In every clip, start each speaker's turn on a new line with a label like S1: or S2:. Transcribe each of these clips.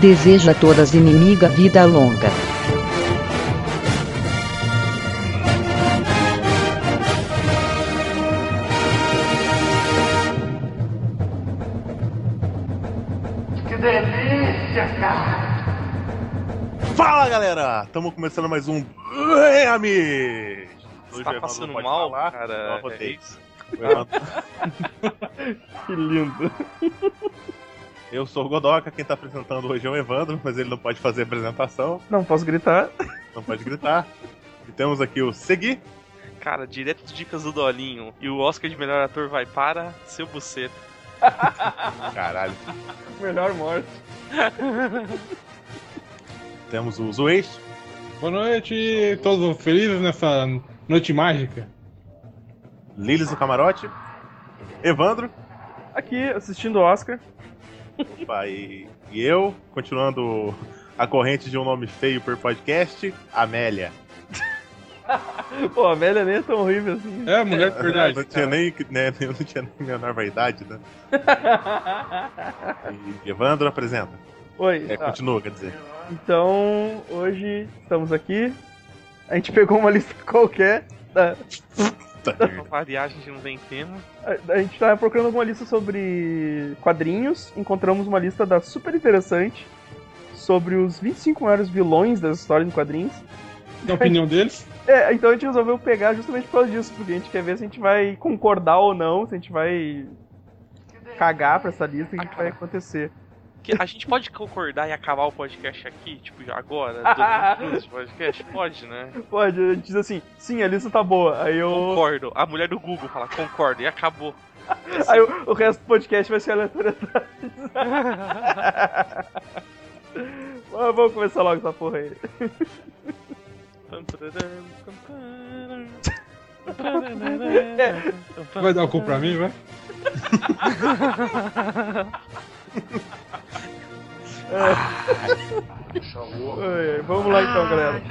S1: Desejo a todas inimiga vida longa.
S2: Que delícia, cara!
S3: Fala galera, estamos começando mais um Bem, Amigos! Hoje o
S4: tá
S3: Evandro
S4: passando
S3: pode
S4: mal,
S3: falar,
S4: cara?
S3: não
S4: É
S3: rotei.
S4: isso?
S3: O Evandro-
S5: Que lindo.
S3: Eu sou o Godoca, quem tá apresentando hoje é o Evandro, mas ele não pode fazer apresentação,
S5: Não posso gritar.
S3: não pode gritar. E temos aqui o Segui,
S4: Cara, direto de dicas do Dolinho. E o Oscar de melhor ator vai para seu buceta.
S3: caralho.
S5: Melhor morte.
S3: Temos o Zueix,
S6: Boa noite, todos felizes nessa noite mágica.
S3: Lilis do Camarote, Evandro,
S5: Aqui, assistindo o Oscar.
S3: opa, e, e eu, continuando a corrente de um nome feio por podcast, Amélia.
S5: Pô, a Amélia nem é tão horrível assim.
S6: É, mulher de verdade.
S3: Não tinha nem, né, eu não tinha nem a menor vaidade, né? E Evandro apresenta.
S5: Oi,
S3: É,
S5: tá.
S3: continua, quer dizer.
S5: então hoje estamos aqui. A gente pegou uma lista qualquer. da-
S3: Puta
S4: Pra
S6: Uhum.
S3: merda.
S4: variar, a gente não tem tema.
S5: A, a gente tava procurando alguma lista sobre quadrinhos. Encontramos uma lista da super interessante sobre os 25 maiores vilões das histórias em quadrinhos.
S6: Na opinião deles,
S5: É, então a gente resolveu pegar justamente por causa disso, porque a gente quer ver se a gente vai concordar ou não, se a gente vai cagar pra essa lista, o que que vai acontecer.
S4: Que a gente pode concordar e acabar o podcast aqui, tipo, já agora? Dois minutos de podcast? Pode, né?
S5: Pode, a gente diz assim, sim, a lista tá boa. Aí, eu,
S4: Concordo. A mulher do Google fala, concordo, e acabou.
S5: aí o, o resto do podcast vai ser aleatório. Mas vamos começar logo essa porra aí.
S6: vai dar o cu pra mim, vai?
S5: Ai, ai, Vamos lá então, galera.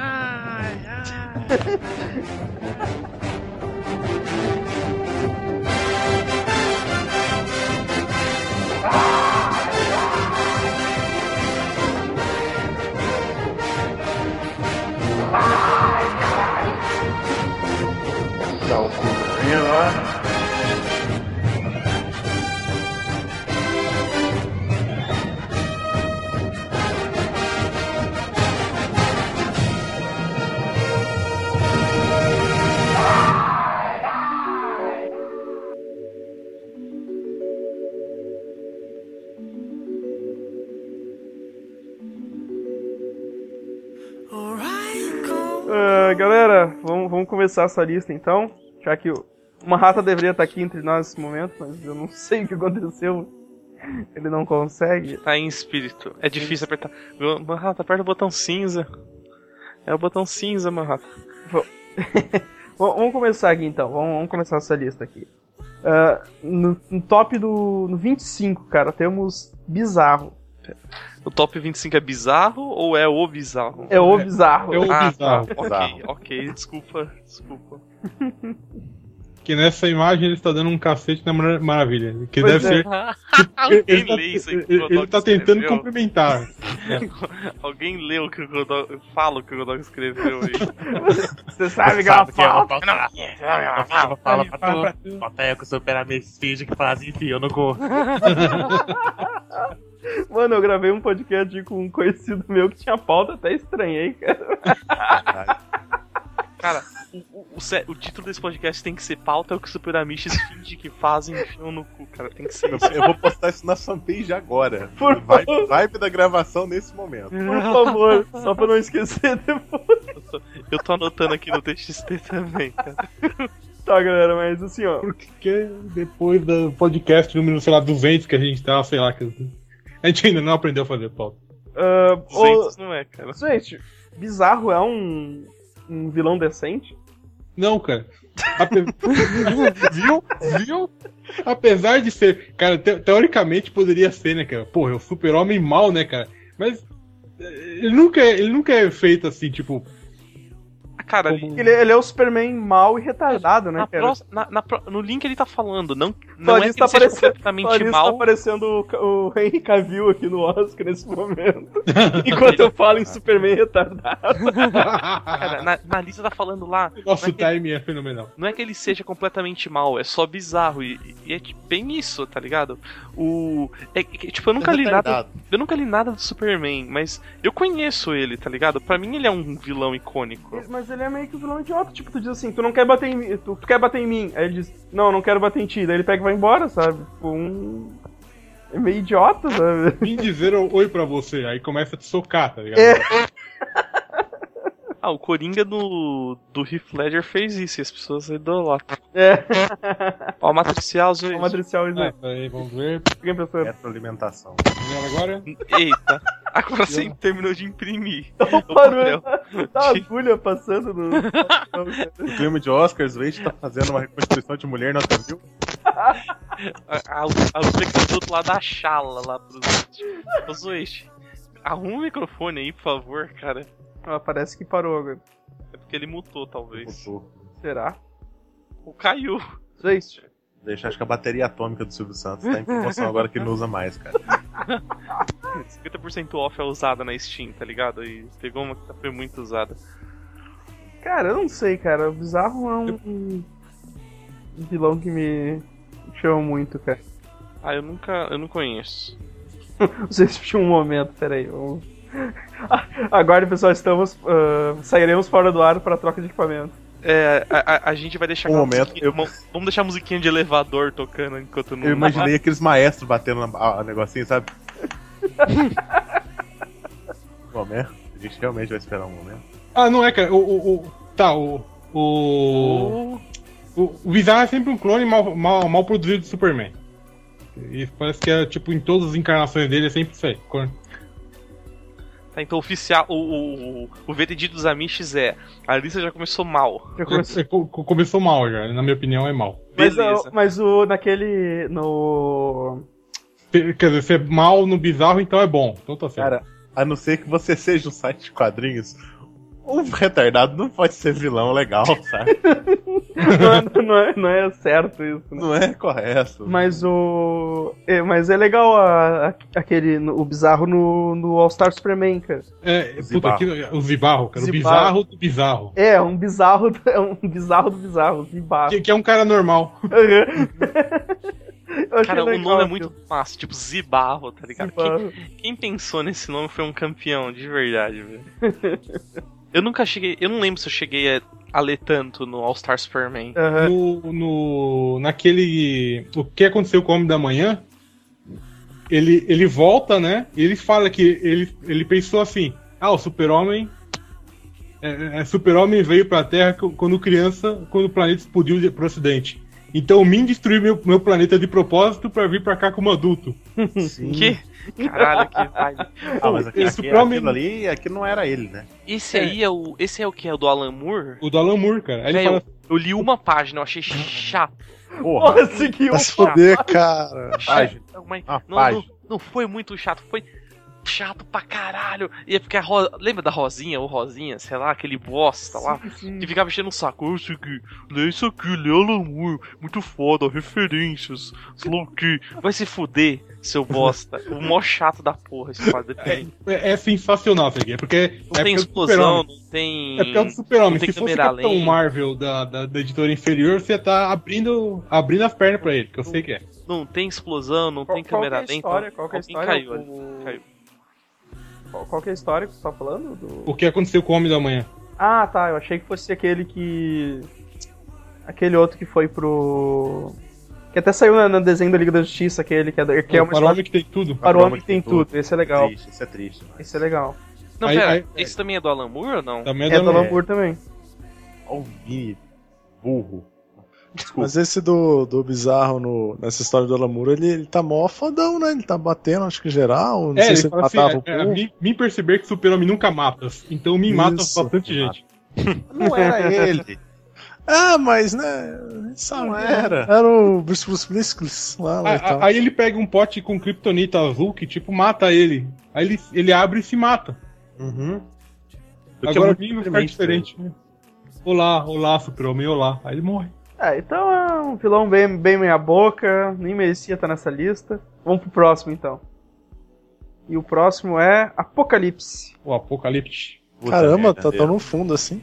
S5: Ah, galera, vamos, vamos começar essa lista então, já que o- uma rata deveria estar aqui entre nós nesse momento, mas eu não sei o que aconteceu. Ele não consegue.
S4: Tá em espírito. É difícil apertar. Manhattan, aperta o botão cinza. É o botão cinza, Manhattan.
S5: Bom, vamos começar aqui então, vamos, vamos começar essa lista aqui. Ah, no, no top do. No 25, cara, temos Bizarro.
S4: O top 25 é bizarro ou é o bizarro?
S5: É o Bizarro.
S6: É o
S4: Ah,
S6: bizarro.
S4: Ok,
S3: Bizarro.
S4: ok, desculpa, desculpa.
S6: Que nessa imagem ele está dando um cacete na Mulher Maravilha. Que
S5: Pois
S6: deve
S5: é.
S6: ser.
S4: Alguém
S6: tá-
S4: lê isso aí
S6: ele-
S4: que o Godog
S6: ele tá tentando
S4: escreveu?
S6: cumprimentar.
S4: Alguém leu o que o Godog... Fala o que o Godog escreveu aí.
S5: Você sabe que é uma falta.
S3: Fala, fala pra
S6: "Ah,
S3: tu. Boteco supera meus finge que faz enfio no cu.
S5: Mano, eu gravei um podcast com um conhecido meu que tinha pauta, até estranhei, cara.
S4: Cara, o, o- o sé- o título desse podcast tem que ser pauta é o que superamistas finge que fazem enfiam um no cu, cara. Tem que ser isso.
S3: Eu vou postar isso na fanpage agora.
S5: Por
S3: Vibe, vibe da gravação nesse momento.
S5: Por favor, só pra não esquecer depois.
S4: Eu tô anotando aqui no TXT também, cara.
S5: Tá, galera, mas assim, ó.
S6: Porque depois do podcast número, sei lá, 200 que a gente tá, sei lá. Que... A gente ainda não aprendeu a fazer pauta.
S5: ah,
S4: 200 não é, cara.
S5: ô, Gente, Bizarro é um. um vilão decente?
S6: Não, cara. Ape- Viu? Viu? Apesar de ser. Cara, te- teoricamente poderia ser, né, cara? Porra, é o super-homem mal, né, cara? Mas. eh, Ele nunca, é, ele nunca é feito assim, tipo.
S4: ah, Cara, ali-
S6: Como-
S5: Ele, ele é o Superman mal e retardado, né,
S4: na
S5: cara?
S4: próxima- na- na pró- no link ele tá falando, não, não
S5: Só
S4: é
S5: disso
S4: que
S5: tá
S4: ele seja
S5: aparecendo-
S4: completamente
S5: Olha, isso tá
S4: mal.
S5: aparecendo o, Ca- o Henry Cavill aqui no Oscar nesse momento. Enquanto eu falo em Superman retardado.
S4: Cara, na, na lista tá falando lá,
S6: Nossa, o time é fenomenal.
S4: não é que ele seja completamente mal, é só bizarro. E, e é tipo, bem isso, tá ligado? O. é que, tipo, eu nunca li nada. Eu nunca li nada do Superman, mas eu conheço ele, tá ligado? Pra mim ele é um vilão icônico.
S5: Mas ele é meio que um vilão idiota. Tipo, tu diz assim, tu não quer bater em mim, tu, tu quer bater em mim. Aí ele diz, não, não quero bater em ti. Daí ele pega e vai embora, sabe? Tipo, um... É meio idiota, sabe?
S6: Vim dizer oi pra você, aí começa a te socar, tá ligado?
S4: Ah, o Coringa do, do Heath Ledger fez isso e as pessoas idolatram.
S5: É.
S4: Ó, o Matricial, Zeus.
S5: É uma matricial,
S6: Ah,
S5: né?
S6: peraí, vamos ver.
S5: Quem pensou?
S3: Essa alimentação.
S6: Primeiro agora.
S4: Eita, agora você terminou de imprimir. o
S5: Parou,
S4: papel.
S5: tá uma agulha passando no...
S3: O clima de Oscars, o Age tá fazendo uma reconstrução de mulher, nota mil.
S4: A, a, a luz é que tá do outro lado da chala lá pro Ô, Zoeste. Arruma o microfone aí, por favor, cara.
S5: Ah, parece que parou agora.
S4: É porque ele mutou, talvez.
S5: Será?
S4: O caiu.
S5: Gente,
S3: Deixa, acho que a bateria atômica do Silvio Santos tá em promoção agora que ele não usa mais, cara.
S4: 50% off é usada na Steam, tá ligado? E pegou uma que foi muito usada.
S5: cara, eu não sei, cara. O Bizarro é um- um vilão que me chama muito, cara.
S4: Ah, eu nunca. Eu não conheço.
S5: Não sei se tinha um momento, peraí. Vamos... Agora, pessoal, estamos. ah, sairemos fora do ar para troca de equipamento.
S4: É, a, a- a gente vai deixar.
S3: Um
S4: aquela
S3: momento,
S4: musiquinha-
S3: eu-
S4: mo- Vamos deixar a musiquinha de elevador tocando enquanto eu não. tá.
S3: Eu imaginei aqueles maestros batendo na a, a negocinho, sabe? Um momento. A gente realmente vai esperar um momento.
S6: Ah, não é, cara. O. o, o- tá, o. O. O, o Bizarro é sempre um clone mal, mal, mal produzido do Superman. E parece que é, tipo, em todas as encarnações dele é sempre isso aí. clone.
S4: Tá, então o oficial. O, o, o, o VTD dos Amish é. A lista já começou mal.
S5: Já começou.
S6: É, co- co- começou mal já, na minha opinião é mal.
S5: Mas, ah,
S4: Beleza.
S5: mas o naquele. No.
S6: Pe- Quer dizer, se é mal no bizarro, então é bom. Então tá certo.
S3: Cara, a não ser que você seja um site de quadrinhos, um retardado não pode ser vilão legal, sabe?
S5: não, é- não é, não é certo isso, né?
S3: Não é correto.
S5: Mas o. É, mas é legal a- a- aquele. no- o bizarro no, no All-Star Superman, cara.
S6: é, é, puta,
S3: Zibarro.
S6: aquilo, é, o Zibarro, cara. O
S5: Zibarro.
S6: bizarro do bizarro.
S5: É, um bizarro. É um bizarro do bizarro, assim, bizarro.
S6: Que, que é um cara normal.
S5: Eu achei
S4: Cara, o
S5: legal assim,
S4: nome é
S5: aquilo.
S4: muito massa, tipo Zibarro, tá ligado? Quem-
S5: Bizarro.
S4: Quem pensou nesse nome foi um campeão, de verdade, velho. eu nunca cheguei. Eu não lembro se eu cheguei a, a ler tanto no All-Star Superman.
S5: Aham.
S6: No, no- naquele. O que aconteceu com o Homem da Manhã? Ele, ele volta, né? E ele fala que ele, ele pensou assim: ah, o Super-Homem. É, é, Super-Homem veio pra Terra co- quando criança, quando o planeta explodiu de- pro acidente. Então o Min destruiu meu, meu planeta de propósito pra vir pra cá como adulto.
S3: Sim.
S4: Que? Caralho, que vibe.
S3: Ah, mas aqui,
S6: Esse
S3: aqui,
S6: Superman-
S3: aquilo ali, aqui não era ele, né?
S4: Esse aí é o. Esse é o que? É o do Alan Moore?
S6: O do Alan Moore, cara. Aí ele
S4: Véi,
S6: fala
S4: eu, eu li uma página, eu achei chato.
S3: Porra.
S5: Porra, seguiu.
S4: Vai
S3: se foder, cara. Página.
S4: Não, mas
S3: Uma
S4: não, não,
S3: página.
S4: não foi muito chato, foi chato pra caralho. E é porque a Ro... Lembra da Rosinha ou Rosinha, sei lá, aquele bosta lá? Que ficava enchendo o saco. "Ah, Isso aqui, lê isso aqui, lê Alan Moore, muito foda, referências, sei lá o quê." Vai se fuder, seu bosta. o mó chato da porra esse quadro.
S6: É,
S4: Não
S6: é- é sensacional isso aqui. É porque é
S4: tem
S6: porque é do
S4: explosão,
S6: Super-Homem.
S4: não tem.
S6: É porque é do Super-Homem.
S4: Hum, não tem
S6: Se fosse o
S4: câmera
S6: Capitão
S4: lenta.
S6: Marvel da, da, da editora inferior, você tá abrindo, abrindo as pernas pra ele, que eu sei que é.
S4: Não tem explosão, não
S5: Qual-
S4: tem
S5: qual
S4: câmera
S5: que é a
S4: lenta.
S5: história? Qual que é a
S4: Alguém
S5: história?
S4: caiu,
S5: O-
S4: alguém caiu.
S5: Qual, qual que é a história que você tá falando? do-
S6: O que aconteceu com o Homem da Manhã?
S5: Ah, tá. Eu achei que fosse aquele que. Aquele outro que foi pro. Que até saiu na- no desenho da Liga da Justiça, aquele que é, da- que é
S6: o
S5: uma história
S6: Parome que tem tudo.
S5: para o homem que tem tudo. Esse é legal.
S3: Triste, isso é triste. Mas...
S5: Esse é legal.
S4: Não,
S6: Aí-
S4: pera,
S6: aí-
S4: esse também é do Alan Moore ou não?
S6: Também é
S5: É
S6: da
S5: do
S6: Alan...
S3: Alan-
S5: Lamour também.
S3: Olha o Vini, burro.
S6: Tipo,
S3: Desculpa.
S7: Mas esse do, do bizarro no- nessa história do Alamuro, ele, ele tá mó fodão, né? Ele tá batendo, acho que geral. Não
S6: É,
S7: sei
S6: ele
S7: se ele
S6: fala assim,
S7: matava o
S6: é, é,
S7: povo.
S6: me, me perceber que o Super-Homem nunca mata. Então me mata
S7: Isso.
S6: bastante gente.
S3: Não era ele.
S7: Ah, mas né? a gente Sabe,
S3: Não é.
S7: né?
S3: era.
S7: Era o Bruce Bruce Blisklis lá, lá
S5: Ah, tá.
S6: Aí,
S7: e tal.
S6: Ah, aí ele pega um pote com kryptonita azul que, tipo, mata ele. Aí ele, ele abre e se mata.
S3: Uhum.
S5: né?
S6: Agora o mim vai ficar diferente. né? Olá, olá, super-homem, olá. Aí ele morre.
S5: É, então é um vilão bem, bem meia boca, nem merecia estar nessa lista. Vamos pro próximo então. E o próximo é Apocalipse.
S6: O Apocalipse.
S3: Puta
S7: Caramba,
S3: merda,
S7: tá
S3: Deus.
S7: tão no fundo assim.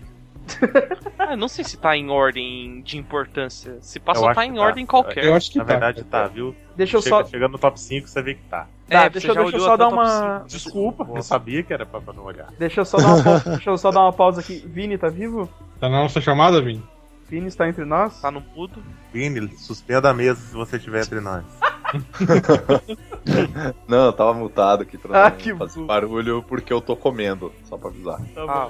S4: Ah, eu não sei se tá em ordem de importância. Se passa,
S3: Eu acho
S4: tá
S3: que
S4: em
S3: tá.
S4: ordem qualquer.
S6: Eu acho que
S3: Na
S6: tá.
S3: verdade tá, viu?
S5: Deixa eu
S3: Chega-
S5: só.
S3: Chegando no top 5, você vê que tá.
S5: Tá,
S4: É,
S5: deixa,
S4: você
S5: eu-
S4: já
S5: deixa eu
S4: olhou
S5: só
S4: até
S5: dar
S4: o top
S5: uma.
S3: Desculpa, eu sabia que era pra pra não olhar.
S5: Deixa eu só dar uma pausa, deixa eu só dar uma pausa aqui. Vini, tá vivo?
S6: Tá na nossa chamada, Vini?
S5: Vini está entre nós?
S4: Tá no mudo.
S3: Vini, suspenda a mesa se você estiver entre nós.
S8: Não, eu tava mutado aqui pra
S7: tá.
S5: Ah,
S8: não
S5: que
S8: fazer
S5: bom.
S8: barulho porque eu tô comendo, só pra avisar.
S5: Tá
S4: Ah,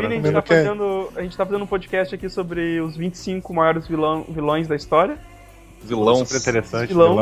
S5: Vini, a gente,
S7: Comendo
S5: tá
S7: o quê?
S5: fazendo, a gente tá fazendo um podcast aqui sobre os 25 maiores vilão, vilões da história.
S8: Vilão.
S3: Super interessante,
S5: Vilão.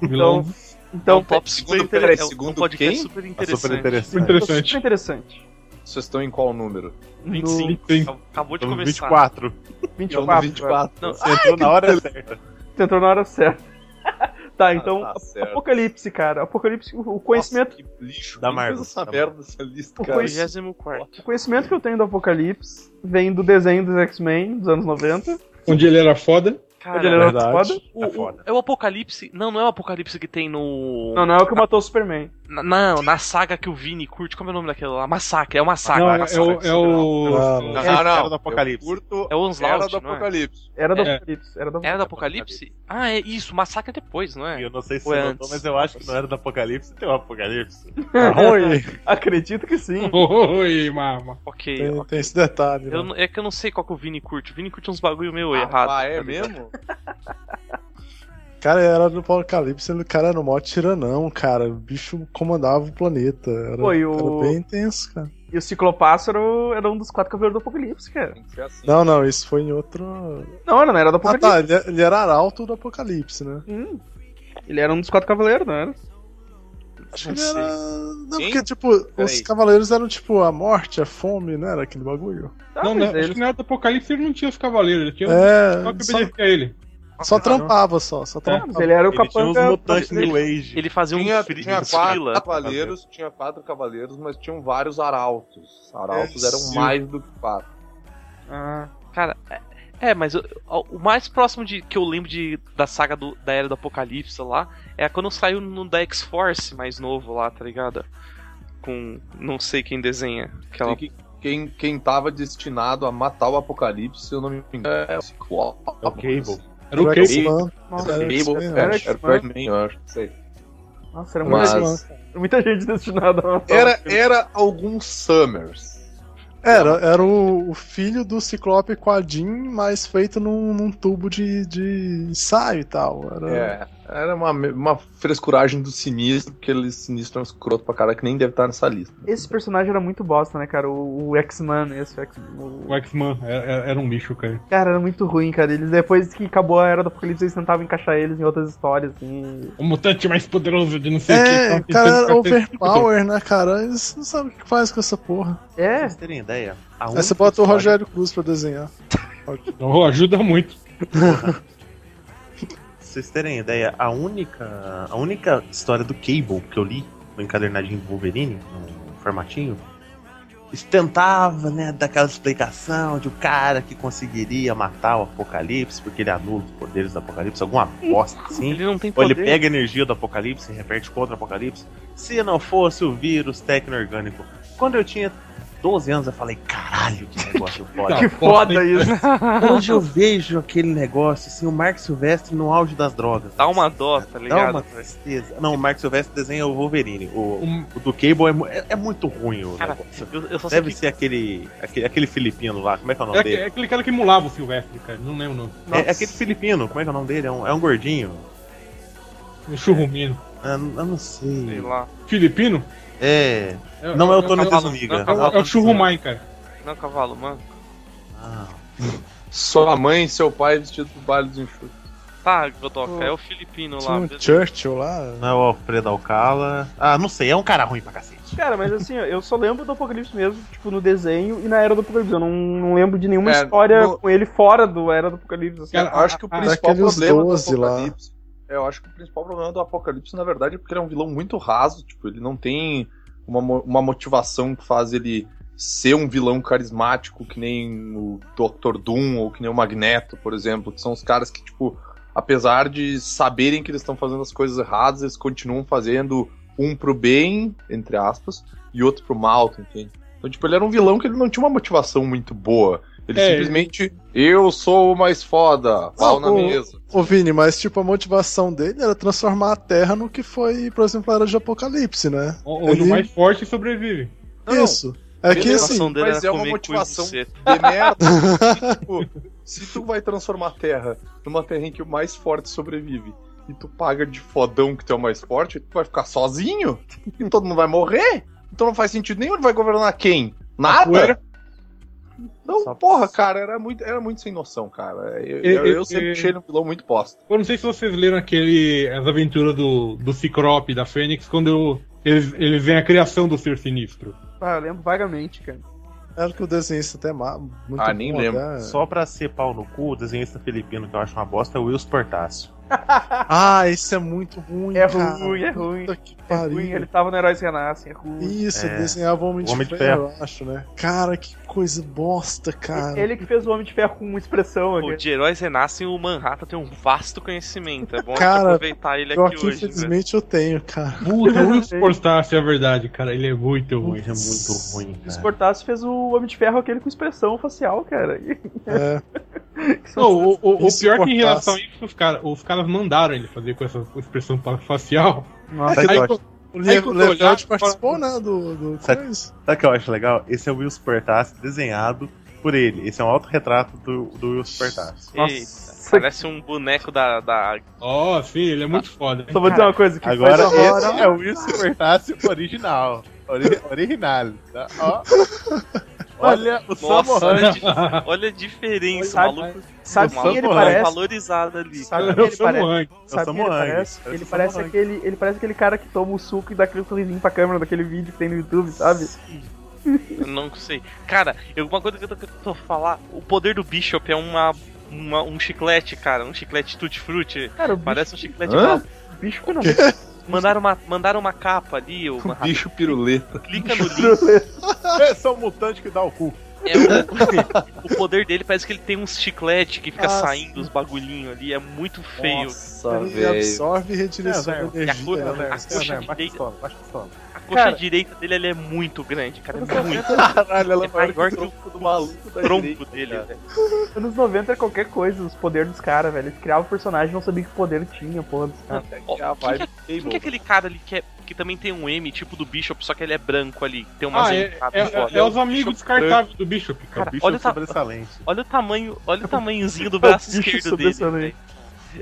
S3: vilão.
S5: Então,
S6: Vilão.
S5: então
S4: é um top
S5: tá
S4: super
S8: segundo,
S4: interessante. É um-
S8: segundo
S4: um podcast
S8: quem?
S4: super
S3: Tá
S4: interessante.
S3: super
S6: Super
S3: interessante.
S5: super
S6: interessante.
S5: interessante.
S8: Vocês estão em qual número?
S5: No
S4: 25.
S6: Sim.
S4: Acabou de
S3: Então,
S4: começar.
S3: 24.
S5: 24.
S8: Eu no
S5: vai.
S8: 24.
S4: Não,
S3: Você entrou na hora certa.
S5: Tu entrou na hora certa. tá, então.
S8: tá certo.
S5: Apocalipse, cara. Apocalipse, o- o conhecimento.
S8: Nossa, que lixo.
S3: Da
S8: Quem
S3: Marvel.
S8: fez essa
S3: Da
S8: merda dessa lista,
S5: O
S8: cara.
S5: conhecimento-
S4: 24.
S5: O conhecimento que eu tenho do Apocalipse vem do desenho dos X-Men dos anos 90.
S6: Onde ele era foda.
S5: Onde ele
S4: Cara,
S5: era
S7: Verdade.
S5: foda.
S4: o,
S3: Tá
S4: o-
S3: foda.
S4: é o Apocalipse. Não, não é o Apocalipse que tem no.
S5: Não, não é o que matou o Superman.
S4: Na, não, na saga que o Vini curte. Como é o nome daquele lá? Massacre. É o Massacre.
S6: Não,
S3: vai,
S6: é,
S3: vai,
S6: o.
S3: vai,
S6: É o...
S7: Ah,
S8: Não,
S3: É,
S8: não, não.
S3: Era do Apocalipse.
S8: Eu curto
S4: É o Onslaught,
S8: Era do
S4: não é?
S8: Apocalipse.
S5: Era do
S6: É.
S5: Apocalipse. Era do
S4: Era do Apocalipse? Ah, é isso. Massacre é depois, não é?
S3: Eu não sei se
S4: Foi
S3: você notou,
S4: antes.
S3: mas eu acho que não era do Apocalipse, tem um Apocalipse.
S7: Oi,
S5: Acredito que sim.
S6: Oi, mama.
S4: Ok.
S7: tem,
S4: ok.
S7: tem esse detalhe.
S4: Eu
S7: né?
S4: não- é que eu não sei qual que o Vini curte. O Vini curte uns bagulho meu errado.
S8: Ah, é mesmo?
S7: O cara era do Apocalipse, ele- o cara era o maior tiranão, cara. O bicho comandava o planeta. Era,
S5: Pô, e o-
S7: era bem intenso, cara.
S5: E o Ciclopássaro era um dos quatro cavaleiros do Apocalipse, cara.
S8: Tem que ser assim.
S7: Não, não, isso foi em outro.
S5: Não, era, não era do
S7: Ah
S5: Apocalipse.
S7: tá, ele, ele era arauto do Apocalipse, né?
S5: Hum. Ele era um dos quatro cavaleiros, não era?
S7: Acho
S4: Não
S7: que ele era. Não,
S8: Quem?
S7: porque, tipo, os
S8: Peraí.
S7: cavaleiros eram, tipo, a morte, a fome, né? Era aquele bagulho.
S5: Tá,
S6: não,
S5: mas
S6: não, acho
S5: eles-
S6: que na era do Apocalipse ele não tinha os cavaleiros, ele tinha
S7: É,
S6: só que Ah,
S7: só,
S6: obedecia a ele.
S7: só trampava, só, só
S5: Ah, mas
S7: trampava.
S5: ele era o
S3: Ele tinha uns
S5: capanga.
S3: mutantes
S5: ele-
S3: New Age.
S4: Ele fazia um
S8: Tinha,
S4: fri-
S8: tinha
S4: um
S8: quatro
S4: frila.
S8: cavaleiros, tinha quatro cavaleiros, mas tinham vários arautos. Arautos
S7: É,
S8: eram
S7: sim.
S8: mais do que quatro.
S5: Ah,
S4: Cara, é- é, mas eu- o mais próximo de, que eu lembro de, da saga do- da Era do Apocalipse lá é quando saiu no da X-Force mais novo lá, tá ligado? Com não sei quem desenha. Aquela...
S8: Sei que Quem, quem tava destinado a matar o Apocalipse, se eu não me engano, é o Ciclope. É,
S3: É o Cable.
S6: Era o
S7: Era
S6: Cable.
S7: X-Man,
S5: nossa,
S7: Era-
S8: Era
S7: X-Men, eu
S8: o
S5: acho.
S8: Era o Birdman, eu acho. não Sei.
S5: nossa, era muita, gente,
S8: Mas
S5: muita gente destinada a matar.
S8: era, era alguns Summers.
S7: Era, era o, o filho do Ciclope com a Jean, mas feito num, num tubo de, de ensaio e tal. Era...
S8: É, era uma, uma frescuragem do sinistro, porque ele sinistro é um escroto pra cara que nem deve estar nessa lista.
S5: Esse personagem era muito bosta, né, cara? O, o X-Man, esse o X-Man. o-
S6: O X-Man era, era- era um lixo, cara.
S5: Cara, era muito ruim, cara. Eles, depois que acabou a Era do Apocalipse, eles tentavam encaixar eles em outras histórias, assim.
S6: O mutante mais poderoso de não sei o Então, que. tava
S7: É, o cara
S6: tentando
S7: era
S6: ficar sem-
S7: overpower, né, cara? Eles não sabem o que faz com essa porra.
S5: É,
S3: Vocês terem ideia. a
S7: Aí
S3: única
S7: você bota o
S3: história-
S7: Rogério Cruz pra desenhar.
S6: Não, ajuda muito.
S3: Pra vocês terem ideia, a única, a única história do Cable que eu li no encadernadinho do Wolverine, no formatinho, tentava, né, daquela explicação de o cara que conseguiria matar o Apocalipse porque ele é anula os poderes do Apocalipse, alguma bosta assim.
S4: Ele não tem
S3: Ou ele
S4: poder.
S3: pega a energia do apocalipse e reverte contra o apocalipse. Se não fosse o vírus tecno-orgânico. Quando eu tinha 12 anos, eu falei, caralho, que negócio
S6: Tá,
S3: foda.
S5: que foda
S6: hein?
S5: isso.
S3: Hoje eu vejo aquele negócio, assim, o Mark Silvestre no auge das drogas.
S4: Dá uma dó, tá
S3: Dá
S4: ligado?
S3: uma tristeza. Não, o Mark Silvestre desenha o Wolverine. O,
S6: Um-
S3: o do Cable é mu- é, é muito ruim o
S4: Cara,
S3: negócio.
S4: eu, eu só sei
S3: Deve
S4: que
S3: ser aquele, aquele, aquele filipino lá, como é que é o
S6: É,
S3: nome
S6: aque-
S3: dele?
S6: é aquele cara que emulava o Silvestre, cara. Não lembro o nome.
S3: É, é aquele filipino, como é que é o nome dele? É um, é um gordinho.
S6: O Churrumino.
S3: Ah, n- eu não sei.
S4: sei lá.
S6: Filipino?
S3: É. Não é o Tony
S6: é,
S4: Cavalo-
S3: Desuniga.
S6: é, o- é o Churrumai, cara.
S4: Não, cavalo, mano.
S3: Ah.
S8: Sua mãe e seu pai vestidos pro baile dos enxutos.
S4: Tá, Godoka, é o Filipino
S7: Tinha
S4: lá.
S7: um
S4: beleza.
S7: Churchill lá.
S3: Não é o Alfredo Alcala. Ah, não sei, é um cara ruim pra cacete.
S5: Cara, mas assim, ó, eu só lembro do Apocalipse mesmo, tipo, no desenho e na Era do Apocalipse. Eu não, não lembro de nenhuma
S8: É,
S5: história
S8: no-
S5: com ele fora do Era do Apocalipse, assim.
S6: Cara,
S8: Eu acho que o
S6: ah,
S8: principal
S7: daqueles
S8: problema do
S7: 12 lá.
S8: Apocalipse. É, Eu acho que o principal problema do Apocalipse, na verdade, é porque ele é um vilão muito raso. Tipo, ele não tem uma, mo- uma motivação que faz ele ser um vilão carismático que nem o Dr. Doom ou que nem o Magneto, por exemplo, que são os caras que, tipo, apesar de saberem que eles estão fazendo as coisas erradas, eles continuam fazendo um pro bem, entre aspas, e outro pro mal, tu entende? Então, tipo, ele era um vilão que ele não tinha uma motivação muito boa. Ele
S6: É.
S8: simplesmente, eu sou o mais foda, pau na
S7: o-
S8: mesa.
S7: Ô Vini, mas tipo, a motivação dele era transformar a Terra no que foi, por exemplo, a Era de Apocalipse, né?
S6: O- Onde o
S7: Ele-
S6: mais forte sobrevive.
S8: Não, não,
S7: Isso. É que
S8: Beleza.
S7: assim,
S4: dele
S8: mas
S4: era
S8: é
S4: né,
S8: uma
S4: comer cu e
S8: motivação.
S4: buceta.
S8: de merda. Se, tipo, se tu vai transformar a Terra numa terra em que o mais forte sobrevive e tu paga de fodão que tu é o mais forte, tu vai ficar sozinho e todo mundo vai morrer. Então não faz sentido nenhum, ele vai governar quem? Nada? Não,
S3: Só-
S8: porra, cara, era muito, era muito sem noção, cara. Eu,
S6: E-
S8: eu-
S6: e-
S8: eu sempre
S6: e-
S8: achei ele um vilão muito bosta.
S6: Eu não sei se vocês leram aquele, as aventuras do, do Ciclope, da Fênix, quando eles, eles veem a criação do Ser Sinistro.
S5: Ah, eu lembro vagamente, cara.
S7: era que é o desenhista até ma- muito
S8: Ah, nem
S7: bom, né?
S8: lembro.
S7: até-
S3: Só pra ser pau no cu, o desenhista filipino que eu acho uma bosta é o Wilson Portácio.
S7: Ah, esse é muito ruim,
S5: É
S7: cara.
S5: ruim, é ruim.
S7: Puta que
S5: É
S7: pariu.
S5: ruim, ele tava no Heróis Renascem, é ruim.
S7: Isso,
S3: É.
S7: desenhava o Homem,
S3: Homem
S7: de
S3: de
S7: Ferro, eu acho, né? Cara, que coisa bosta, cara.
S5: Ele que fez o Homem de Ferro com uma expressão
S4: Pô,
S5: aqui.
S4: de heróis renascem, o Manhattan tem um vasto conhecimento. É bom a gente
S7: Cara,
S4: aproveitar ele
S7: Pior
S4: aqui
S7: que,
S4: hoje. né? velho.
S7: infelizmente, eu tenho, cara.
S6: Puta, o Wilson Portácio é verdade, cara. Ele é muito ruim.
S3: Ele é muito ruim,
S5: O
S3: cara.
S5: Sportácio fez o Homem de Ferro aquele com expressão facial, cara. E-
S7: É.
S6: Não, o, o- o
S7: Isso
S6: pior é que em
S7: cortasse.
S6: relação a isso, os, cara, os caras mandaram ele fazer com essa expressão pa- facial.
S7: É que
S6: Aí,
S7: eu-
S6: quando-
S7: o
S6: aí
S7: Le-
S6: quando
S7: o
S6: eu olhar,
S7: Lefeld
S6: eu
S7: participou,
S6: falo-
S7: né? Do, do
S3: Sabe-
S7: coisa.
S3: Sabe o que eu acho legal? Esse é o Wilson Portácio desenhado por ele. Esse é um autorretrato do, do Wilson Portácio.
S4: Eita, parece um boneco da, da
S6: Ó, sim, ele é muito foda. hein?
S5: Só vou dizer uma coisa que
S3: Agora,
S5: faz-
S3: esse é o Wilson Portácio original. Ori- original. tá? Ó. Olha o
S4: né?
S3: é
S4: Nossa,
S3: Samohan.
S4: olha, a di- olha a diferença,
S5: Sabe-
S4: maluco.
S5: Sabe
S4: maluco
S5: quem ele
S4: tá
S5: parece?
S4: valorizado ali.
S5: Sabe
S6: Eu
S5: quem ele
S6: sou um
S5: parece?
S6: Moang.
S5: Sabe
S3: sou
S5: quem ele
S3: Moang,
S5: parece?
S3: eu
S5: Ele
S3: sou
S5: parece,
S3: Moang.
S5: aquele, ele parece aquele cara que toma o suco e dá aquele sorrisinho pra câmera daquele vídeo que tem no YouTube, sabe?
S4: Eu não sei. Cara, eu- uma coisa que eu tô querendo falar, o poder do Bishop é uma, uma- um chiclete, cara. Um chiclete tutti frutti.
S5: Cara, o bicho,
S4: Parece um chiclete
S8: Hã?
S4: bala.
S5: bicho que não
S4: mandaram uma Mandaram uma capa ali, o Manhattan.
S8: Bicho piruleta.
S4: clica no link.
S3: Esse é o mutante que dá o cu.
S4: É o, o poder dele parece que ele tem uns chiclete que fica
S7: Ah,
S4: saindo os bagulhinhos ali. É muito feio.
S8: Nossa,
S7: ele
S8: velho.
S7: absorve e redireciona
S3: É,
S7: a
S3: velho.
S7: energia.
S4: E a
S7: né?
S4: cor-
S6: é
S4: a coxa direita-
S3: Olha
S4: a coxa
S5: Cara.
S4: direita dele ele é muito grande, cara. É muito
S8: Caralho, ela
S4: é maior que o
S8: do maluco da
S4: tronco
S8: direita,
S4: dele,
S8: é cara.
S4: velho.
S5: Anos 90 era qualquer coisa, os poderes dos caras, velho. Eles criavam o personagem não sabia que poder tinha, porra dos caras.
S4: Ó,
S8: É a
S4: quem que Quem
S8: vibe
S4: que é
S8: Cable.
S4: aquele cara ali que, é, que também tem um M, tipo do Bishop, só que ele é branco ali, que tem umas
S6: Ah, é,
S4: entradas
S6: é-
S4: fora.
S6: é- é os amigos descartáveis do Bishop,
S3: O
S6: cara.
S3: bicho
S4: olha
S3: olha
S4: o ta-
S3: sobressalente.
S4: Olha o tamanho,
S6: É
S4: olha o tamanhozinho do braço
S5: bicho
S4: esquerdo dele.
S5: sobressalente.
S4: velho.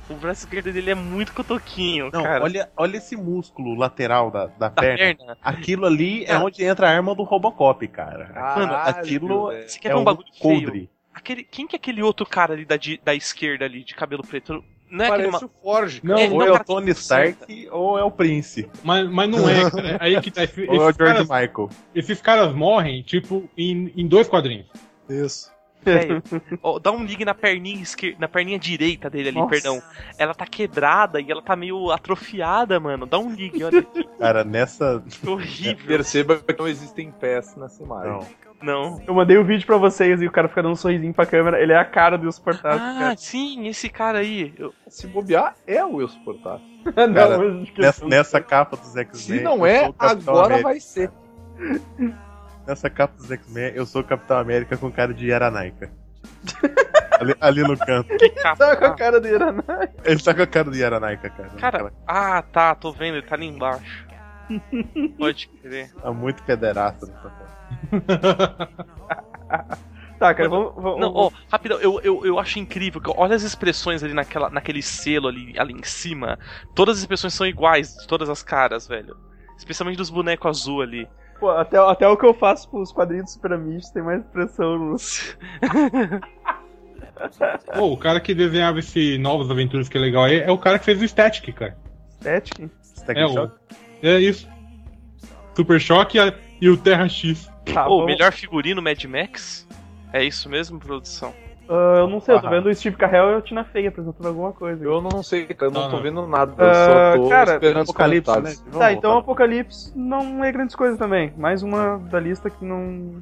S4: O braço esquerdo dele é muito cotoquinho,
S3: Não,
S4: cara.
S3: olha, olha esse músculo lateral da, da,
S4: da
S3: perna.
S4: perna.
S3: Aquilo ali é
S4: Ah.
S3: onde entra a arma do Robocop, cara.
S8: Caralho,
S3: aquilo
S8: velho.
S4: Você quer
S3: é
S4: ver um
S3: um
S4: bagulho feio?
S3: coldre.
S4: Aquele, quem que é aquele outro cara ali da, di- da esquerda ali, de cabelo preto? Não é aquele
S8: Parece
S4: ma-
S8: o Forge,
S6: Não,
S4: É,
S3: Ou
S4: não,
S3: é o
S4: cara,
S3: Tony Stark ou é o Prince.
S6: Mas, mas não é, cara. Aí que tá. Esses,
S3: Ou é o
S6: esses
S3: George
S6: caras,
S3: Michael.
S6: esses caras morrem, tipo, em, em dois quadrinhos.
S7: Isso.
S4: Velho, ó, dá um ligue na perninha esquerda, na perninha direita dele ali,
S5: Nossa.
S4: perdão. Ela tá quebrada e ela tá meio atrofiada, mano. Dá um ligue, olha que
S3: Cara, nessa.
S8: É
S4: horrível.
S8: Perceba que não existem pés nessa imagem.
S3: Não.
S4: Não.
S5: Eu mandei o vídeo pra vocês e o cara fica dando um sorrisinho pra câmera. Ele é a cara do Sportácio,
S4: Ah, sim, esse cara aí. Eu-
S8: Se bobear, é o Wilson Portátil.
S5: cara. Não,
S3: cara,
S5: mas acho que
S3: Nessa, nessa capa dos X-Men.
S8: Se não
S3: eu
S8: é,
S3: sou o Capitão
S8: agora
S3: América.
S8: vai ser.
S3: Nessa capa dos X-Men, eu sou o Capitão América com cara de Yaranaica. ali, ali no canto.
S4: Que capa.
S5: tá com a cara dele, né?
S3: Ele tá com a cara de Yaranaica, cara.
S4: Cara, ah, tá, tô vendo, ele tá ali embaixo. Pode crer.
S3: Tá muito pederasta. nessa foto.
S5: Tá, cara, vamos. vamos
S4: Não, ó, rapidão, eu, eu, eu acho incrível. que- Olha as expressões ali naquela, naquele selo ali, ali em cima. Todas as expressões são iguais, de todas as caras, velho. Especialmente dos bonecos azul ali.
S5: pô, até, até o que eu faço pros quadrinhos do Super Amigos tem mais expressão no.
S6: Pô, o cara que desenhava esse Novas Aventuras, que é legal aí, é o cara que fez o Static, cara.
S5: Estética.
S3: Você tá
S6: É,
S3: com
S6: o...
S3: choque?
S6: é isso. Super Choque e, a- e o Terra X.
S5: Tá,
S4: Ou
S5: vamos-
S4: melhor figurino Mad Max? É isso mesmo, produção?
S5: Ah, eu não sei, eu tô
S3: Ah.
S5: vendo o Steve Carell e a Tina Fey apresentando alguma coisa.
S8: Eu não sei, cara, eu não,
S6: Não,
S8: tô
S6: não.
S8: vendo nada.
S5: Ah,
S8: eu só tô
S5: cara,
S8: esperando os
S3: Apocalipse, né?
S8: comentários.
S3: Vamos
S5: Tá, então
S3: voltar.
S5: Apocalipse não é grandes coisas também. Mais uma da lista que não.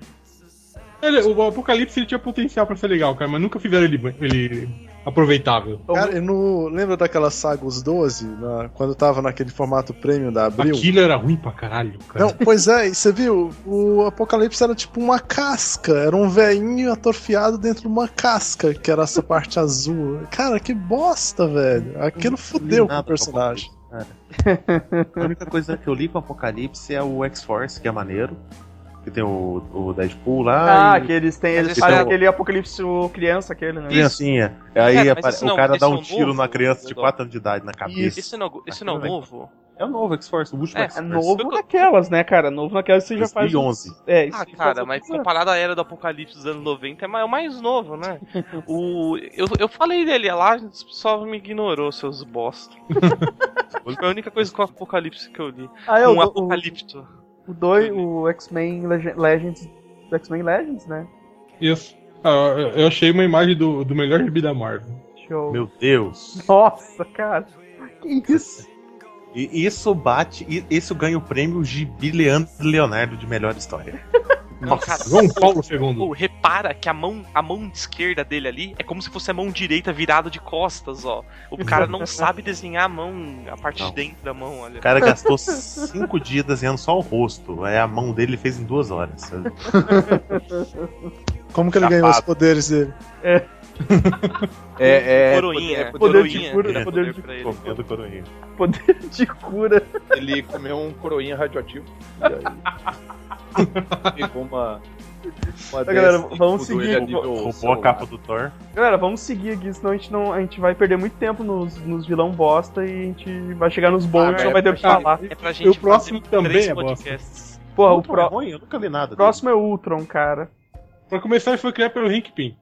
S6: Ele- o Apocalipse ele tinha potencial pra ser legal, cara, mas nunca fizeram ele, ele aproveitável.
S7: Cara, eu não- lembra daquela saga Os 12? na- quando tava naquele formato premium da Abril?
S6: Aquilo era ruim pra caralho, cara.
S7: Não, pois é, e você viu? O Apocalipse era tipo uma casca. Era um veinho atorfiado dentro de uma casca, que era essa parte azul. Cara, que bosta, velho. Aquilo fudeu com o
S3: Nada tá com É.
S7: personagem.
S3: A única coisa que eu li com o Apocalipse é o X-Force, que é maneiro. Que tem o, o Deadpool lá.
S5: Ah,
S3: e...
S5: que eles têm. Eles
S4: Mas
S8: Então-
S5: fazem
S3: esse é o-
S5: aquele apocalipse o criança, aquele, né?
S3: Criancinha. Aí
S4: É, mas
S3: apare-
S4: isso
S3: o
S4: não,
S3: cara
S4: esse
S3: dá
S4: é
S3: um
S4: um
S3: tiro
S4: novo,
S3: na criança de
S4: Eduardo.
S3: 4 anos de idade na cabeça.
S4: Esse não, esse não é o
S3: Aquilo
S4: novo?
S3: É o novo X-Force, o último
S5: É
S4: É,
S3: X-Force.
S5: novo naquelas, né, cara? Novo naquelas você já faz.
S3: 2011.
S5: É, isso
S4: Ah,
S5: que
S4: cara,
S5: faz-
S4: mas comparado à era do Apocalipse dos anos 90, é ma- é o mais novo, né? O, eu, eu falei dele lá, a gente só me ignorou, seus bosta. Foi a única coisa com o Apocalipse que eu li.
S5: Ah, é,
S4: um
S5: o, do-
S4: Apocalipto.
S5: o, o, dois, o X-Men Lege- Legends. do X-Men Legends, né?
S6: Isso. Ah, eu- eu achei uma imagem do, do melhor gibi da Marvel.
S5: Show.
S3: Meu Deus.
S5: Nossa, cara. Que isso?
S3: E isso bate, e isso ganha o prêmio Gibi Leandro Leonardo de melhor história.
S6: João
S4: Nossa.
S6: Paulo II.
S4: Pô, repara que a mão, a mão esquerda dele ali é como se fosse a mão direita virada de costas, ó. O cara não sabe desenhar a mão, a parte
S3: Não.
S4: de dentro da mão, olha.
S3: O cara gastou cinco dias desenhando só o rosto. Aí a mão dele fez em duas horas.
S7: Como que ele
S3: Chapado.
S7: ganhou os poderes dele?
S8: É, é,
S4: coroinha,
S8: é
S4: poder,
S8: poder-
S4: coroinha.
S5: de cura,
S4: dá
S5: poder de
S4: pra ele.
S3: Comendo coroinha.
S5: Poder de cura.
S8: ele comeu um coroinha radioativo. E aí. Pegou uma. uma
S5: galera,
S8: dessa e
S5: vamos
S8: mudou
S5: seguir.
S8: ele a nível
S3: Roubou a
S8: celular.
S3: capa do Thor.
S5: Galera, vamos seguir aqui, senão a gente, não, a gente vai perder muito tempo nos, nos vilão bosta e a gente vai chegar nos bons
S4: Ah,
S5: e
S4: é,
S5: não vai ter o que
S6: ah,
S5: falar.
S4: É pra gente
S6: o próximo
S4: fazer
S6: também
S4: três
S6: é bosta.
S4: podcasts.
S5: Porra, o
S3: Ultron
S5: pró-
S3: é ruim, eu nunca li nada.
S5: o próximo é o Ultron, cara.
S6: Pra começar, ele foi criado pelo Hank Pym.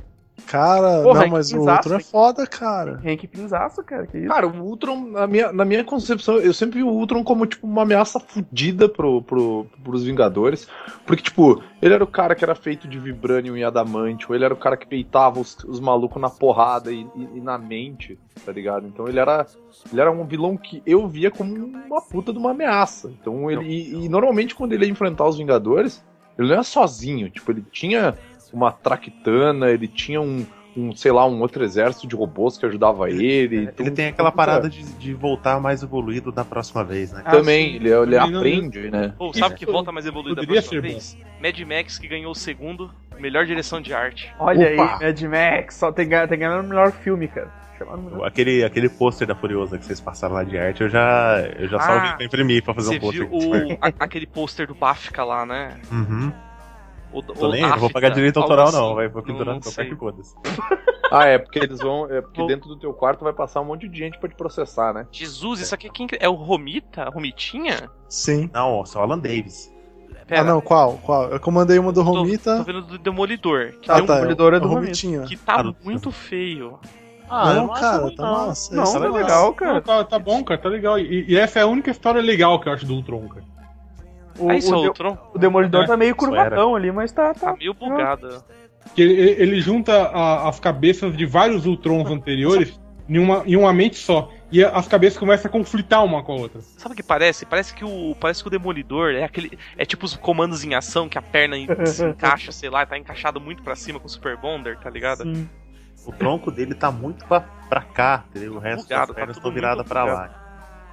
S7: Cara,
S5: Porra,
S7: não, mas
S5: que
S7: o
S5: desastre.
S7: outro é foda, cara.
S5: Hank Pinzaço, cara, que isso?
S8: Cara, o Ultron, na minha, na minha concepção, eu sempre vi o Ultron como, tipo, uma ameaça fodida pro, pro, pros Vingadores. Porque, tipo, ele era o cara que era feito de Vibranium e Adamante, ou ele era o cara que peitava os, os malucos na porrada e, e- e na mente, tá ligado? Então ele era, ele era um vilão que eu via como uma puta de uma ameaça. Então ele. E, e normalmente quando ele ia enfrentar os Vingadores, ele não era sozinho. Tipo, ele tinha uma traquitana, ele tinha um. Um, sei lá, um outro exército de robôs que ajudava ele. então,
S3: Ele tem aquela
S8: puta- é.
S3: parada de, de voltar mais evoluído da próxima vez, né?
S5: Ah,
S8: também,
S5: sim.
S8: ele, ele
S6: Também não-
S8: aprende, né?
S4: Pô, sabe o que volta mais evoluída da
S6: Poderia
S4: próxima
S6: ser
S4: vez? Mad Max, que ganhou o segundo, melhor direção de arte.
S5: Olha
S3: Opa!
S5: aí, Mad Max, só tem ganho, tem ganho o melhor filme, cara. Chamaram o melhor-
S3: Aquele, aquele pôster da Furiosa que vocês passaram lá de arte, eu já, eu já
S4: Ah,
S3: salvei pra imprimir pra fazer
S4: Você
S3: um pôster.
S4: viu o, a- aquele pôster do Bafka lá, né?
S3: Uhum.
S4: O,
S3: Tô
S4: o
S3: nem, não vou
S4: Afta,
S3: pagar direito
S4: algo
S3: autoral,
S4: assim.
S3: não. Vai, vou pendurar no
S4: não
S3: teu
S4: sei.
S3: pé que foda-se.
S8: Ah, é porque eles vão. É porque
S4: Bom.
S8: dentro do teu quarto vai passar um monte de gente pra te processar, né?
S4: Jesus, isso aqui é quem? É o Romita? Romitinha?
S7: Sim.
S3: Não, ó, só Alan Davis.
S4: Pera,
S7: Ah, não, qual? Qual? Eu comandei uma do
S4: tô-
S7: Romita.
S4: Tô vendo do Demolidor. Que,
S7: Ah,
S4: deu um-
S7: tá.
S5: Demolidor é do
S7: o Romitinha.
S4: que tá
S3: Ah, não.
S4: muito feio.
S7: não, cara, tá massa.
S5: Não, tá
S7: isso é massa.
S5: legal,
S6: Não,
S5: cara.
S6: tá, tá bom, cara, tá legal. E, e essa é a única história legal que eu acho do Ultron, cara.
S5: O,
S4: Aí,
S5: o,
S4: seu
S5: de-
S4: Tron,
S5: o Demolidor
S6: É,
S5: tá meio
S3: isso era.
S5: curvadão ali, mas tá.
S4: tá
S5: tá.
S4: meio bugada.
S6: Que ele, ele junta a- as cabeças de vários Ultrons anteriores em uma, em uma mente só. E a- as cabeças começam a conflitar uma com a outra.
S4: Sabe o que parece? Parece que o parece que o demolidor é aquele é tipo os comandos em ação que a perna en- se encaixa, sei lá, tá encaixado muito pra cima com o Super Bonder, tá ligado?
S5: Sim.
S3: O tronco dele tá muito pra, pra cá, entendeu? O resto
S4: Bugado,
S3: das
S4: tá
S3: pernas
S4: tudo
S3: estão viradas
S4: muito
S3: pra lá.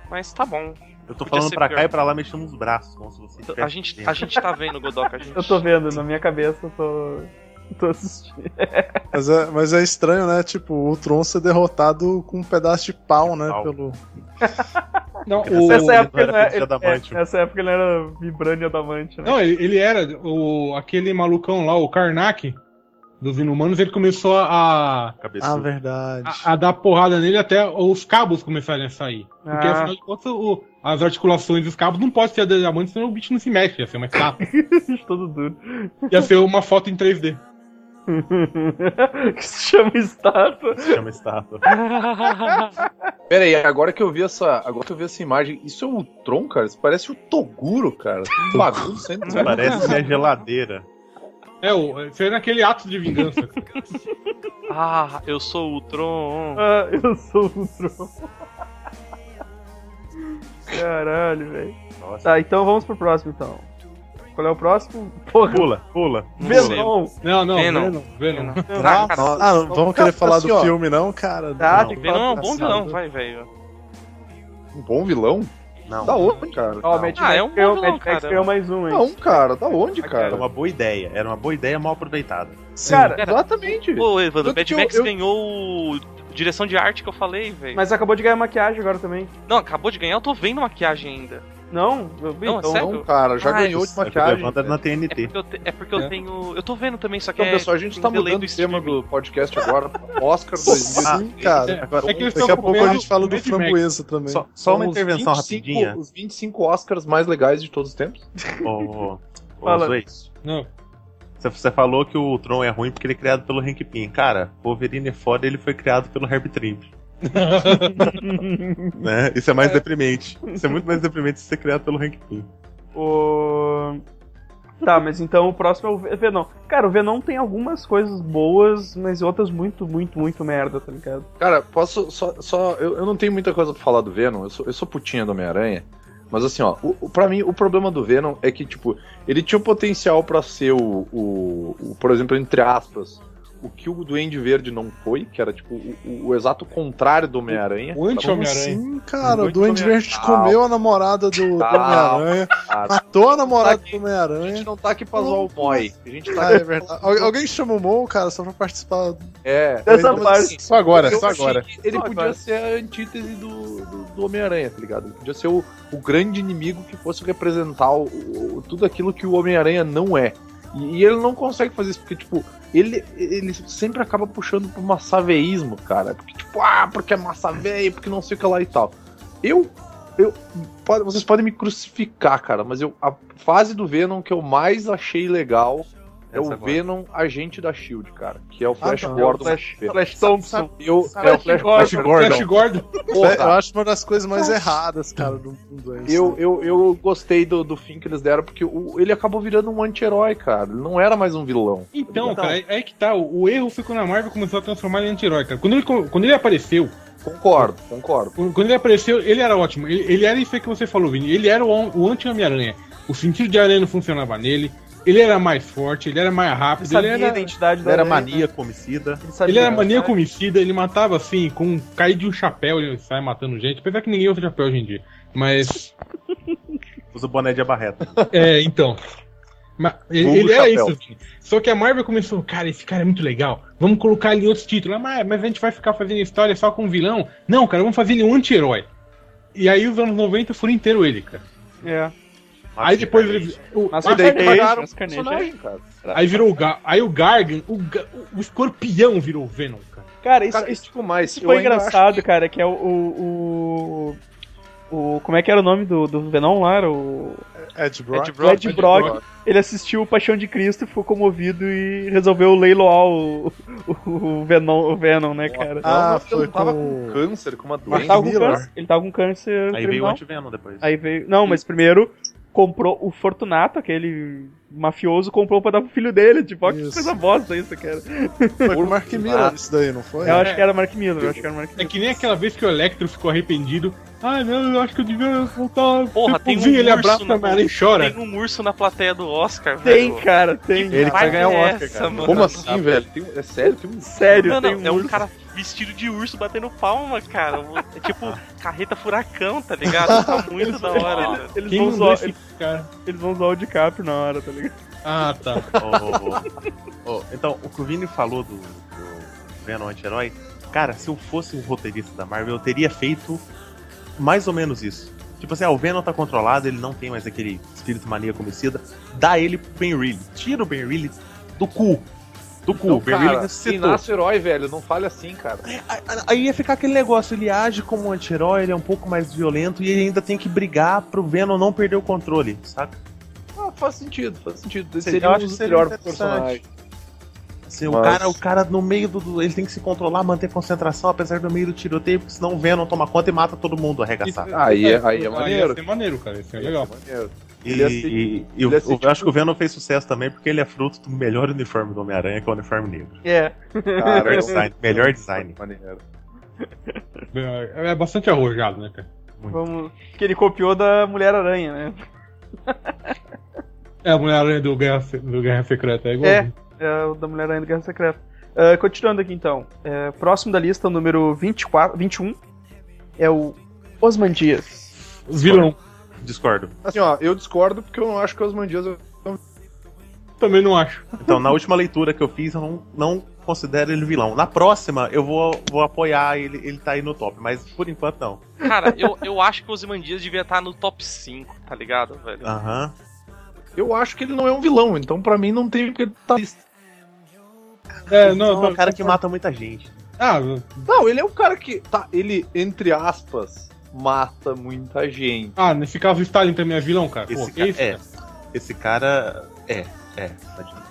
S4: Mas tá bom.
S3: Eu tô
S4: Podia
S3: falando
S4: ser
S3: pra
S4: pior.
S3: cá e pra lá mexendo os braços, como se você tivesse
S4: A gente, a
S3: dentro.
S4: gente tá vendo, Godoka. A gente...
S5: Eu tô vendo, na minha cabeça eu tô. eu tô assistindo.
S7: Mas é, mas é estranho, né? Tipo, o Tron ser derrotado com um pedaço de pau, né?
S3: Pau.
S7: Pelo...
S6: Não,
S3: Porque nessa Ele
S5: Nessa
S6: o,
S5: época
S3: não era
S5: ele não era.
S3: feito de adamante.
S5: é, nessa época ele era Vibranium Adamante, né?
S6: não ele, ele era o, aquele malucão lá, o Karnak, dos Inumanos, ele começou a,
S3: Cabeça.
S7: Ah, verdade.
S6: a, a dar porrada nele até os cabos começarem a sair. Porque,
S5: Ah.
S6: afinal de contas, o- as articulações dos cabos não podem ser adamante, senão o bicho não se mexe, ia ser uma estátua.
S5: Tudo duro.
S6: ia ser uma foto em 3D.
S5: que se chama estátua.
S3: Chama estátua.
S8: Pera aí, agora que eu vi essa. Agora que eu vi essa imagem, isso é o Ultron, cara? Isso parece o Toguro, cara. Tem Um bagulho sempre.
S3: Parece minha geladeira.
S6: É, o, seria naquele ato de vingança.
S4: Ah, eu sou o Tron.
S5: Ah, eu sou o Tron. Caralho, velho.
S3: Nossa.
S5: Tá, então vamos pro próximo então. Qual é o próximo? Porra,
S3: Pula, pula.
S5: Venom.
S6: Não, não,
S4: Venom.
S6: Venom. Venom.
S4: Ah, cara,
S7: Ah, não vamos querer falar do
S8: Assim, ó.
S7: filme, né? não, cara?
S5: Tá,
S7: Não.
S5: tem que
S4: Venom é um
S5: falar-
S4: bom vilão, vai, velho.
S8: Um bom vilão?
S3: Não,
S8: Da onde, cara?
S5: Ó, o Mad
S4: Ah,
S5: Max
S4: é um bom
S5: ganhou-
S4: vilão,
S5: Mad Max
S4: cara.
S5: ganhou mais um, hein?
S8: Não, cara, da onde,
S3: era
S8: cara?
S3: uma boa ideia. Era uma boa ideia mal aproveitada.
S5: Cara,
S4: Pera.
S8: Exatamente.
S4: Ô, Evandro, o
S8: Tanto
S4: Mad
S8: que eu-
S4: Max
S8: eu-
S4: ganhou o direção de arte que eu falei, velho.
S5: mas acabou de ganhar maquiagem agora também.
S4: Não, acabou de ganhar, eu tô vendo maquiagem ainda.
S5: Não, eu vi.
S4: Não,
S5: então,
S4: sério?
S8: Não, é cara, já
S4: Ah,
S8: ganhou de
S4: isso-
S3: É porque o
S8: maquiagem.
S3: Evandro é na
S4: É
S3: TNT.
S4: porque eu, te- é porque eu
S6: É.
S4: tenho. Eu tô vendo também, só que
S8: Então,
S4: é.
S8: pessoal, a gente
S4: tem
S8: tá
S4: delay
S8: mudando
S4: do
S8: o tema
S4: streaming.
S8: do podcast agora. Oscar
S7: Sim,
S8: 2020.
S7: cara.
S3: Agora,
S6: É que eles
S7: Daqui
S6: tão
S7: a pouco a
S6: comendo
S7: gente fala do
S6: Mad Max.
S7: framboesa também.
S3: só, só uma
S8: São os
S3: intervenção
S8: 25
S3: rapidinha.
S8: Os 25 Oscars mais legais de todos os tempos.
S3: Ô, ô, ô,
S5: Fala.
S3: Zoe,
S6: Não.
S3: Você, você falou que o Tron é ruim porque ele é criado pelo Hank Pym. Cara, o Wolverine é foda ele foi criado pelo Herb Trimp. né? Isso é mais deprimente. Isso é muito mais deprimente se ser criado pelo Hank Pym.
S5: O... Tá, mas então o próximo é o Ve- Venom. Cara, o Venom tem algumas coisas boas, mas outras muito, muito, muito merda, tá ligado?
S8: Cara, posso só. só eu, eu não tenho muita coisa pra falar do Venom, eu sou, eu sou putinha do Homem-Aranha. Mas assim, ó, o, o- pra mim o problema do Venom é que, tipo, ele tinha o potencial pra ser o, o, o, Por exemplo, entre aspas, o que o Duende Verde não foi, que era, tipo, o, o- o exato contrário do Homem-Aranha.
S6: O
S7: Como
S6: anti-Homem-Aranha.
S7: assim, cara? O
S6: Muito
S7: Duende Verde
S8: Calma.
S7: comeu a namorada do, do
S8: Calma.
S7: Homem-Aranha,
S8: A,
S7: matou a namorada
S8: Tá
S7: do
S8: aqui. a gente
S7: Homem-Aranha.
S8: não tá aqui pra zoar o Moy. A gente tá
S7: Ah, é
S8: aqui.
S7: verdade. Al- alguém chama o Mo, cara, só pra participar.
S8: É.
S5: Dessa
S8: Mas,
S5: parte.
S8: assim,
S9: Só agora,
S8: eu
S9: só
S8: achei
S9: agora.
S8: que Ele
S5: Só
S8: podia
S5: agora.
S8: ser a antítese do, do, do Homem-Aranha, tá ligado? Ele podia ser o, o grande inimigo que fosse representar o, o- tudo aquilo que o Homem-Aranha não é. E, e ele não consegue fazer isso, porque, tipo, ele, ele sempre acaba puxando pro massaveísmo, cara. Porque, tipo, ah, porque é massa véia, porque não sei o que lá e tal. Eu. eu pode- vocês podem me crucificar, cara, mas eu, a fase do Venom que eu mais achei legal. É o
S4: Essa agora.
S8: Venom Agente da Shield, cara. Que é o Flash
S7: tá.
S8: Gordon.
S5: Flash,
S8: Venom.
S5: Flash Thompson.
S8: Eu,
S5: Sabe-
S8: é o Flash
S5: Flash
S8: Gordon.
S6: Flash Gordon.
S7: Eu
S8: Porra,
S7: acho uma das coisas mais erradas, cara, do mundo. é isso.
S8: É, eu, eu, eu gostei do, do fim que eles deram, porque o- ele acabou virando um anti-herói, cara. Ele não era mais um vilão.
S6: Então, cara, aí- aí que tá. O, o erro ficou na Marvel e começou a transformar ele em anti-herói, cara. Quando ele, co- quando ele apareceu,
S8: Concordo, concordo.
S6: quando quando ele apareceu, ele era ótimo. Ele, ele era isso aí que você falou, Vini. Ele era o, on- o anti-Homem-Aranha. O sentido de aranha não funcionava nele. Ele era mais forte, ele era mais
S5: Ele
S6: rápido, ele,
S5: sabia a
S6: era,
S5: identidade
S3: Ele
S8: é,
S3: era
S5: da aranha,
S3: maníaco, homicida.
S5: Ele, sabia,
S6: ele era
S5: né?
S6: maníaco homicida, ele matava assim, com cair de um chapéu, ele sai matando gente. Apesar que ninguém usa chapéu hoje em dia. Mas.
S3: Usa o boné de abarreta.
S6: É, então. Ma-
S8: Vulgo
S6: ele ele era
S8: chapéu.
S6: isso. assim. Só que a Marvel começou, cara, esse cara é muito legal. Vamos colocar ele em outros títulos. Ah, Mas, mas a gente vai ficar fazendo história só com vilão? Não, cara, vamos fazer ele um anti-herói. E aí os anos 90 foram inteiro ele, cara.
S5: É.
S6: aí depois ele. o-
S5: Mas
S6: aí,
S5: daí
S6: daí-
S5: pagaram
S8: Mas
S5: o personagem.
S8: personagem, cara.
S6: aí virou o Ga aí o Gargan, o, Ga- o escorpião virou o Venom, cara.
S5: Cara, isso,
S8: Cara, isso tipo mais.
S5: isso
S8: eu
S5: foi
S8: ainda
S5: engraçado,
S8: acho que-
S5: cara, que é o... o, o, o- como é que era o nome do, do Venom lá? Era o
S7: Ed Brock.
S5: o Ed Brock. Ele assistiu o Paixão de Cristo, ficou comovido e resolveu leiloar o, o, o Venom, o Venom, né, cara?
S8: Não,
S7: Ah,
S8: mas ele
S7: foi
S8: não tava
S7: com-
S8: com câncer, com uma
S5: Ele
S8: doença.
S5: tava, com
S7: Miller.
S5: câncer, ele tava com
S9: um
S5: câncer
S3: Aí veio o
S5: terminal.
S3: Anti-Venom depois.
S5: Aí veio. Não, mas primeiro comprou o Fortunato, aquele mafioso, comprou um pra dar pro filho dele. Tipo, ó, que
S7: Isso.
S5: coisa bosta isso, cara.
S7: Foi com o Mark Miller isso daí, não foi?
S5: Eu acho que era Mark Miller, eu acho que era Mark
S6: É
S5: Miller.
S6: que nem aquela vez que o Electro ficou arrependido. Ah, não, eu acho que eu devia voltar.
S4: Porra, tem um
S6: Vem, ele
S4: urso
S6: abraça
S4: na-
S6: a Maria e chora.
S4: Tem um urso na plateia do Oscar,
S5: Tem,
S4: velho.
S5: cara, tem.
S8: Ele
S4: Mas
S8: vai ganhar o
S4: é
S8: Oscar,
S4: essa,
S8: cara.
S4: mano.
S8: Como assim, velho? Tem um- é sério? Tem um...
S5: Sério,
S4: Não,
S5: tem
S4: não, é um
S5: urso.
S4: cara vestido de urso batendo palma, cara. É tipo carreta furacão, tá ligado? Tá muito da hora. velho.
S5: Eles
S6: Quem
S5: vão,
S6: mandou
S5: zoar,
S6: esse
S5: eles,
S6: cara?
S5: eles vão zoar o DiCaprio na hora, tá ligado?
S6: Ah, tá.
S3: Ô, ô, ô. Ô, Então, o que o Vini falou do, do Venom anti-herói, cara, se eu fosse um roteirista da Marvel, eu teria feito mais ou menos isso. Tipo assim, ah, o Venom tá controlado, ele não tem mais aquele espírito mania homicida, dá ele pro Ben Reilly. Tira o Ben Reilly do cu. Do cu.
S8: Não,
S3: o Ben Reilly é um
S8: Então, cara, quem
S3: ressuscitou.
S8: nasce herói, velho, não fale assim, cara.
S3: Aí ia ficar aquele negócio, ele age como um anti-herói, ele é um pouco mais violento e ele ainda tem que brigar pro Venom não perder o controle, saca?
S8: Ah, faz sentido, faz sentido.
S3: Sim,
S8: Seria
S3: eu
S8: um
S3: acho que
S8: dos
S3: seria
S8: melhores
S3: interessante.
S8: personagens.
S3: Assim, o,
S8: Mas-
S3: cara, o cara no meio do- do. Ele tem que se controlar, manter concentração, apesar do meio do tiroteio, porque senão o Venom toma conta e mata todo mundo arregaçado.
S8: Aí é, aí é
S6: Ia
S8: maneiro.
S6: ser maneiro, cara. Isso é
S8: Aí ia
S6: legal.
S8: ser maneiro.
S3: E,
S8: Ele ia ser-
S3: e- e
S8: ia
S3: eu,
S8: ser
S3: eu
S8: tipo-
S3: acho que o Venom fez sucesso também porque ele é fruto do melhor uniforme do Homem-Aranha, que é o uniforme negro.
S5: É.
S3: Melhor
S8: Cara, é um
S3: design. Melhor design.
S8: Maneiro.
S6: É é bastante arrojado, né, cara?
S5: Vamos. Que ele copiou da Mulher Aranha, né?
S6: É a Mulher-Aranha do Guerra, Se- do Guerra Secreta, é igual.
S5: É, é o da Mulher-Aranha do Guerra Secreta. Ah, continuando aqui então. É, próximo da lista, o número 24, 21, é o Osman Dias.
S6: Vilão.
S3: Discordo.
S8: Assim, ó, eu discordo porque eu não acho que o Osman Dias é-
S6: Também não acho.
S3: Então, na última leitura que eu fiz, eu não, não considero ele vilão. Na próxima, eu vou, vou apoiar ele, ele tá aí no top, mas por enquanto não.
S4: Cara, eu, eu acho que o Ozymandias devia estar no top 5, tá ligado, velho?
S3: Aham.
S8: Eu acho que ele não é um vilão, então pra mim não tem porque ele tá lista.
S6: É, não,
S3: Então, é um
S6: tá-
S3: cara que mata muita gente.
S6: Ah,
S8: Não, ele é um cara que. Tá, ele, entre aspas, mata muita gente.
S6: ah, nesse caso o Stalin também é vilão, cara. Pô,
S3: Esse,
S6: que
S3: cara,
S6: isso,
S3: é,
S6: cara?
S3: esse cara. É, é. tadinho.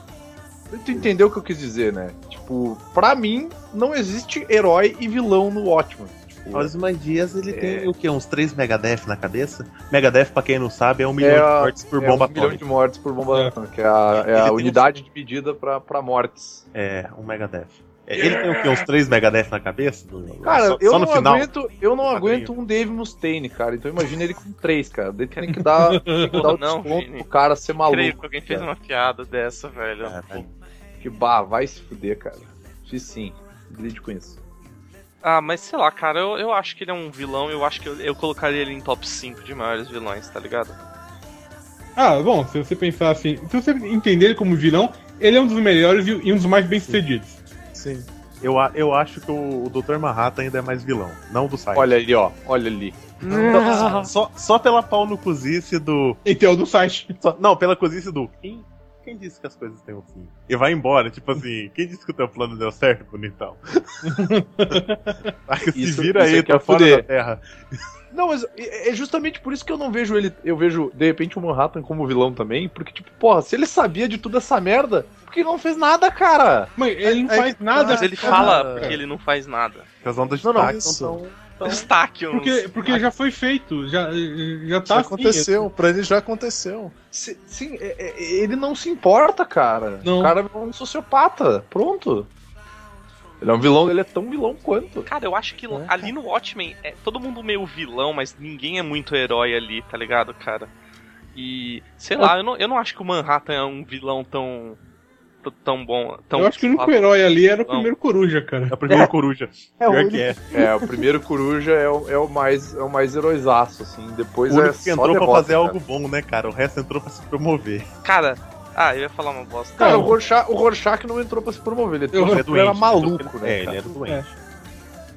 S8: Tu entendeu o que eu quis dizer, né? Tipo, pra mim, não existe herói e vilão no Watchmen. Tipo,
S3: Osman Dias, ele
S8: É.
S3: tem o quê? Uns 3 Megadeth na cabeça? Megadeth, pra quem não sabe, é um milhão
S8: É a-
S3: de mortes por
S8: é
S3: bomba
S8: um milhão
S3: atômica.
S8: de mortes por bomba
S6: É.
S8: atômica, que é a, é
S3: Ele
S8: a
S3: tem
S8: unidade de medida pra, pra mortes.
S3: É, um Megadeth. É, ele tem o quê? Uns 3 Megadeth na cabeça? Do-
S8: Cara,
S3: só,
S8: eu,
S3: só no
S8: não
S3: final.
S8: aguento, eu não
S3: No
S8: aguento um Dave Mustaine, cara. Então imagina ele com três, cara. Ele tem que dar, tem que dar o
S4: Não,
S8: desconto
S4: Vini.
S8: pro cara ser maluco.
S4: Creio que alguém fez uma piada dessa, velho.
S3: Caralho.
S8: Que bah, vai se fuder, cara. Fiz sim. Lide com isso.
S4: Ah, mas sei lá, cara, eu, eu acho que ele é um vilão, eu acho que eu, eu colocaria ele em top 5 de maiores vilões, tá ligado?
S6: Ah, bom, se você pensar assim, se você entender ele como vilão, ele é um dos melhores e e um dos mais bem-sucedidos.
S7: Sim.
S3: Eu, a- eu acho que o, o Dr. Manhattan ainda é mais vilão, não do site.
S8: Olha ali, ó. Olha ali.
S3: Só- só, só pela pau no cozice do.
S6: Então, é o do site.
S3: só- não, pela cozice do. Quem, quem disse que as coisas têm um fim? E vai embora, tipo assim, quem disse que o teu plano deu certo, bonitão? Ah, que Se
S8: Isso-
S3: vira
S8: isso
S3: aí,
S8: aqui é
S3: tá fora
S8: fuder.
S3: da terra.
S8: Não, mas é é justamente por isso que eu não vejo ele. Eu vejo, de repente, o Manhattan como vilão também. Porque, tipo, porra, se ele sabia de toda essa merda, por que ele não fez nada, cara?
S6: Mãe, ele não
S7: É-
S6: faz nada.
S4: Mas ele
S6: Ah, cara. Então,
S4: fala porque ele não faz nada.
S3: Que as ondas de
S8: Não, não,
S3: táxi
S7: isso.
S3: são-
S4: Destaque, uns-
S6: Porque, porque já foi feito, já, já tá
S7: já
S6: assim,
S7: aconteceu, pra ele já aconteceu.
S8: Se- sim, é- é- ele não se importa, cara.
S6: Não.
S8: O cara é um sociopata. Pronto. Ele é um vilão, ele é tão vilão quanto.
S4: Cara, eu acho que ali no Watchmen é todo mundo meio vilão, mas ninguém é muito herói ali, tá ligado, cara? E, sei lá, eu não, eu não acho que o Manhattan é um vilão tão. t- tão bom. Tão
S6: Eu acho que o único
S4: sabe?
S6: herói ali era o
S4: Não.
S6: primeiro coruja, cara.
S3: Então, É o primeiro coruja.
S5: É o
S3: Pior
S5: único.
S3: que é.
S8: É, o primeiro coruja é o, é o mais é o mais heróizaço, assim. Depois
S3: O
S8: é
S3: único que
S8: só
S3: entrou pra
S8: derrota,
S3: fazer
S8: cara.
S3: algo bom, né, cara? O resto entrou pra se promover.
S4: Cara, ah, eu ia falar uma bosta.
S8: Cara,
S6: Não.
S8: o Rorschach, o Rorschach não entrou pra se promover, ele, entrou
S6: Eu-
S8: pra-
S3: Ele
S8: ele era maluco, né?
S3: É, ele
S8: cara?
S3: era doente.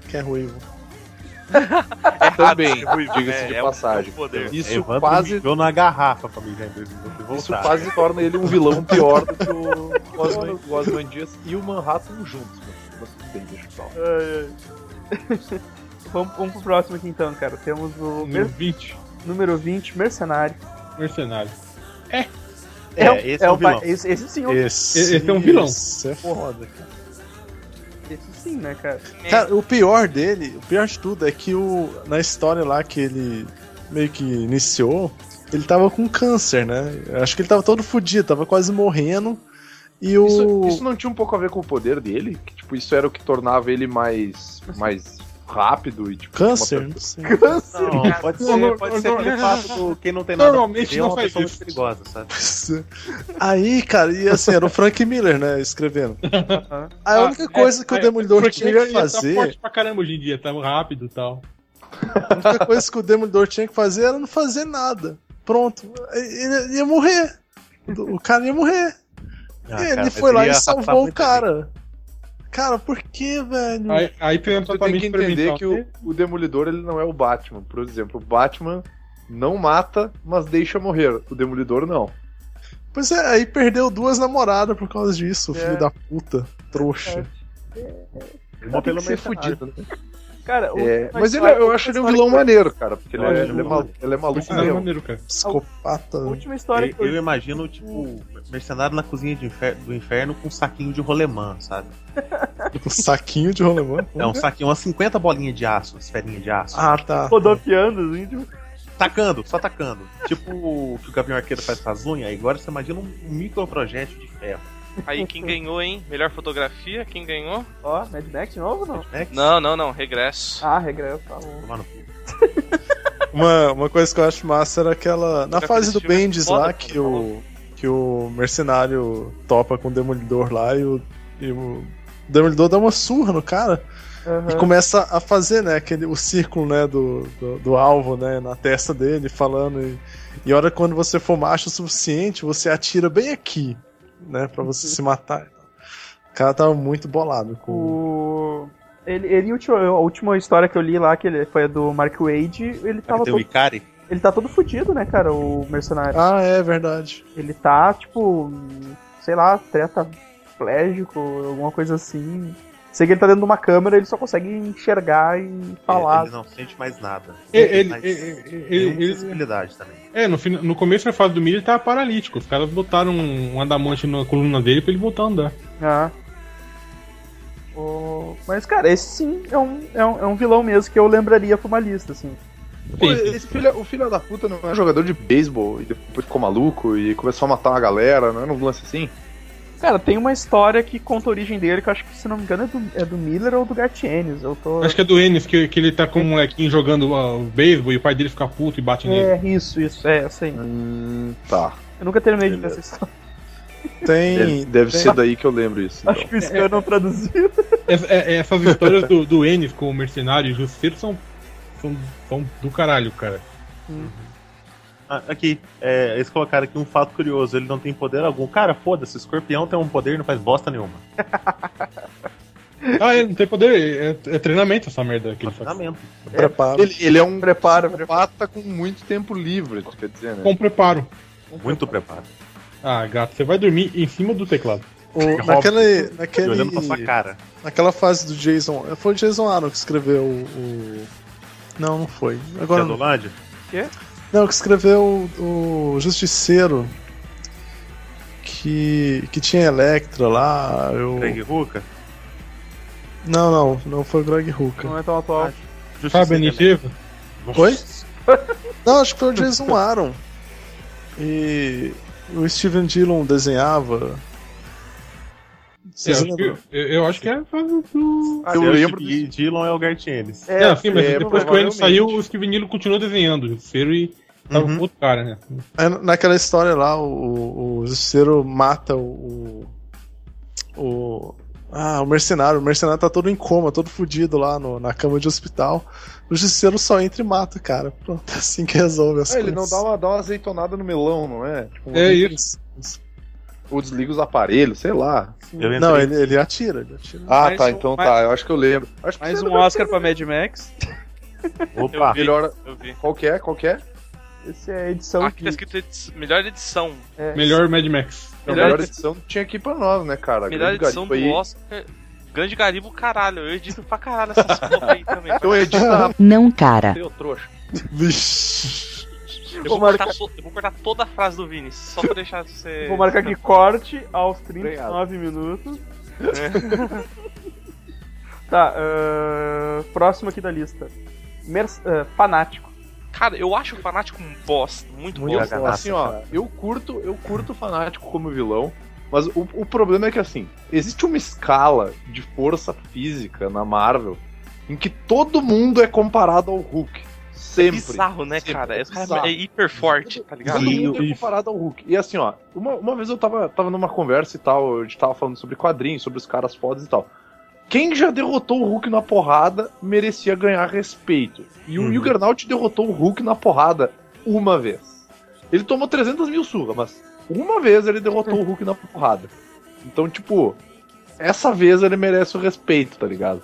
S7: Que é ruivo.
S8: Também,
S4: É,
S8: diga-se de
S4: é um-
S8: passagem.
S4: é um poder.
S8: Isso
S3: Evandro
S8: quase,
S3: mijou na garrafa pra mijar em 2012 e
S8: isso
S3: voltar.
S8: quase torna ele um vilão pior do que o Osman, o Osman Dias e o Manhattan juntos, mano. Mas tudo bem, deixa eu falar.
S5: Vamos, vamos pro próximo aqui então, cara. Temos
S8: Hum.
S5: o
S6: Número
S5: mer-
S6: 20,
S5: número 20, Mercenário.
S6: mercenário.
S3: É,
S5: um-
S3: esse é o
S5: um pa-
S3: vilão.
S5: esse, esse sim,
S7: Esse,
S6: esse é um vilão.
S7: Esse é foda, cara.
S5: esse sim, né, cara?
S7: Cara, o pior dele, o pior de tudo é que o, na história lá que ele meio que iniciou, ele tava com câncer, né? Eu acho que ele tava todo fudido, tava quase morrendo. E o.
S8: Isso, isso não tinha um pouco a ver com o poder dele? Que, tipo, isso era o que tornava ele mais, mais rápido e, tipo...
S7: Câncer? né?
S8: uma-
S7: Não sei.
S3: Não,
S4: Cara,
S3: pode
S6: não, não,
S3: ser, pode ser
S6: não,
S3: aquele
S6: não.
S3: fato do quem não tem nada
S6: Normalmente
S3: a perder é
S6: não
S3: uma
S6: faz
S3: pessoa
S6: isso.
S3: muito perigosa, sabe?
S7: Aí, cara, e assim, era o Frank Miller, né? Escrevendo.
S5: Aham.
S7: A
S6: Ah,
S7: única coisa que o Demolidor
S6: Frank
S7: tinha
S6: Miller
S7: que
S6: ia tá
S7: fazer.
S6: forte pra caramba hoje em dia, tá rápido e tal.
S7: A única coisa que o Demolidor tinha que fazer era não fazer nada. Pronto. Ele ia morrer. O cara ia morrer.
S3: Ah,
S7: ele
S3: cara,
S7: foi
S3: mas
S7: lá
S3: ia
S7: e
S3: arrastar
S7: salvou o
S3: muita
S7: cara. Cara, por que, velho?
S6: Aí, aí tem um
S8: Tu tem
S6: tratamento
S8: que entender
S6: experimental.
S8: que o, o Demolidor ele não é o Batman. Por exemplo, o Batman não mata, mas deixa morrer. O Demolidor não.
S7: Pois é, aí perdeu duas namoradas por causa disso,
S5: É.
S7: filho da puta. Trouxa.
S3: É. gente. Uma pelo menos fudido.
S5: Cara, o-
S8: É,
S5: uma
S8: né? mas ele,
S5: história-
S8: eu
S5: uma
S8: acho ele um
S5: história
S8: vilão
S5: que-
S8: maneiro, cara. Porque ele,
S6: Eu
S8: é,
S6: acho
S8: ele é
S6: um-
S8: malu- ele é
S6: Por
S8: maluco
S6: sinal, é
S8: mesmo.
S6: maneiro, cara.
S7: Psicopata.
S5: A última história que
S3: Eu, eu
S8: é
S5: eu...
S3: imagino, tipo, mercenário na cozinha de infer- do inferno com um saquinho de rolemã, sabe?
S7: Um saquinho de rolemã.
S3: É um
S6: Uhum.
S3: saquinho, umas 50 bolinhas de aço, esferinha de aço.
S7: Ah, tá.
S5: Rodopiando, assim, tipo,
S3: Tacando, só tacando. Tipo o que o Gavião Arqueiro faz com as unhas, aí agora você imagina um microprojétil de ferro.
S4: Aí quem ganhou, hein? Melhor fotografia, quem ganhou?
S5: ó, Mad Max de novo ou não?
S3: É que
S4: Não, não, não, regresso.
S5: Ah, regra, tá bom.
S8: Hum.
S3: tomar no cu.
S7: Uma, uma coisa que eu acho massa era aquela. Na
S4: Cara,
S7: fase
S4: aquele
S7: do
S4: filme é
S7: Bendis
S4: foda,
S7: lá,
S4: cara,
S7: que
S4: tá
S7: o, que o mercenário topa com o demolidor lá e o, e o demolidor dá uma surra no cara
S5: Aham.
S7: e começa a fazer, né, aquele, o círculo, né, do, do, do alvo, né, na testa dele, falando e, e a hora quando você for macho o suficiente, você atira bem aqui, né, pra
S5: Uhum.
S7: você se matar. O cara tava muito bolado com...
S5: O... Ele, ele, ulti- a última história que eu li lá, que ele foi a do Mark Wade, ele tava
S3: Tem o
S5: todo,
S3: Ikari.
S5: ele tá todo fudido, né, cara, o mercenário.
S7: Ah, é verdade.
S5: Ele tá, tipo, sei lá, treta plégico, alguma coisa assim. Sei que ele tá dentro de uma câmera, ele só consegue enxergar e falar.
S3: Ele não sente mais nada.
S6: Ele, ele,
S3: Mas
S6: ele-
S3: nenhuma
S6: ele-
S3: sensibilidade também.
S6: é, no, fina- no começo da fase do milho ele tava paralítico. Os caras botaram um adamante na coluna dele pra ele voltar a andar.
S5: Ah. O- Mas, cara, esse sim é um, é, um, é um vilão mesmo que eu lembraria pra uma lista, assim.
S8: Pô, esse filho, o filho da puta não é jogador de beisebol e depois ficou maluco e começou a matar uma galera, não era um lance assim?
S5: Cara, tem uma história que conta a origem dele, que eu acho que, se não me engano, é do, é do Miller ou do Gatienes. Eu tô.
S6: Acho que é do Ennis, que, que ele tá com um molequinho jogando ah, o beisebol e o pai dele fica puto e bate nele.
S5: É, isso, isso, é, essa aí.
S8: Hum, tá.
S5: Eu nunca terminei de ver
S8: Beleza.
S5: essa história.
S7: Tem...
S8: Deve, deve
S7: tem-
S8: ser daí que eu lembro isso.
S5: Acho
S8: Então.
S5: que o Scan não traduziu.
S6: Essa- é- é- essas histórias do, do Ennis com o mercenário e o Justiceiro são, são, são do caralho, cara.
S3: Ah, Aqui, é, eles colocaram aqui um fato curioso: ele não tem poder algum. Cara, foda-se, o escorpião tem um poder e não faz bosta nenhuma.
S6: Ah, ele não tem poder, é, é treinamento essa merda que ele faz.
S3: Treinamento.
S7: Preparo.
S8: Ele, ele é um
S5: Prepara,
S8: pata com muito tempo livre, tu quer dizer, né?
S6: Com preparo.
S3: Muito preparado.
S6: Ah, gato, você vai dormir em cima do teclado.
S7: O- naquele,
S3: E
S7: naquele,
S3: olhando pra sua cara.
S7: naquela fase do Jason. Foi o Jason Aaron que escreveu o. o- Não, não foi. Agora.
S3: Agora... Lândia,
S7: Não, que escreveu o, o Justiceiro. Que. que tinha Electra lá. Eu...
S3: Greg Ruca.
S7: Não, não, não foi o Greg Hooker.
S5: Não é tão atual.
S6: Sabe, Nisheva?
S3: é
S7: Foi? Não, acho que foi o Jason Aaron. E o Steven Dillon desenhava. Vocês
S6: Eu, acho
S7: lembram?
S6: que- eu- eu acho que é a fase do.
S8: eu lembro
S3: que Dillon é o Gartienes.
S5: É,
S6: não, sim, mas
S8: é,
S6: depois que o Ennis
S8: provavelmente.
S6: saiu, o Stevenilo continuou desenhando. O Justiceiro e tava
S3: Uhum.
S6: com outro cara, né?
S7: Aí, É, naquela história lá, o, o, o Justiceiro mata o, o. o- Ah, o mercenário. O mercenário tá todo em coma, todo fudido lá no- na cama de hospital. O Justiceiro só entra e mata, cara. Pronto, é assim que resolve as
S8: Ah,
S7: coisas.
S8: ele não dá uma, dá uma azeitonada no melão, não é? Tipo,
S6: É isso.
S8: Ou desliga os aparelhos, sei lá.
S3: Eu entrei-
S7: Não, ele, ele atira, ele atira.
S8: Ah,
S5: Mais
S8: tá,
S5: um-
S8: então
S5: mais-
S8: tá. Eu acho que eu lembro. Acho que
S5: Mais
S8: você
S5: um
S8: não vai
S5: Oscar pra Mad Max.
S3: Opa,
S4: vi.
S8: Melhor.
S4: Eu vi.
S8: Qual que é? Qual que é?
S5: Esse é a edição.
S4: Aqui tá escrito edi- melhor edição.
S5: é,
S6: Melhor Mad Max.
S8: A
S4: Melhor
S8: melhor
S4: edi-
S8: edição tinha aqui pra nós, né, cara?
S4: Melhor
S8: Grande
S4: edição
S8: garimpo aí.
S4: do Oscar. Grande garimbo, caralho. Eu edito pra caralho essas porra aí também.
S8: Então edita
S1: Não, cara.
S4: Eu, trouxa.
S7: Vixe.
S4: Eu
S5: Vou
S4: vou,
S5: marcar-
S4: cortar, so- eu vou cortar toda a frase do Vini, só pra deixar você.
S5: Vou marcar aqui corte aos 39 minutos. tá, ahn, próximo aqui da lista. Merc- ah, fanático.
S4: Cara, eu acho o fanático um bosta, muito,
S7: Muito
S4: bosta.
S8: Então, assim, ó, eu curto, eu curto o fanático como vilão, mas o, o problema é que assim, existe uma escala de força física na Marvel em que todo mundo é comparado ao Hulk. Sempre.
S4: Bizarro, né,
S8: Sempre.
S4: cara? Esse cara
S8: Bizarro.
S4: é hiper forte, tá ligado?
S8: Todo mundo é comparado ao Hulk. E assim, ó, uma, uma vez eu tava, tava numa conversa e tal, a gente tava falando sobre quadrinhos, sobre os caras fodas e tal. Quem já derrotou o Hulk na porrada merecia ganhar respeito. E o
S3: Uhum.
S8: Juggernaut derrotou o Hulk na porrada uma vez. Ele tomou 300 mil surras, mas uma vez ele derrotou o Hulk na porrada. Então, tipo, essa vez ele merece o respeito, tá ligado?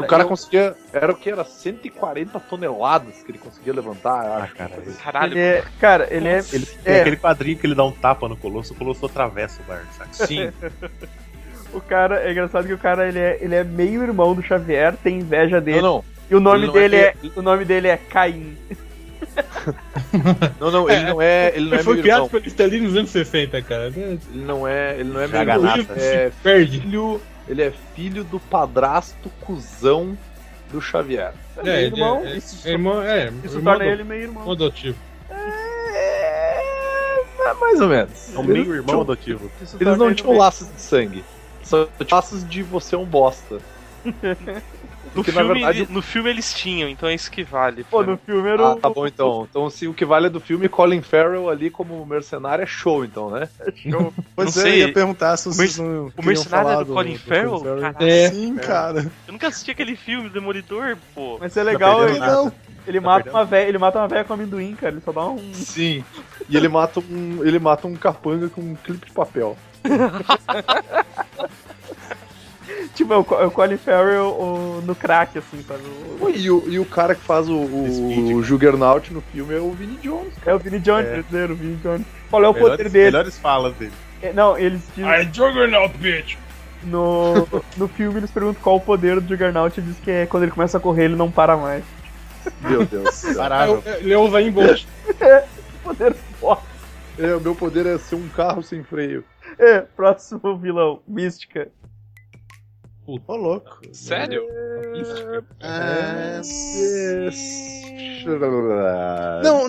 S8: o cara é um
S5: eu-
S8: conseguia. Era o que? Era 140 toneladas que ele conseguia levantar. eu
S3: Ah,
S8: acho.
S3: cara, ele-
S4: Caralho,
S5: ele é, cara, ele é.
S3: ele tem
S5: é,
S3: aquele quadrinho que ele dá um tapa no Colosso, o Colosso atravessa o bar, saca?
S8: Sim.
S5: o cara, é engraçado que o cara ele é, ele é meio irmão do Xavier, tem inveja
S8: Não,
S5: dele.
S8: não.
S5: E o nome
S8: Ele não é
S5: dele é,
S8: meio-
S5: o nome dele é Caim.
S8: Não, não, ele não é. Ele não
S6: Ele
S8: é
S6: foi
S8: meu
S6: criado
S8: irmão.
S6: pelo Stanley nos anos 60, cara.
S8: Ele não é. Ele não é meu
S3: Joga
S8: irmão.
S3: nada.
S8: Ele é
S6: Perde.
S8: filho. Ele é filho do padrasto cuzão do Xavier.
S6: É,
S5: meio irmão,
S6: é,
S5: isso-
S6: é, irmão, é,
S5: Isso
S6: irmão ado-
S5: torna ele meio irmão.
S6: irmão adotivo.
S8: É. é mais ou menos.
S3: É um meio irmão adotivo.
S5: Isso
S8: Eles
S5: torna
S8: não um
S5: ele
S8: tinham
S5: meio-
S8: laços de sangue. São laços de você é um bosta.
S4: No
S8: Porque, na
S4: filme,
S8: verdade,
S4: ele- no filme eles tinham, então é isso que vale.
S5: Pô,
S4: pra
S5: no filme era um
S8: Ah,
S5: o-
S8: tá bom então. Então, se o que vale é do filme, Colin Farrell ali como mercenário é show, então, né?
S7: Pois
S4: Não
S7: é,
S4: sei.
S7: eu ia perguntar se vocês
S4: Merc-
S7: não.
S4: O
S7: queriam
S4: Mercenário
S7: falar
S4: é do Colin Farrell? Caralho,
S6: É.
S7: Sim, cara.
S4: eu nunca assisti aquele filme, Demolidor, pô.
S5: Mas é legal,
S8: Tá
S5: ele,
S8: perdendo nada.
S7: Não,
S5: ele
S8: Tá
S5: mata
S8: perdendo.
S5: uma véia, ele mata uma véia com amendoim, cara. Ele só dá um.
S8: Sim. E ele mata um, ele mata um capanga com um clipe de papel.
S5: Tipo, é o, Co- é o Colin Farrell o- no crack, assim, sabe? O-
S8: Pô, E o, e o cara que faz o,
S3: Speed,
S8: o, o Juggernaut no filme é o Vinny Jones.
S5: É o Vinny Jones,
S3: É.
S5: brasileiro, o Vinny Jones. Qual é o
S3: Melhores-
S5: poder dele?
S3: Melhores falas dele.
S5: É, Não, eles dizem.
S6: I Juggernaut, bitch!
S5: No, no filme eles perguntam qual o poder do Juggernaut e diz que é quando ele começa a correr ele não para mais.
S8: Meu Deus.
S3: Parável.
S6: É, Ele é o Zayn Bolt.
S5: Que poder foda.
S8: É, o meu poder é ser um carro sem freio.
S5: É, próximo vilão, Mística.
S7: ô louco.
S4: Sério?
S7: É.
S8: Não,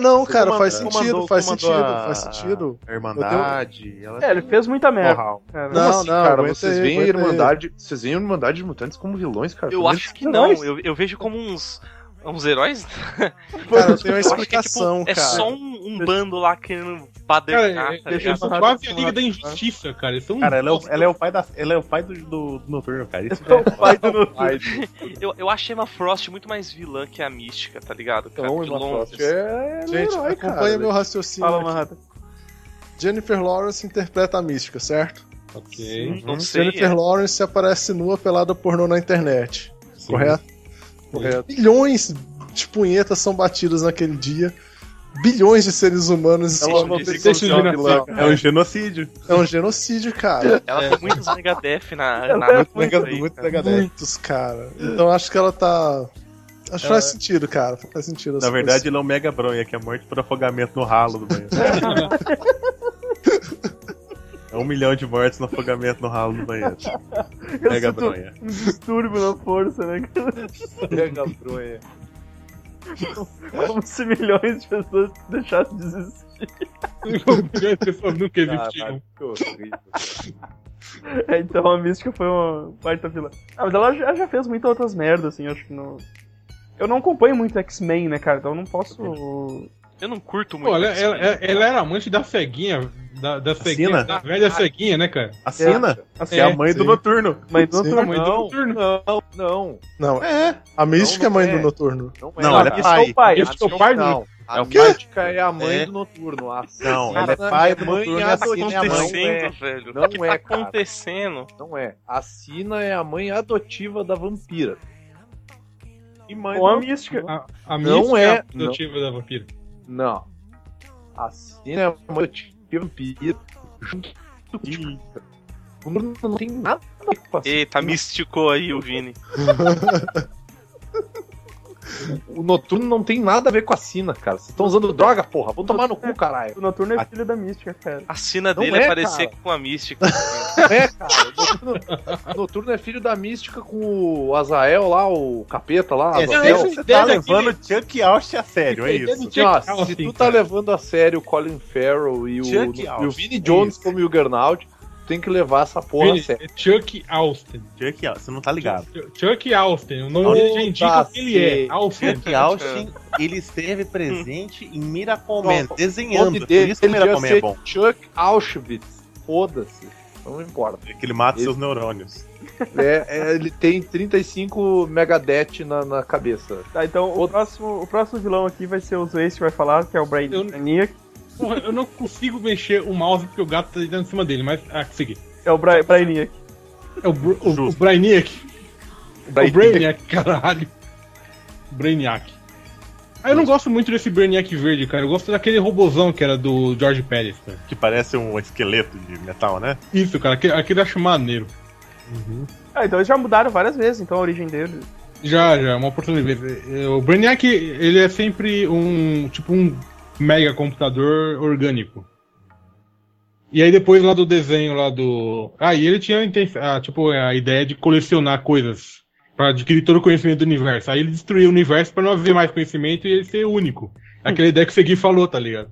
S7: Não, não, cara,
S3: É. Comandou-
S7: faz sentido,
S3: comandou-
S7: faz
S3: comandou
S7: sentido,
S3: a-
S7: faz sentido.
S3: A Irmandade, ela
S5: É, ele fez muita merda,
S3: Moral.
S5: cara.
S7: Não,
S8: assim,
S7: não,
S8: cara,
S7: aguenta
S8: vocês
S7: aí,
S8: veem a
S7: aguenta aí.
S8: Irmandade, vocês veem a Irmandade de Mutantes como vilões, cara?
S4: Eu acho que não,
S5: heróis.
S4: eu, eu vejo como uns, uns heróis.
S7: Cara, tem
S4: Eu
S7: uma
S4: acho que é, tipo,
S7: explicação,
S4: É
S7: cara.
S4: só um, um bando lá querendo badernar,
S6: Cara, é-
S4: tá
S6: eles
S4: ligado?
S6: são
S5: ligado?
S6: quase a Liga da Injustiça, cara. Eles são
S3: Cara, ela é, o,
S6: bosta.
S3: ela é o pai, da, ela é o pai do, do, do Noturno, cara. Isso
S5: É o pai do
S8: Ai,
S4: Eu, eu acho a Emma Frost muito mais vilã que a mística, tá ligado? Cara,
S8: então,
S4: de
S8: Emma
S4: longe,
S8: Frost é
S7: Gente,
S8: herói,
S7: acompanha
S8: cara.
S7: meu raciocínio.
S5: Fala,
S7: aqui.
S5: Manhattan. Um
S7: Jennifer Lawrence interpreta a mística, certo?
S6: Ok.
S4: Não sei.
S7: Jennifer
S4: é.
S7: Lawrence aparece nua pelada pornô na internet.
S6: Sim.
S7: Correto?
S8: Correto.
S7: Bilhões de punhetas são batidas naquele dia. Bilhões de seres humanos
S4: Ela
S7: estão
S4: não
S7: envolvidos.
S6: Deixa eu ver
S8: vilã,
S6: assim.
S3: É um genocídio.
S7: É um genocídio, cara.
S4: Ela foi muito mega def na, na
S5: Ela é
S4: muito
S3: Mega-
S4: aí,
S3: muito
S4: cara.
S3: mega dez.
S7: Muitos, cara. Então acho que ela tá. Acho que faz sentido, cara. Faz sentido.
S3: Na
S7: essa
S3: verdade, ele é um mega bronha, que é morte por afogamento no ralo do banheiro. é um milhão de mortes no afogamento no ralo do banheiro.
S5: Eu
S3: Mega
S5: sinto
S3: bronha.
S5: um distúrbio na força, né? cara?
S8: Pega a bronha.
S5: Como se milhões de pessoas deixassem de existir.
S6: Pessoas nunca existiram.
S8: Caralho, Ah, que horrível.
S5: É, então a Mística foi uma baita vilã. Ah, mas ela já, já fez muitas outras merdas, assim, acho que não... Eu não acompanho muito X-Men, né, cara? Então eu não posso...
S4: Eu não curto muito.
S6: Pô, ela, é-
S4: esse
S6: ela-
S4: filme.
S6: ela- ela era amante da ceguinha, da, da ceguinha,
S3: Cena?
S6: da velha ceguinha, né, cara?
S3: A cena
S5: Assim,
S3: é, a
S6: É,
S3: mãe do
S7: sim.
S3: noturno.
S5: Mas é não,
S7: Sim.
S5: não,
S6: Mãe do né? noturno.
S5: não,
S8: Não,
S7: Não, é. A mística é
S8: Não, não
S7: mãe
S8: é.
S7: do noturno.
S8: não é.
S3: Não,
S8: cara.
S3: ela é
S5: isso é
S3: pai.
S5: o pai.
S6: Eu sou pai, não.
S8: não. A
S3: né? o quê?
S8: mística é a mãe
S3: É.
S8: do noturno. A
S3: Não,
S8: Cena
S3: ela é pai do
S8: mãe
S3: noturno e a Cena é a mãe.
S8: Não é.
S4: Tá acontecendo, velho?
S8: Não
S4: o que
S8: é,
S4: tá
S8: cara.
S4: acontecendo?
S8: Não é. A Sina é a mãe adotiva da vampira.
S3: E mãe
S5: Com a Mística.
S6: A, a
S8: Não
S6: mística
S8: é, não.
S6: adotiva da vampira.
S8: Não. A Sina é a mãe adotiva da vampira. Junto com o Bruno não tem nada com a Sina.
S4: Eita, misticou aí o Vini.
S8: O noturno não tem nada a ver com a Sina, cara. Vocês estão usando droga, porra. Vão tomar no cu, caralho.
S5: O Noturno é filho da Mística, cara.
S4: A cena
S8: Não
S4: dele
S8: é,
S4: é parecer com a mística. assim.
S8: É, cara. O Noturno, o Noturno é filho da mística com o Azael lá, o capeta lá.
S3: É,
S8: Azael.
S3: você-
S6: essa
S3: você tá
S6: ideia
S3: levando o Chuck Alst a sério, é
S6: Essa ideia
S3: isso.
S6: do
S8: Assim, ó,
S6: Tinha que-
S8: se
S6: assim,
S8: tu tá
S6: cara.
S8: levando a sério o Colin Farrell e o,
S3: Chuck
S8: e o
S3: Austin,
S8: Vinnie
S3: é
S8: Jones
S3: isso.
S8: como o Juggernaut, tu tem que levar essa porra
S6: Vini,
S8: a sério.
S6: é Chuck Austin.
S3: Chuck Alst, você não tá ligado.
S6: Ch- Chuck Austin, o nome dele já indica
S8: Nossa,
S6: que ele é.
S8: sim.
S6: Austin.
S3: Chuck Austin, ele esteve presente em Miracle
S8: Não,
S3: Man,
S8: O nome
S3: desenhando. Por
S8: dele
S3: isso que Miracle
S8: devia
S3: Man é
S8: ser
S3: bom.
S8: Chuck Auschwitz. Foda-se. Não importa.
S3: é Que ele mata
S8: Ele-
S3: seus neurônios.
S8: É, é, ele tem 35 Megadeth na, na cabeça.
S5: Tá, então o
S8: Outro.
S5: próximo, o próximo vilão aqui vai ser o Zeus que vai falar, que é o Brain
S6: Eu-
S5: Brainiac.
S6: Porra, eu não consigo mexer o mouse porque o gato tá deitando em cima dele, mas. Ah, consegui.
S5: É o Bra Brainiac.
S6: É o, Br o, o
S3: Justo.
S6: Brainiac.
S8: Daí
S6: O Brainiac, caralho. Brainiac. Ah, eu não gosto muito desse Brainiac verde, cara. Eu gosto daquele robozão que era do George Pérez, cara.
S3: Que parece um esqueleto de metal, né?
S6: Isso, cara. Aquele, aquele eu acho maneiro.
S5: Ah, então eles já mudaram várias vezes, então a origem dele.
S6: Já, já. é Uma oportunidade. Eh, O Brainiac, ele é sempre um... Tipo um mega computador orgânico. E aí depois lá do desenho lá do... Ah, e ele tinha a intenção, ah, tipo, a ideia de colecionar coisas. Pra adquirir todo o conhecimento do universo. Aí ele destruiu o universo pra não haver mais conhecimento e ele ser único. Aquela ideia que o Segui falou, tá ligado?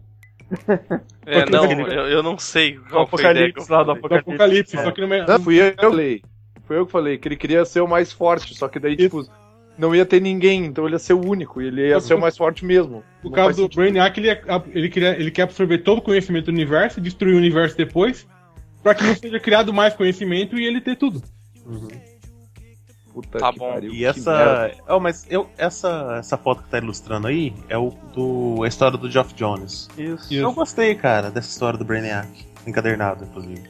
S4: É, não, eu, eu não sei qual foi a ideia que eu
S5: Apocalipse lá do
S4: falei.
S6: do Apocalipse, só que não é.
S8: Não, fui eu que falei. Foi eu que falei que ele queria ser o mais forte, só que daí, tipo, não ia ter ninguém, então ele ia ser o único, e ele ia
S6: Mas
S8: ser o
S6: o-
S8: mais forte mesmo.
S6: O
S8: Não faz
S6: caso do
S8: sentido.
S6: Brainiac, ele, é- ele, queria- ele quer absorver todo o conhecimento do universo, destruir o universo depois, pra que não seja criado mais conhecimento e ele ter tudo.
S8: Puta
S4: Tá
S8: que
S4: bom,
S8: pariu,
S3: E
S8: que
S3: essa.
S8: merda.
S3: Oh, mas eu, essa, essa foto que tá ilustrando aí é o do, a história do Geoff Jones.
S5: Isso.
S6: Isso.
S3: Eu gostei, cara, dessa história do Brainiac. Encadernado, inclusive.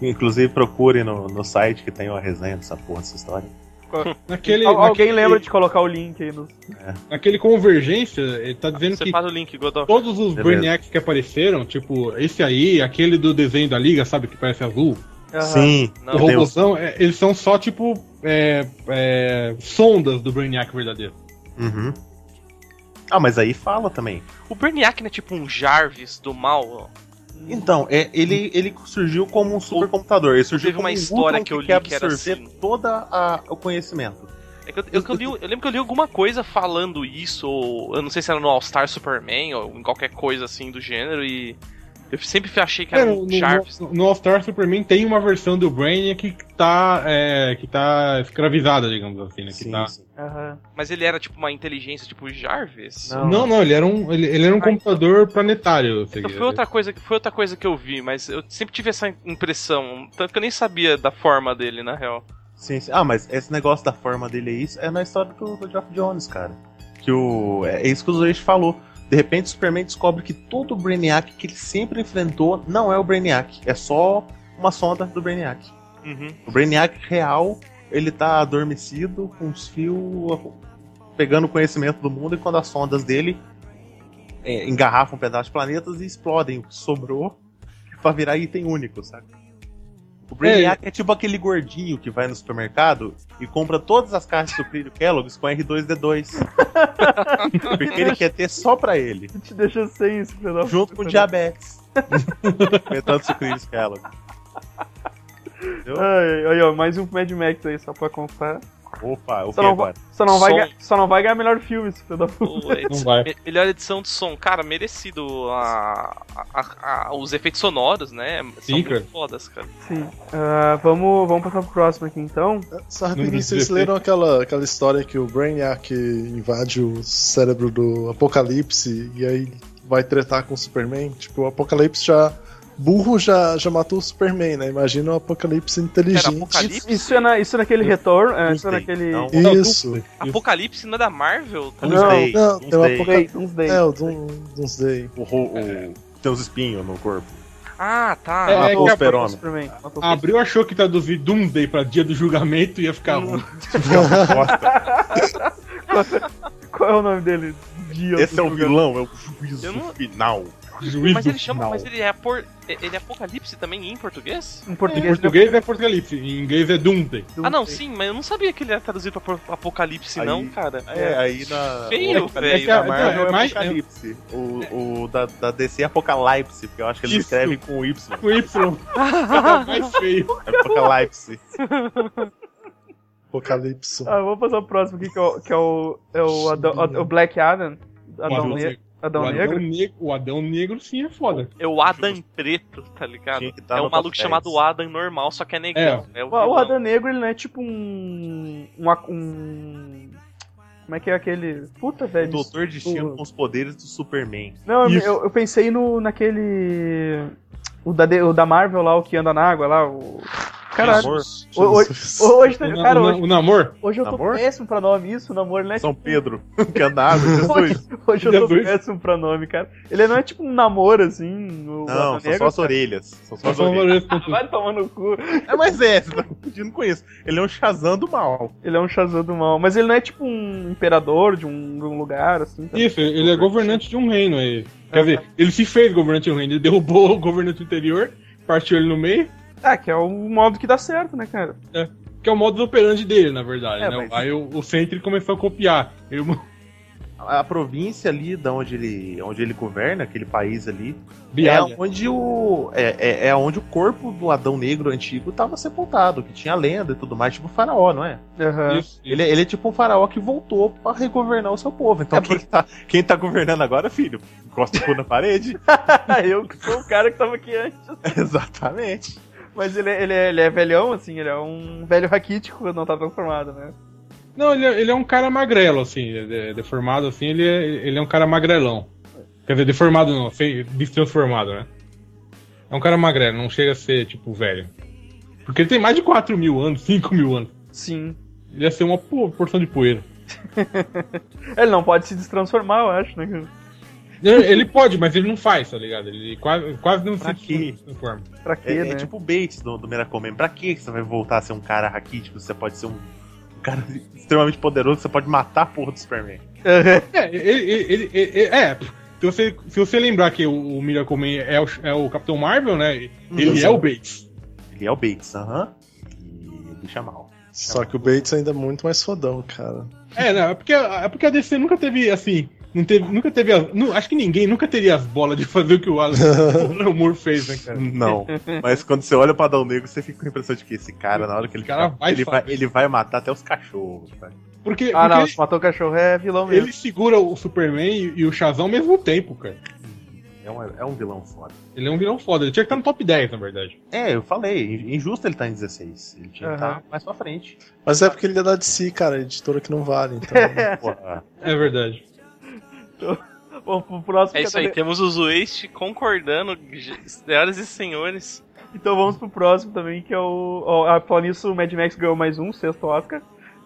S3: Inclusive, procure no, no site que tem uma resenha dessa porra, dessa história.
S6: Naquele,
S5: Al- alguém
S6: naquele,
S5: lembra de colocar o link aí no.
S6: Naquele Convergência, ele tá dizendo que
S4: Separa o link, Godó.
S6: todos os
S3: Beleza.
S6: Brainiacs que apareceram, tipo, esse aí, aquele do desenho da Liga, sabe, que parece azul,
S3: Sim,
S5: Ah,
S4: Não,
S6: o
S3: tem o-
S6: robôzão, é, eles são só, tipo, é, é, sondas do Brainiac verdadeiro.
S3: Uhum. Ah, mas aí fala também.
S4: O Berniak não é tipo um Jarvis do mal? ó?
S3: Então, é, ele, ele surgiu como um supercomputador. Ele surgiu
S4: Teve
S3: como
S4: uma
S3: um
S4: história
S3: Ultron
S4: que eu li
S3: quer
S4: que era
S3: absorver
S4: assim.
S3: todo o conhecimento.
S4: É que eu, eu que eu li- eu lembro que eu li alguma coisa falando isso, ou eu não sei se era no All-Star Superman ou em qualquer coisa assim do gênero, e eu sempre achei que era
S6: Cara,
S4: um
S6: É, no,
S4: Jarvis.
S6: no- no All-Star Superman tem uma versão do Brainiac que tá, é, que tá escravizada, digamos assim, né, que tá...
S5: Aham.
S4: Mas ele era tipo uma inteligência tipo Jarvis?
S5: Não.
S6: Não, não, ele era um, ele, ele era um computador planetário.
S4: Então foi outra, coisa, que- foi outra coisa que eu vi, mas eu sempre tive essa impressão. Tanto que eu nem sabia da forma dele, na real.
S3: Sim, sim. Ah, mas esse negócio da forma dele é isso, é na história do, do Geoff Jones, cara. Que o. É isso que o Zoichi falou. De repente o Superman descobre que todo o Brainiac que ele sempre enfrentou não é o Brainiac. É só uma sonda do Brainiac.
S5: Uhum.
S3: O Brainiac real, ele tá adormecido, com os fios pegando o conhecimento do mundo, e quando as sondas dele é, engarrafam um pedaço de planetas e explodem o que sobrou pra virar item único, sabe? O Brainiac é, tipo aquele gordinho que vai no supermercado e compra todas as caixas de sucrilho Kellogg's com R2D2. porque ele quer ter só pra ele,
S5: Tu Te deixa sem isso, filho da
S3: junto com
S5: puta.
S3: diabetes. Metade sucrilhos Kellogg's.
S5: Ai, ai, ó, mais um Mad Max aí, só pra constar.
S3: Opa, o que
S5: Só não,
S3: agora?
S5: vai- só, não vai,
S4: Som.
S5: ga- só não vai ganhar melhor filme, esse filho da puta.
S4: Pô, edi-
S6: Não vai.
S4: me- Melhor edição de som. Cara, merecido a, a- a- os efeitos sonoros, né? São
S6: Sim,
S4: muito
S6: cara.
S4: fodas, cara.
S5: Sim. Ah, vamos, vamos passar pro próximo aqui então.
S7: Só
S6: Número
S7: rapidinho, É, vocês
S6: 16.
S7: leram aquela, aquela história que o Brainiac invade o cérebro do Apocalipse e aí vai tretar com o Superman? Tipo, o Apocalipse já. Burro já, já matou o Superman, né? Imagina o Apocalipse inteligente.
S4: Pera, Apocalipse?
S5: Isso, isso é, na, isso é naquele retorno. é, isso é
S3: Tuesday.
S5: naquele.
S3: Não,
S7: Isso.
S4: Apocalipse não é da Marvel? Tá ligado?
S3: Doomsday.
S7: Não, não, tem o
S3: Doomsday.
S7: Apocalipse.
S5: Doomsday.
S7: É, o Doom, Doomsday.
S3: o, ro- o- tem uns espinhos no corpo.
S4: Ah, tá.
S6: É,
S3: Matou o
S6: que a-
S3: super-homem.
S5: Superman. Matou
S6: A Abril achou que tá traduzir Doomsday pra dia do julgamento ia ficar um ruim.
S5: Qual é o nome dele? Dia
S3: Esse
S5: do
S3: é o
S5: julgamento.
S3: vilão, é o juízo
S4: Eu não-
S3: final.
S6: Juízo
S4: Mas ele chama.
S6: final.
S4: Mas ele é, apor- ele é Apocalipse também em português?
S5: Em
S6: Em
S5: português, né? ele
S6: português é Apocalipse, em inglês é Doomsday.
S5: é
S4: Ah, não,
S5: Doomsday.
S4: sim, mas eu não sabia que ele era traduzido pra por- Apocalipse,
S3: Aí-
S4: não, cara.
S3: É, aí na.
S4: Feio,
S3: o
S4: velho.
S3: Apocalipse da
S6: É que-
S3: Marvel
S6: é
S3: é
S6: mais-
S3: Apocalipse. O, o da, da DC é Apocalipse, porque eu acho que eles
S6: Isso.
S3: escrevem com Y.
S6: Com Y. Cada um mais feio.
S3: É Apocalipse.
S7: Apocalipse.
S5: Ah, vou passar o próximo aqui, que é o, que é o, é o, Adão- Ad- o Black Adam. Adão,
S6: Adão
S5: Ne-
S6: Negro.
S5: Adão
S6: o,
S5: Negro.
S6: Adão Negro, o Adão Negro sim é foda.
S4: É o Adam Preto, tá ligado?
S3: Tinha que tá
S4: É
S3: no
S4: um
S3: top
S4: maluco
S3: 10.
S4: chamado Adam normal, só que é negão. É, o,
S5: O, o
S4: vilão.
S5: Adam Negro, ele não é tipo um. Um. ac- um- como é que é aquele. Puta,
S3: O
S5: velho.
S3: É Doutor Destino com os poderes do Superman.
S5: Não, eu,
S6: Isso.
S5: eu- eu pensei no, naquele. O da, de- o da Marvel lá, o que anda na água lá. O... Caralho.
S3: Namor,
S5: o- o-
S7: Jesus.
S5: Hoje,
S6: O,
S5: tá-
S6: na-
S5: cara,
S6: o na-
S5: hoje,
S6: o namor?
S5: hoje eu tô
S3: Namor?
S5: péssimo pra nome, isso, o namoro, né?
S3: São Pedro, que é andava,
S5: Hoje,
S3: Jesus.
S5: hoje eu tô
S6: Jesus.
S5: péssimo pra nome, cara. Ele não é tipo um namoro, assim, o
S3: Não, são
S5: Adam
S3: só
S5: Negro.
S3: as orelhas. São
S6: Só
S3: só as orelhas.
S5: Vai tomar no cu.
S3: É, mas é, você tá confundindo com isso. Ele é um Shazam do mal.
S5: Ele é um Shazam do mal. Mas ele não é tipo um imperador de um, de um lugar, assim. tá?
S6: Isso, ele é governante de um reino. Ele. Quer
S4: Ah,
S6: dizer,
S4: tá.
S6: ele se fez governante de um reino. Ele derrubou o governante anterior, partiu ele no meio,
S5: Ah, que é o modo que dá certo, né, cara?
S6: que é o modo operandi dele, na verdade.
S3: É,
S6: né?
S3: mas- É
S6: Aí o, o Sentry começou a copiar. Ele
S3: a a província ali da onde ele, onde ele governa, aquele país ali,
S6: Bialha.
S3: é onde o é, é, é onde o corpo do Adão Negro antigo estava sepultado, que tinha lenda e tudo mais, tipo faraó, não é?
S5: Aham.
S6: Isso, isso.
S3: Ele, ele é tipo um faraó que voltou pra regovernar o seu povo.
S6: É
S3: Então quem, tá, quem tá governando agora, filho, encosta o cu na parede.
S5: ah, eu que sou o cara que tava aqui antes.
S3: Exatamente.
S5: Mas ele, é- ele, é, ele é velhão, assim, ele é um velho raquítico quando não tá transformado, né?
S6: Não, ele é, ele é um cara magrelo, assim, ele é deformado, assim, ele é, ele é um cara magrelão. Quer dizer, deformado não, fe- destransformado, né? É um cara magrelo, não chega a ser, tipo, velho. Porque ele tem mais de 4 mil anos, 5 mil anos.
S5: Sim.
S6: Ele ia ser uma po- porção de poeira.
S5: Ele não pode se destransformar, eu acho, né? cara?
S6: Ele ele pode, mas ele não faz, tá ligado? Ele quase, quase não
S3: Pra quê?
S6: se transforma.
S5: Pra quê,
S3: É, é
S5: né?
S3: tipo o Bates do, do Miracomen. Pra que você vai voltar a ser um cara raquítico? Você pode ser um, um cara extremamente poderoso, você pode matar a porra do Superman.
S6: É, ele, ele- ele- ele- é. pff, Se você, se você lembrar que o, o Miracle Man é o, é o Capitão Marvel, né? Ele
S3: Uhum.
S6: é o Bates.
S3: Ele é o Bates, aham. E o bicho é mal.
S7: Só que o Bates ainda é muito mais fodão, cara.
S6: É, não, é porque, é porque a DC nunca teve, assim. Não teve, nunca teve as, nu- Acho que ninguém nunca teria as bolas de fazer o que o Alan o Alan Moore fez, né, cara?
S3: Não. Mas quando você olha o Padrão Negro, você fica com a impressão de que esse cara, na hora que ele
S6: O cara
S3: ficar-
S6: vai
S3: ele,
S6: fazer.
S3: vai, ele vai matar até os cachorros. cara.
S6: Porque,
S5: Ah,
S6: porque
S5: não,
S6: ele-
S5: se matou o cachorro é vilão
S6: ele,
S5: mesmo.
S6: segura o Superman e, e o Shazam ao mesmo tempo, cara.
S3: É um, é um vilão foda.
S6: Ele é um vilão foda. Ele tinha que estar no top 10, na verdade.
S3: É, eu falei, in- injusto ele tá em 16. Ele tinha que
S5: Aham.
S3: tá mais pra frente.
S7: Mas é porque ele é da DC, cara, editora que não vale, então.
S3: Porra.
S6: É verdade.
S5: Bom, pro próximo
S4: É isso aí,
S5: categori-
S4: temos os Waste concordando, g- senhoras e senhores.
S5: Então vamos pro próximo também, que é o. ó, ah, falando nisso, o Mad Max ganhou mais um, sexto Oscar.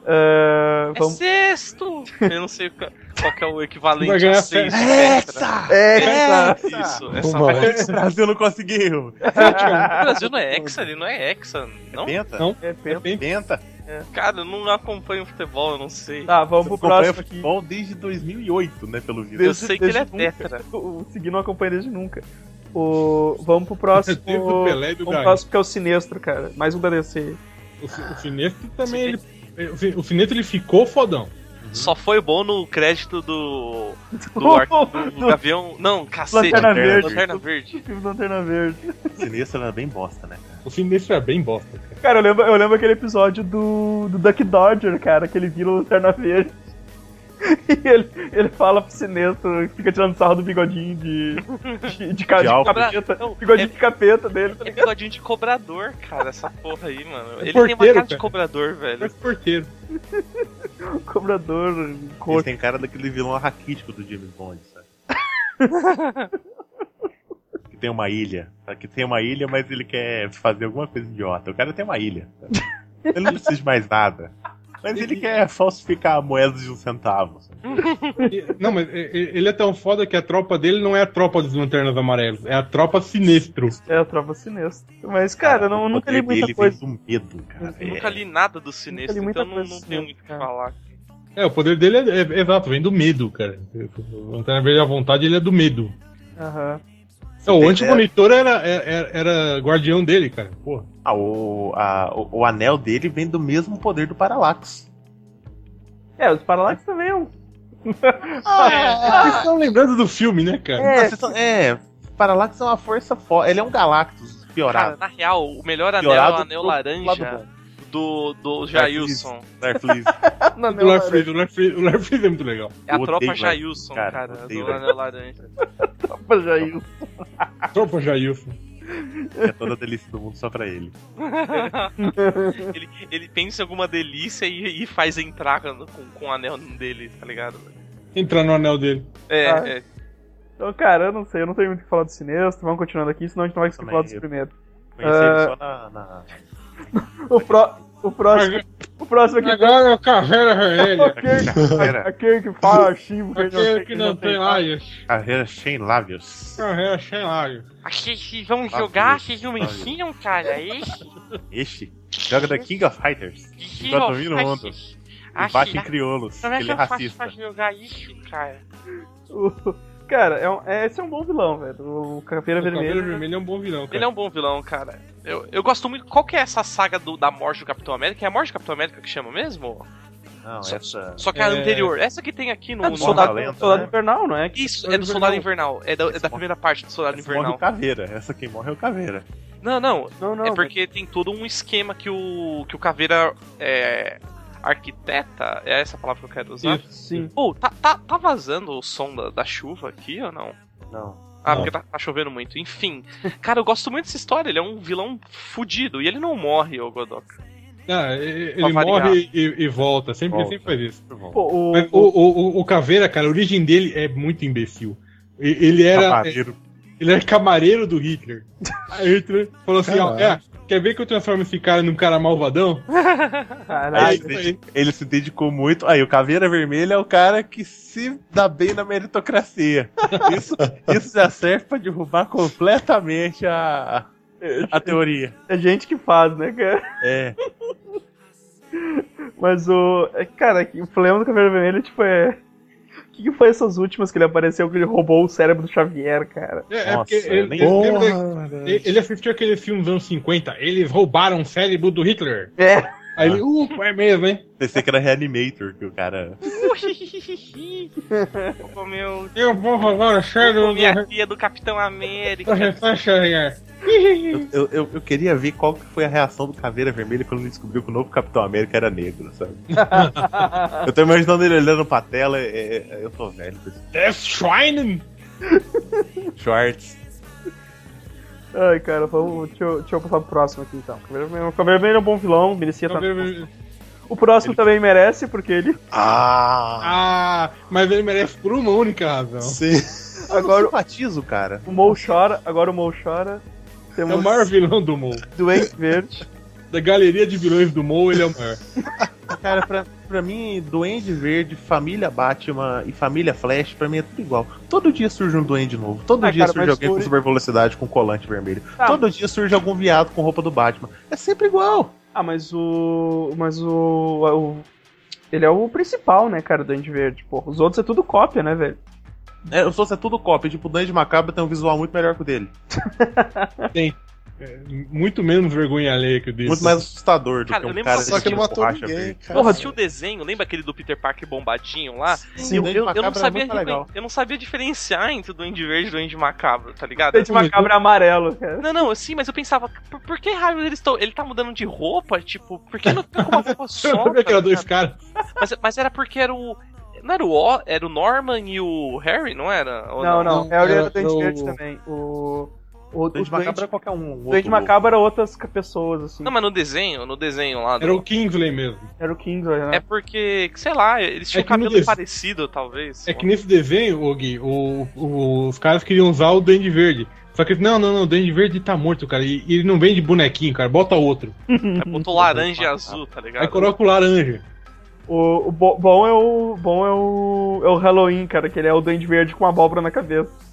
S5: Ah,
S4: É
S5: vamos...
S4: sexto! Eu não sei qual qual que é o equivalente
S6: Vai ganhar
S4: a né? sexto.
S3: Hexa!
S5: É,
S3: Hexa!
S4: Isso, É
S7: Uma
S4: essa
S7: hora.
S3: O Brasil não conseguiu!
S4: O Brasil não é hexa, ele não é hexa, não?
S3: Penta?
S6: Não.
S5: é pena.
S6: Bem-
S3: Penta?
S4: Cara, eu não acompanho futebol, eu não sei.
S5: Tá, vamos
S3: Você
S5: pro
S3: acompanha
S5: próximo aqui.
S3: futebol desde 2008, né, pelo visto.
S4: Eu
S5: desde-
S4: sei que ele é
S5: desde nunca.
S4: tetra.
S5: O Seguir não acompanha desde nunca. O... Vamos pro próximo.
S6: Desde o Pelé e do
S5: vamos pro
S6: Garrincha.
S5: próximo que é o Sinestro, cara. Mais um da DC.
S6: O, fi- o Fineto também. Ele, o fi- o Fineto ele ficou fodão.
S4: Uhum. Só foi bom no crédito do. Do,
S5: Do-
S4: ar, do,
S5: do-
S4: Gavião. Não, cacete.
S5: Lanterna
S3: Verde.
S4: Lanterna Verde.
S5: Filme do Lanterna Verde.
S3: Sinistro era bem bosta, né?
S6: O Fineto era bem bosta. cara.
S5: Cara, eu lembro, eu lembro aquele episódio do, do Duck Dodger, cara, que ele vira o Lanterna Verde. E ele, ele fala pro Sinestro, fica tirando sarro do bigodinho de. de, de, ca-
S3: De
S5: de
S3: álcool.
S5: capeta.
S4: Não,
S5: bigodinho
S4: é-
S5: de capeta dele. tá
S4: É
S5: ligado?
S4: bigodinho de cobrador, cara, essa porra aí, mano. Ele tem uma
S6: É porteiro,
S4: cara de
S6: cara.
S4: cobrador, velho.
S6: Parece porteiro.
S5: um Cobrador, um
S3: Ele
S5: coxa.
S3: tem cara daquele vilão raquítico do James Bond, sabe? que tem uma ilha. sabe? Que tem uma ilha, mas ele quer fazer alguma coisa idiota. O cara tem uma ilha. sabe? Ele não precisa de mais nada. Mas ele quer falsificar moedas de um centavo. sabe?
S6: E- Não, mas e- e- ele é tão foda que a tropa dele não é a tropa dos Lanternas Amarelos, é a tropa Sinestro.
S5: É a trova Sinestro. Mas, cara, eu, não, eu
S3: O
S5: nunca
S3: poder
S5: li muita
S3: dele
S5: coisa.
S3: vem do medo, cara.
S4: Eu
S3: É,
S4: nunca li nada do sinistro,
S5: muita
S4: então não,
S5: coisa
S4: não
S5: do
S4: tenho muito o
S5: Sinestro,
S4: que
S5: cara.
S4: falar.
S6: É, o poder dele é, é- é exato, vem do medo, cara. O Lanterna Verde à vontade, ele é do medo.
S5: Aham.
S6: É, o
S3: tem
S6: antimonitor era, era, era guardião dele, cara. Porra.
S3: Ah, o, a- o, o anel dele vem do mesmo poder do Parallax.
S5: É, os Parallax também é um. Ah,
S6: Vocês estão lembrando do filme, né, cara?
S3: Ah, vocês são- É, Parallax é uma força forte. Ele é um Galactus
S4: Cara,
S3: piorado.
S4: na real, o melhor anel é
S3: Piorado
S4: o
S3: pro-
S4: anel
S3: pro
S4: laranja
S3: lado
S4: do, do
S3: Dark
S4: Jailson.
S3: Darfleeze.
S5: Não,
S6: O Larry Freed, o Larry Freed- o Larry Freed é muito legal.
S4: É a
S3: Eu
S4: tropa
S3: odeio,
S4: Jailson, cara,
S3: cara,
S4: do
S3: odeio, velho.
S4: anel laranja.
S5: já isso.
S6: A tropa Jailson.
S3: é toda a delícia do mundo só pra ele.
S4: ele, ele pensa em alguma delícia e, e faz entrar com, com, com o anel dele, tá ligado?
S6: Entrar no anel dele.
S4: É,
S5: Ah.
S4: é.
S5: Então, cara, eu não sei, eu não tenho muito o que falar do Sinestro. Vamos continuando aqui, senão a gente não vai conseguir
S3: Também,
S5: falar dos
S3: eu-
S5: primeiro.
S3: Conheci
S5: Ah.
S3: ele só na. na-
S5: O, pró- o próximo. O próximo aqui
S6: Agora a carreira é ele.
S5: Aquele,
S3: Era
S5: aquele é que fala chimbo,
S6: Aquele que não tem laias.
S3: carreira sem lábios.
S6: Carreira é sem laias.
S4: Aqui, vocês vão
S3: Ah,
S4: jogar,
S3: Deus.
S4: vocês não me
S3: Ah, Deus.
S4: ensinam, cara. Esse
S3: Este joga da King of Fighters.
S4: que
S3: Enquanto domina o mundo.
S4: vocês-
S3: E bate em criolos.
S4: Como é que
S3: Tá Ele é
S4: eu faço pra
S3: racista.
S4: jogar isso, cara?
S5: O- Cara, é um- é- esse é um bom vilão, velho. O Caveira
S6: O Cabelo
S5: Vermelho.
S6: Vermelho é um bom vilão,
S4: Ele é
S6: cara.
S4: um bom vilão, cara. Eu, eu gosto muito. Qual que é essa saga do- da morte do Capitão América? É a morte do Capitão América que chama mesmo?
S3: Não,
S4: Só-
S3: essa.
S4: Só que é a
S6: É.
S4: anterior. Essa que tem aqui no.
S5: É
S4: no-
S5: do
S3: Soldado-
S5: Soldado,
S3: Lento,
S5: Soldado
S3: né?
S5: Invernal, não é?
S4: Isso, é
S6: Soldado
S4: do Soldado Invernal.
S6: Invernal.
S4: É da, é da primeira parte do Soldado
S3: Essa morre o
S4: Invernal.
S3: caveira. Essa quem morre é o caveira.
S4: Não, não.
S5: Não, não.
S4: é porque tem todo um esquema que o. que o Caveira é. Arquiteta? É essa a palavra que eu quero usar?
S5: velho. Sim.
S4: Pô, tá, tá, tá vazando o som da, da chuva aqui ou não?
S3: Não.
S4: Ah,
S6: Não.
S4: porque tá, tá chovendo muito. Enfim. Cara, eu gosto muito dessa história. Ele é um vilão fudido. E ele não morre, ô Godok.
S6: Ah, e-
S4: Pra
S6: ele
S4: variar.
S6: morre e, e volta, sempre,
S3: Volta.
S6: sempre faz isso.
S4: tá
S5: Pô, o,
S6: Mas o, o, o- o Caveira, cara, a origem dele é muito imbecil. E- Ele era,
S3: Cavareiro.
S6: ele era camareiro do Hitler. Aí o Hitler falou assim: ó,
S7: Caralho.
S6: é, quer ver que eu transformo esse cara num cara malvadão?
S5: Caralho.
S3: Aí
S6: Aí,
S3: ele, se dedicou- ele se dedicou muito. Aí, o Caveira Vermelha é o cara que se dá bem na meritocracia. Isso, isso já serve pra derrubar completamente a, a teoria.
S5: É gente que faz, né, cara?
S3: É.
S5: Mas o. é, Cara, o problema do Caveira Vermelho, tipo, é. O que, que foi essas últimas que ele apareceu que ele roubou o cérebro do Xavier, cara?
S6: é, é
S3: Nossa,
S6: porque ele,
S3: nem-
S6: ele-
S7: Porra,
S6: ele- ele assistiu aquele filme dos anos 50, eles roubaram o cérebro do Hitler.
S5: É.
S6: Aí ele, uh, é mesmo, hein?
S3: Pensei que era Reanimator, que o cara.
S4: Vou comer o-
S6: Eu vou roubar o cérebro
S4: vou
S6: do
S4: comer a tia do Capitão América.
S6: Hitler. é, Xavier.
S3: Eu, eu, eu queria ver qual que foi a reação do Caveira Vermelha quando ele descobriu que o novo Capitão América era negro, sabe? eu tô imaginando ele olhando pra tela, é, é, eu tô velho.
S6: Das Schweinen!
S3: Schwartz.
S5: Ai, cara, vamos, deixa, eu, deixa eu passar pro próximo aqui então. Caveira Vermelho- Caveira Vermelho é um bom vilão, merecia estar. O próximo também merece, porque ele.
S7: Ah!
S6: Ah, mas ele merece por uma única razão.
S7: Sim.
S3: Agora eu simpatizo, cara.
S5: O Mou chora, agora o Mou chora.
S6: É o
S5: Temos
S6: maior vilão do mundo.
S5: Duende Verde.
S6: Da galeria de vilões do Mo, ele é o maior.
S3: Cara, pra, pra mim, Duende Verde, Família Batman e Família Flash, pra mim é tudo igual. Todo dia surge um Duende novo. Todo
S5: Ah,
S3: dia
S5: cara,
S3: surge
S5: mas
S3: alguém
S5: foi-
S3: com super velocidade com colante vermelho.
S5: Ah.
S3: Todo dia surge algum viado com roupa do Batman. É sempre igual.
S5: Ah, mas o. Mas o. o- ele é o principal, né, cara, do Duende Verde. Porra, os outros é tudo cópia, né, velho?
S3: É, eu sou é tudo cópia. Tipo, o Duende Macabro tem um visual muito melhor que o dele.
S6: É, muito menos vergonha alheia que o desse.
S3: Muito mais assustador do
S4: Cara,
S3: que
S4: eu
S3: um
S4: lembro
S3: cara
S4: só
S7: Ah, Só que
S3: de
S7: não matou
S3: borracha
S7: ninguém,
S3: verde.
S7: cara.
S4: Porra, tinha o desenho, lembra aquele do Peter Parker bombadinho lá?
S7: Sim,
S4: eu,
S3: Duende
S4: eu- eu não
S5: é
S3: Macabro era
S4: sabia
S3: muito
S4: reconhe-
S3: legal.
S4: eu não sabia diferenciar entre o Duende Verde e o Duende Macabro, tá ligado?
S5: Duende Macabro é amarelo, cara.
S4: Não, não, sim, mas eu pensava, por, por que raio eles estão. Ele tá mudando de roupa? Tipo, por que não tá com uma roupa só?
S6: Sabe
S4: cara?
S6: aquela dois caras?
S4: Mas, mas era porque era o. Não era o O, era o Norman e o Harry, não era? Ou
S5: Não, não,
S6: não,
S5: é o
S6: eu-
S5: do Duende
S6: eu-
S5: Verde também. O. O, o
S3: Duende
S5: Duende,
S3: Macabro é qualquer um. um outro
S5: Duende
S3: louco.
S5: Macabro era outras ca- pessoas, assim.
S4: Não, mas no desenho, no desenho lá. do-
S6: Era o Kingsley mesmo.
S5: Era o Kingsley, né?
S4: É porque, sei lá, eles tinham
S6: É que no
S4: cabelo
S6: desenho-
S4: parecido, talvez.
S6: É que nesse desenho, o Gui, o- o- os caras queriam usar o Duende Verde. Só que eles, não, não, não, o Duende Verde tá morto, cara. E e ele não vende bonequinho, cara. Bota outro.
S4: Aí botou É laranja e azul, tá ligado?
S6: Aí coloca o laranja.
S5: O, o bo- bom é o. Bom é o. É o Halloween, cara, que ele é o Duende Verde com uma abóbora na cabeça.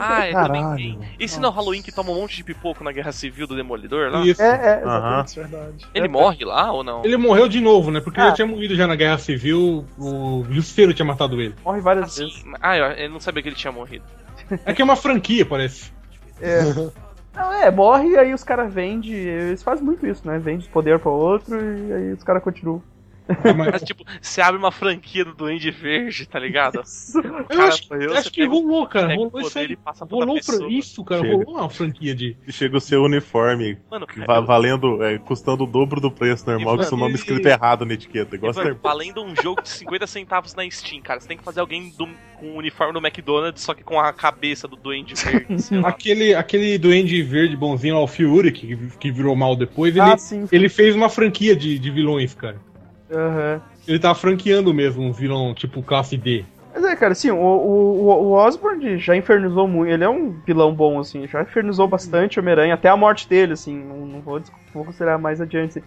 S4: Ah, é, também
S7: Caralho.
S4: tem. Esse não é o Halloween que toma um monte de pipoco na Guerra Civil do Demolidor lá?
S6: Isso.
S5: É, é.
S3: Aham.
S7: Isso é verdade.
S4: Ele morre lá ou não?
S6: Ele morreu de novo, né? Porque ele
S5: Ah.
S6: já tinha morrido já na Guerra Civil, o Justiceiro tinha matado ele.
S5: Morre várias
S4: Assim,
S5: vezes.
S4: ah, eu, eu não sabia que ele tinha morrido.
S6: É que é uma franquia, parece.
S5: Não, é, morre e aí os caras vendem. Eles fazem muito isso, né? Vende poder pra outro e aí os caras continuam.
S6: É, mas-
S4: Mas, tipo, você abre uma franquia do Duende Verde, tá ligado? O
S6: Eu
S4: cara
S6: acho,
S4: morreu,
S6: eu
S4: você
S6: acho que
S4: pega o
S6: rolou, cara.
S4: pega o
S6: Rolou isso
S4: poder
S6: aí.
S4: e passa pra outra
S6: Rolou pra
S4: pessoa.
S6: isso, cara.
S3: Chega.
S6: Rolou uma franquia de.
S3: Chega o seu uniforme
S4: Mano,
S3: que va- valendo, é, custando o dobro do preço normal, que seu nome é escrito errado na etiqueta.
S4: eu-
S3: Igual
S4: mano,
S3: você
S4: é, valendo um jogo de 50 centavos na Steam, cara. Você tem que fazer alguém do- com o uniforme do McDonald's, só que com a cabeça do Duende Verde, sei lá.
S6: Aquele, aquele duende verde bonzinho lá, o Fiuri, que, que virou mal depois, ele,
S5: Ah, sim.
S6: ele fez uma franquia de, de vilões, cara.
S5: Aham.
S6: Ele tava franqueando mesmo um vilão tipo classe D.
S5: Mas é, cara, assim, o, o, o- o Osborn já infernizou muito. Ele é um vilão bom, assim. Já infernizou bastante o Homem-Aranha, até a morte dele, assim. Não, não vou, dis- vou considerar mais adiante. assim.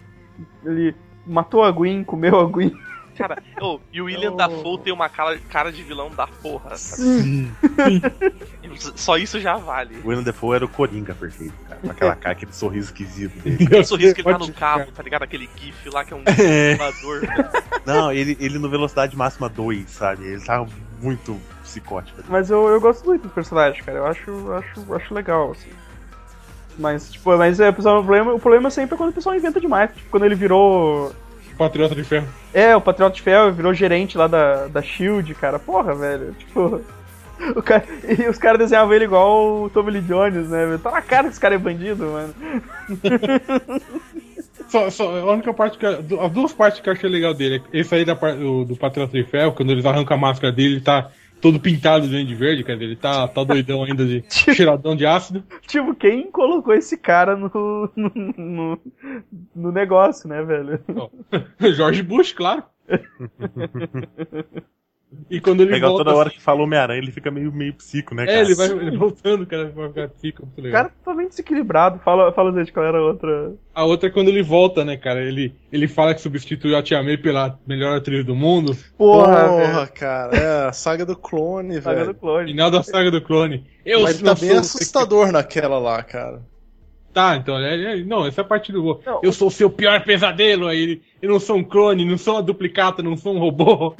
S5: Ele matou a Gwen, comeu a Gwen.
S4: Cara, ô, e o William
S5: Eu-
S4: Dafoe tem uma cara, cara de vilão da porra. sabe? Só isso já vale.
S3: O William Defoe era o Coringa perfeito, cara. Com aquela cara, aquele sorriso esquisito dele.
S4: O sorriso que ele tá
S6: Pode-
S4: no cabo, tá ligado? Aquele gif lá que é um
S3: É.
S4: voador.
S3: Não, ele, ele no Velocidade Máxima 2, sabe? Ele tava muito psicótico.
S5: Mas eu, eu gosto muito do personagem, cara. Eu acho, acho, acho legal, assim. Mas, tipo, mas é, o pessoal- o problema, o problema sempre é quando o pessoal inventa demais. Tipo, quando ele virou.
S6: Patriota de Ferro.
S5: É, o Patriota de Ferro virou gerente lá da, da Shield, cara. Porra, velho. Tipo. o cara- e os caras desenhavam ele igual o Tommy Lee Jones, né? velho? Tá na cara que esse cara é bandido, mano.
S6: Só, só, a única parte que. eu- As duas partes que eu achei legal dele. é Esse aí da, par- do, do Patriota de Ferro, quando eles arrancam a máscara dele, ele tá todo pintado de verde, cara. Ele tá, tá doidão ainda de cheiradão de ácido.
S5: Tipo, quem colocou esse cara no, no, no, no negócio, né, velho?
S6: George Bush, claro. e quando ele
S3: Legal,
S6: volta.
S3: toda hora
S6: assim-
S3: que fala Homem-Aranha, ele fica meio, meio psico, né, cara?
S6: É, ele vai ele voltando, cara. Vai ficar fica muito
S5: O
S6: legal.
S5: cara é totalmente desequilibrado. Fala, fala gente, qual era a outra.
S6: A outra é quando ele volta, né, cara? Ele, ele fala que substituiu a Tia May pela melhor atriz do mundo.
S5: Porra, velho.
S7: Porra, cara. É a saga do clone,
S5: Saga
S7: velho.
S5: do clone.
S6: Final da saga do clone. Eu
S7: Mas
S6: sou-
S7: tá bem
S6: sou-
S7: assustador naquela lá, cara.
S6: Tá, então, é, é- não, essa é a parte do voo.
S5: Não.
S6: Eu sou o seu pior pesadelo aí. Eu não sou um clone, não sou uma duplicata, não sou um robô.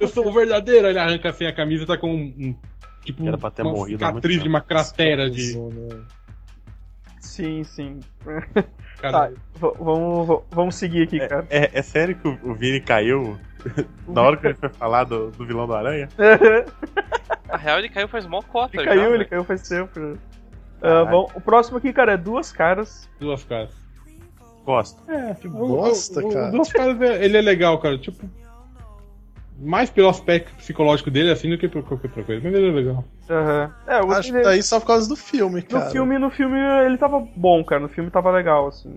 S6: eu sou o verdadeiro. Ele arranca assim a camisa e tá com um. um- tipo,
S3: Era pra ter
S6: uma
S3: morrido há muito
S6: cicatriz de
S3: tempo.
S6: uma cratera de.
S5: Sim, sim. Tá,
S6: Cara,
S5: v- vamos, v- vamos seguir aqui, cara.
S3: É, é sério que o, o Vini caiu na hora que ele foi falar do, do vilão do Aranha?
S4: Na real, ele caiu faz mó cota
S5: ele
S4: já,
S5: caiu, ele
S4: velho.
S5: caiu faz tempo. Ah, bom, o próximo aqui, cara, é duas caras.
S6: duas caras.
S3: Gosto.
S6: É, tipo,
S7: Gosta,
S6: o, o,
S7: cara.
S6: O duas caras, é- ele é legal, cara. Tipo. Mais pelo aspecto psicológico dele, assim, do que por qualquer outra coisa. Mas ele é legal.
S5: Aham. É, eu
S7: Acho
S5: gostei
S7: que
S5: dele.
S7: daí só por causa do filme,
S5: No
S7: cara.
S5: filme, no filme ele tava bom, cara. No filme tava legal, assim.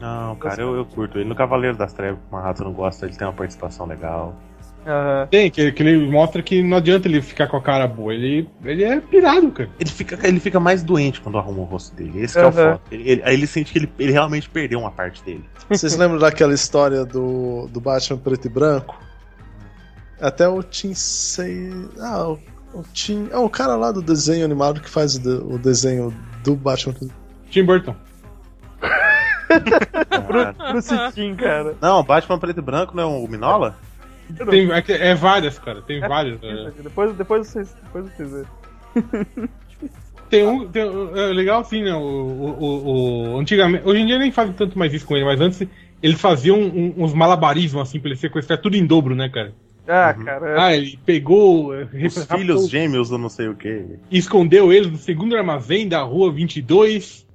S3: Não, cara, eu, eu curto. Ele no Cavaleiro das Trevas, que o Marrato não gosta, ele tem uma participação legal.
S5: Aham.
S6: Tem, que, que ele mostra que não adianta ele ficar com a cara boa. Ele, ele é pirado, cara.
S3: Ele fica, ele fica mais doente quando arruma o rosto dele. Esse que é o
S5: Aham.
S3: foda. Ele, ele- aí ele sente que ele, ele realmente perdeu uma parte dele.
S7: Vocês lembram daquela história do, do Batman preto e branco? Até o Tim Sei. Ah, o, o Tim. É o cara lá do desenho animado que faz o, de- o desenho do Batman. preto-
S6: Tim Burton.
S5: Crucitim, cara.
S3: Não, Batman preto e branco não é um Minola?
S6: Tem, é, que- é várias, cara. Tem várias. é.
S5: Depois, depois vocês. Depois vocês veem.
S6: Tem um. tem um- é legal assim, né? O, o, o- o- antigamente. Hoje em dia nem fazem tanto mais isso com ele, mas antes eles faziam um- uns malabarismos assim pra ele sequestrar tudo em dobro, né, cara?
S5: Ah,
S7: Uhum.
S5: cara.
S6: Ah, ele pegou. é,
S3: Os
S6: raptou-
S3: filhos gêmeos do não sei o que.
S6: e escondeu eles no segundo armazém da rua 22.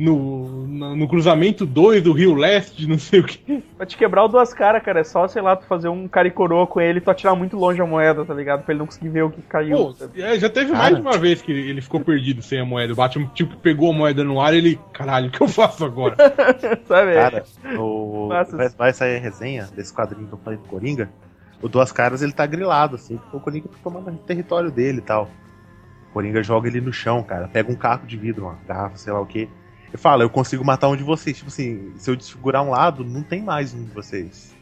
S6: No, no, no cruzamento 2 do Rio Leste, não sei o que.
S4: é.
S5: Pra te quebrar o duas caras, cara, é só, sei lá, tu fazer um cara e coroa com ele e tu atirar muito longe a moeda, tá ligado? Pra ele não conseguir ver o que caiu.
S6: Pô,
S5: sabe?
S6: é, já teve mais de uma vez que ele ficou perdido sem a moeda. O Batman, tipo, pegou a moeda no ar e ele. Caralho, o que eu faço agora?
S5: Sabe?
S3: Cara, o,
S5: Nossa.
S3: vai, vai sair a resenha desse quadrinho que eu falei do Coringa. O Duas Caras ele tá grilado, assim, porque o Coringa tá tomando território dele e tal. O Coringa joga ele no chão, cara. Pega um caco de vidro, uma garrafa, sei lá o quê. E fala, eu consigo matar um de vocês. Tipo assim, se eu desfigurar um lado, não tem mais um de vocês.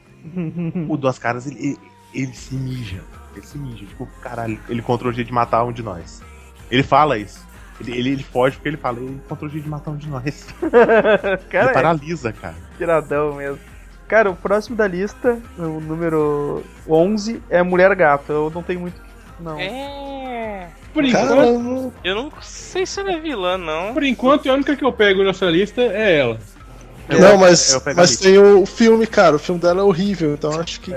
S3: o Duas Caras, ele, ele, ele se mija. Ele se mija. Tipo, caralho, ele encontrou o jeito de matar um de nós. Ele fala isso. Ele, ele, ele foge porque ele fala, ele encontrou o jeito de matar um de nós. ele
S5: cara,
S3: paralisa, cara.
S5: é tiradão mesmo. Cara, o próximo da lista, o número 11, é Mulher Gato. Eu não tenho muito. Não.
S4: É.
S6: Por
S7: Cara,
S6: enquanto,
S7: eu não-
S4: Eu não sei se ela é vilã, não.
S6: por enquanto, a única que eu pego nessa lista é ela.
S3: Eu
S7: não,
S3: pego-
S7: mas,
S3: eu pego a
S7: mas
S3: lista.
S7: tem o filme, cara. O filme dela é horrível, então eu acho que.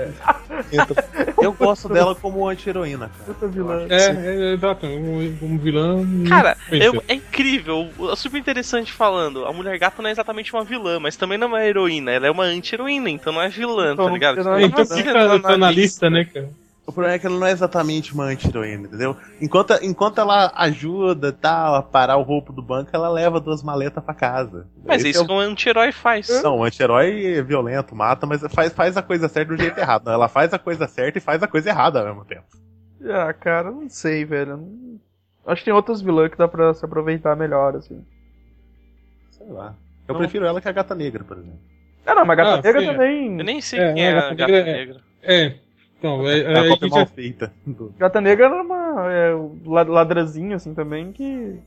S7: Entra.
S3: Eu gosto dela como anti-heroína, cara.
S5: Puta vilã.
S6: É, é, é, exato. Um, um vilão.
S4: Cara,
S6: conheceu.
S4: eu- é incrível, é super interessante falando. A mulher gata não é exatamente uma vilã, mas também não é uma heroína. Ela é uma anti-heroína, então não é vilã,
S5: Então
S4: tá
S5: não-
S4: ligado?
S5: não é
S6: Então
S5: mas
S6: fica tá na, lista, né, cara?
S3: O problema é que ela não é exatamente uma anti-heroína, entendeu? Enquanto, enquanto ela ajuda tal, a parar o roubo do banco, ela leva duas maletas pra casa.
S4: Mas é
S3: Esse
S4: isso que um anti-herói faz.
S3: é o... Não, o anti-herói é violento, mata, mas faz, faz a coisa certa do jeito errado. Não, ela faz a coisa certa e faz a coisa errada ao mesmo tempo.
S5: Ah, cara, não sei, velho. Não- Acho que tem outras vilãs que dá pra se aproveitar melhor, assim.
S3: Sei lá. Eu prefiro ela que a gata negra, por exemplo.
S5: Ah, não, mas a Gata
S6: Ah,
S5: Negra
S6: sim, é.
S5: também.
S4: Eu nem sei
S6: É,
S4: quem é
S6: a
S4: a
S6: Gata
S4: gata
S6: Negra é-
S4: negra.
S6: É. Então, é,
S3: É
S6: é,
S3: a
S6: a gente
S3: cópia mal
S6: já-
S3: feita. do-
S5: Gata Negra era uma é, la- ladrazinha, assim, também, que.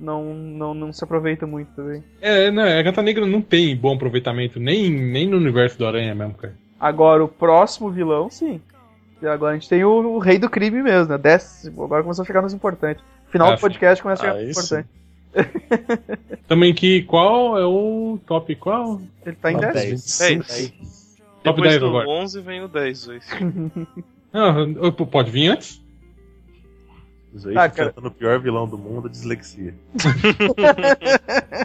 S5: Não, não, não se aproveita muito também.
S6: é, não, a Gata Negra não tem bom aproveitamento, nem, nem no universo do Aranha mesmo, cara.
S5: Agora, o próximo vilão, sim. E agora a gente tem o, o rei do crime mesmo, né? Décimo. Agora começou a chegar nos importantes. Final
S6: Ah,
S5: do podcast começa a chegar nos
S7: Aí
S5: importantes.
S6: Também que qual é o top qual?
S5: Ele tá em
S7: Top
S5: décimo.
S7: 10.
S4: É
S7: Sim.
S4: isso.
S6: Top
S4: Depois
S6: 10
S4: do
S6: agora.
S4: 11 vem o 10 hoje.
S6: Ah, pode vir antes?
S3: Os oito
S5: Ah, cara.
S3: enfrentando o pior vilão do mundo, a dislexia.
S5: Ah,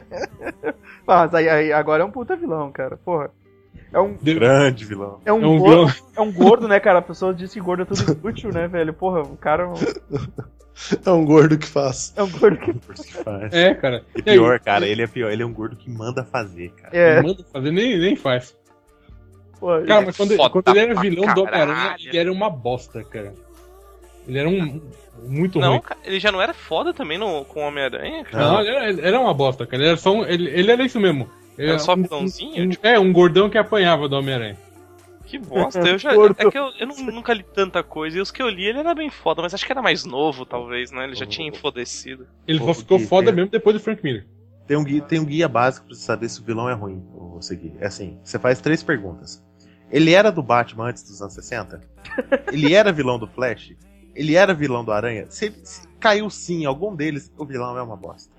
S5: Mas aí, aí agora é um puta vilão, cara. Porra. É um,
S3: Grande vilão.
S5: é um,
S6: É um
S5: gordo,
S6: vilão.
S5: é um gordo, né, cara? A pessoa diz que gordo é tudo inútil, né, velho? Porra, o cara é um-
S7: É um gordo que faz.
S5: é um gordo que.
S3: Por isso que faz.
S6: É, cara.
S3: E
S6: E aí,
S3: pior, cara, ele é pior. Ele é um gordo que manda fazer, cara.
S5: É,
S6: Não manda fazer, nem, nem faz.
S5: pô,
S6: Cara, mas quando,
S4: Foda
S6: quando ele era
S4: pra
S6: vilão do Homem-Aranha,
S4: caralho.
S6: ele era uma bosta, cara. Ele era um. Muito
S4: Não,
S6: ruim.
S4: cara, ele já não era foda também no, com o Homem-Aranha, cara.
S6: Não, ele era, ele era uma bosta, cara. Ele era só um, ele, ele era isso mesmo. Ele
S4: Era só
S6: um-
S4: vilãozinho? tipo?
S6: um- é, um gordão que apanhava do Homem-Aranha.
S4: Que bosta. Eu já, é que eu, eu não- nunca li tanta coisa. E os que eu li, ele era bem foda, mas acho que era mais novo, talvez, né? Ele já tinha enfodecido.
S6: Ele
S3: Pô,
S6: só ficou
S3: que
S6: foda
S3: pena.
S6: mesmo depois do Frank Miller.
S3: Tem um, guia, tem um guia básico pra você saber se o vilão é ruim. Eu vou seguir. É assim: você faz três perguntas. Ele era do Batman antes dos anos 60? Ele era vilão do Flash? Ele era vilão do Aranha? Se, se caiu sim, algum deles, o vilão é uma bosta.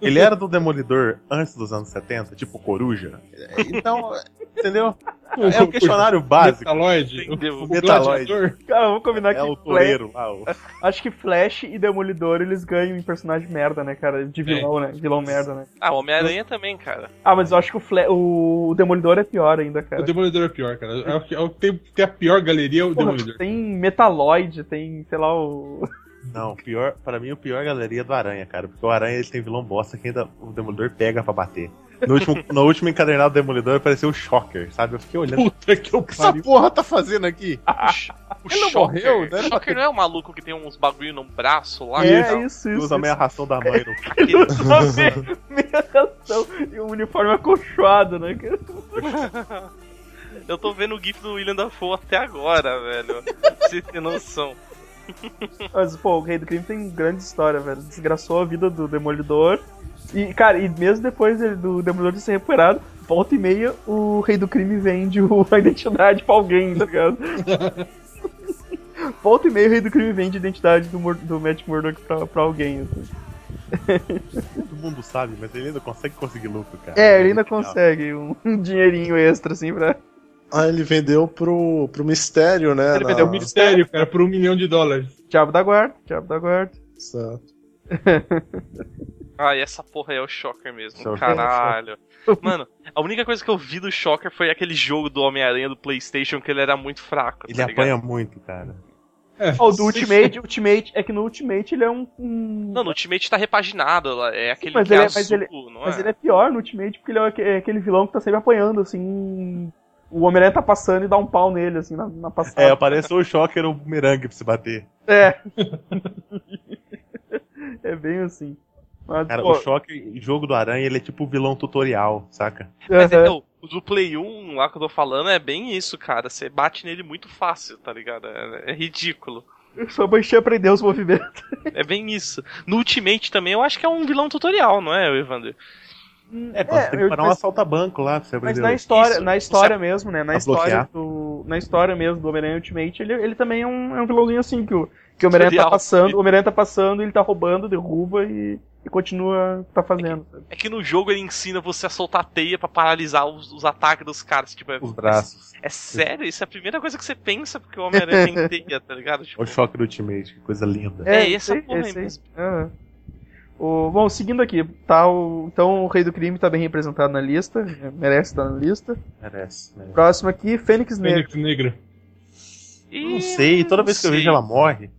S3: Ele era do Demolidor antes dos anos 70, tipo Coruja? Então, entendeu? É um questionário básico.
S6: Metaloid.
S4: Entendeu?
S6: O, o
S3: Metaloid.
S6: gladiador.
S5: Cara, vamos combinar
S3: É
S5: que
S3: o
S5: Flash,
S3: toureiro lá, o
S5: acho que Flash e Demolidor eles ganham em personagem merda, né, cara?
S6: É.
S5: De vilão, né? Vilão merda, né?
S4: Ah, o Homem-Aranha também, cara.
S5: Ah, mas eu acho que o, Fla- o Demolidor é pior ainda, cara.
S6: O Demolidor é pior, cara. É o que- é o que tem, tem a pior galeria é o
S5: Porra,
S6: Demolidor.
S5: tem Metaloid, tem, sei lá, o.
S3: Não, o pior, para mim o pior é a galeria do Aranha, cara, porque o Aranha ele tem vilão bosta que ainda o Demolidor pega pra bater. No último, no último encadernado do Demolidor apareceu o Shocker, sabe? Eu fiquei olhando.
S6: Puta que eu
S7: O que essa
S6: pariu.
S7: porra tá fazendo aqui?
S4: O
S7: Ele não
S4: Shocker.
S7: morreu, né?
S4: O Shocker não é o maluco que tem uns bagulho no braço lá?
S5: é,
S4: não.
S5: isso,
S3: Ele
S5: isso.
S3: Ah, usa a meia ração da mãe no
S4: Aquele-
S5: isso. Meia ração e um uniforme acolchoado, né? cara?
S4: Eu tô vendo o GIF do William Dafoe até agora, velho. Você tem noção.
S5: Mas, pô, o Rei do Crime tem grande história, velho. Desgraçou a vida do Demolidor. E, cara, e mesmo depois dele- do Demolidor ser recuperado, volta e meia, o Rei do Crime vende o- a identidade pra alguém, tá ligado? volta e meia, o Rei do Crime vende a identidade do, Mur- do Matt Murdock pra, pra alguém, assim.
S3: Todo mundo sabe, mas ele ainda consegue conseguir lucro, cara.
S5: É, ele ainda
S3: Legal.
S5: consegue um, um dinheirinho extra, assim, pra.
S7: Ah, ele vendeu pro, pro mistério, né?
S5: Ele
S7: na-
S5: vendeu
S6: É um mistério, cara, por um milhão de dólares.
S5: Diabo da guarda, diabo da guarda.
S7: Exato.
S4: Ah, e essa porra é o Shocker mesmo.
S3: Shocker.
S4: Caralho. Mano, a única coisa que eu vi do Shocker foi aquele jogo do Homem-Aranha do PlayStation que ele era muito fraco.
S3: Ele
S4: tá ligado?
S3: apanha muito, cara.
S6: É,
S5: Ó, o do Ultimate, Ultimate, é que no Ultimate ele é um. um-
S4: Não, no Ultimate tá repaginado. lá, É aquele
S5: mas
S4: que é,
S5: ele é-
S4: azul,
S5: mas ele-
S4: não
S5: Mas
S4: é?
S5: ele é pior no Ultimate porque ele é aque- é aquele vilão que tá sempre apanhando, assim. O Homem-Aranha tá passando e dá um pau nele, assim, na, na passada.
S3: É, apareceu o Shocker o bumerangue pra se bater.
S5: É. É bem assim. Mas,
S3: Cara,
S5: pô,
S3: o Shocker, em jogo do Aranha, ele é tipo o vilão tutorial, saca?
S4: Mas
S5: é- aham.
S4: então, o do Play 1 lá que eu tô falando é bem isso, cara. Você bate nele muito fácil, tá ligado? É, é ridículo.
S5: Só baixei aprender os movimentos.
S4: É bem isso. No Ultimate também eu acho que é um vilão tutorial, não é, Evander?
S3: É, quando você tem que
S5: eu-
S3: parar um
S5: mas,
S3: assalta-banco lá pra você
S5: mas
S3: aprender.
S5: na história,
S4: Isso,
S5: na
S4: você-
S5: história mesmo, né? Na
S3: a
S5: história,
S3: é bloquear.
S5: do, na história mesmo do Homem-Aranha Ultimate, ele, ele também é um, é um vilãozinho assim, que o, que o Homem-Aranha tá
S4: Tutorial.
S5: passando, o Homem-Aranha tá passando, ele tá roubando, derruba e, e continua tá fazendo.
S4: É que no jogo ele ensina você a soltar a teia pra paralisar os, os ataques dos caras. Tipo, é,
S3: os braços.
S4: é sério? Isso é a primeira coisa que você pensa porque o Homem-Aranha tem teia, tá ligado? Tipo,
S3: O Shocker Ultimate, que coisa linda.
S4: É, essa
S5: aí,
S4: porra aí
S5: aí.
S4: mesmo.
S5: Aham. O, bom, seguindo aqui, tá o, então o Rei do Crime tá bem representado na lista, né, merece estar na lista.
S3: Merece, né?
S5: Próximo aqui, Fênix Negro.
S6: Fênix Negra.
S4: Ih,
S3: Não sei, toda
S4: não
S3: vez que eu
S4: sei.
S3: vejo ela morre.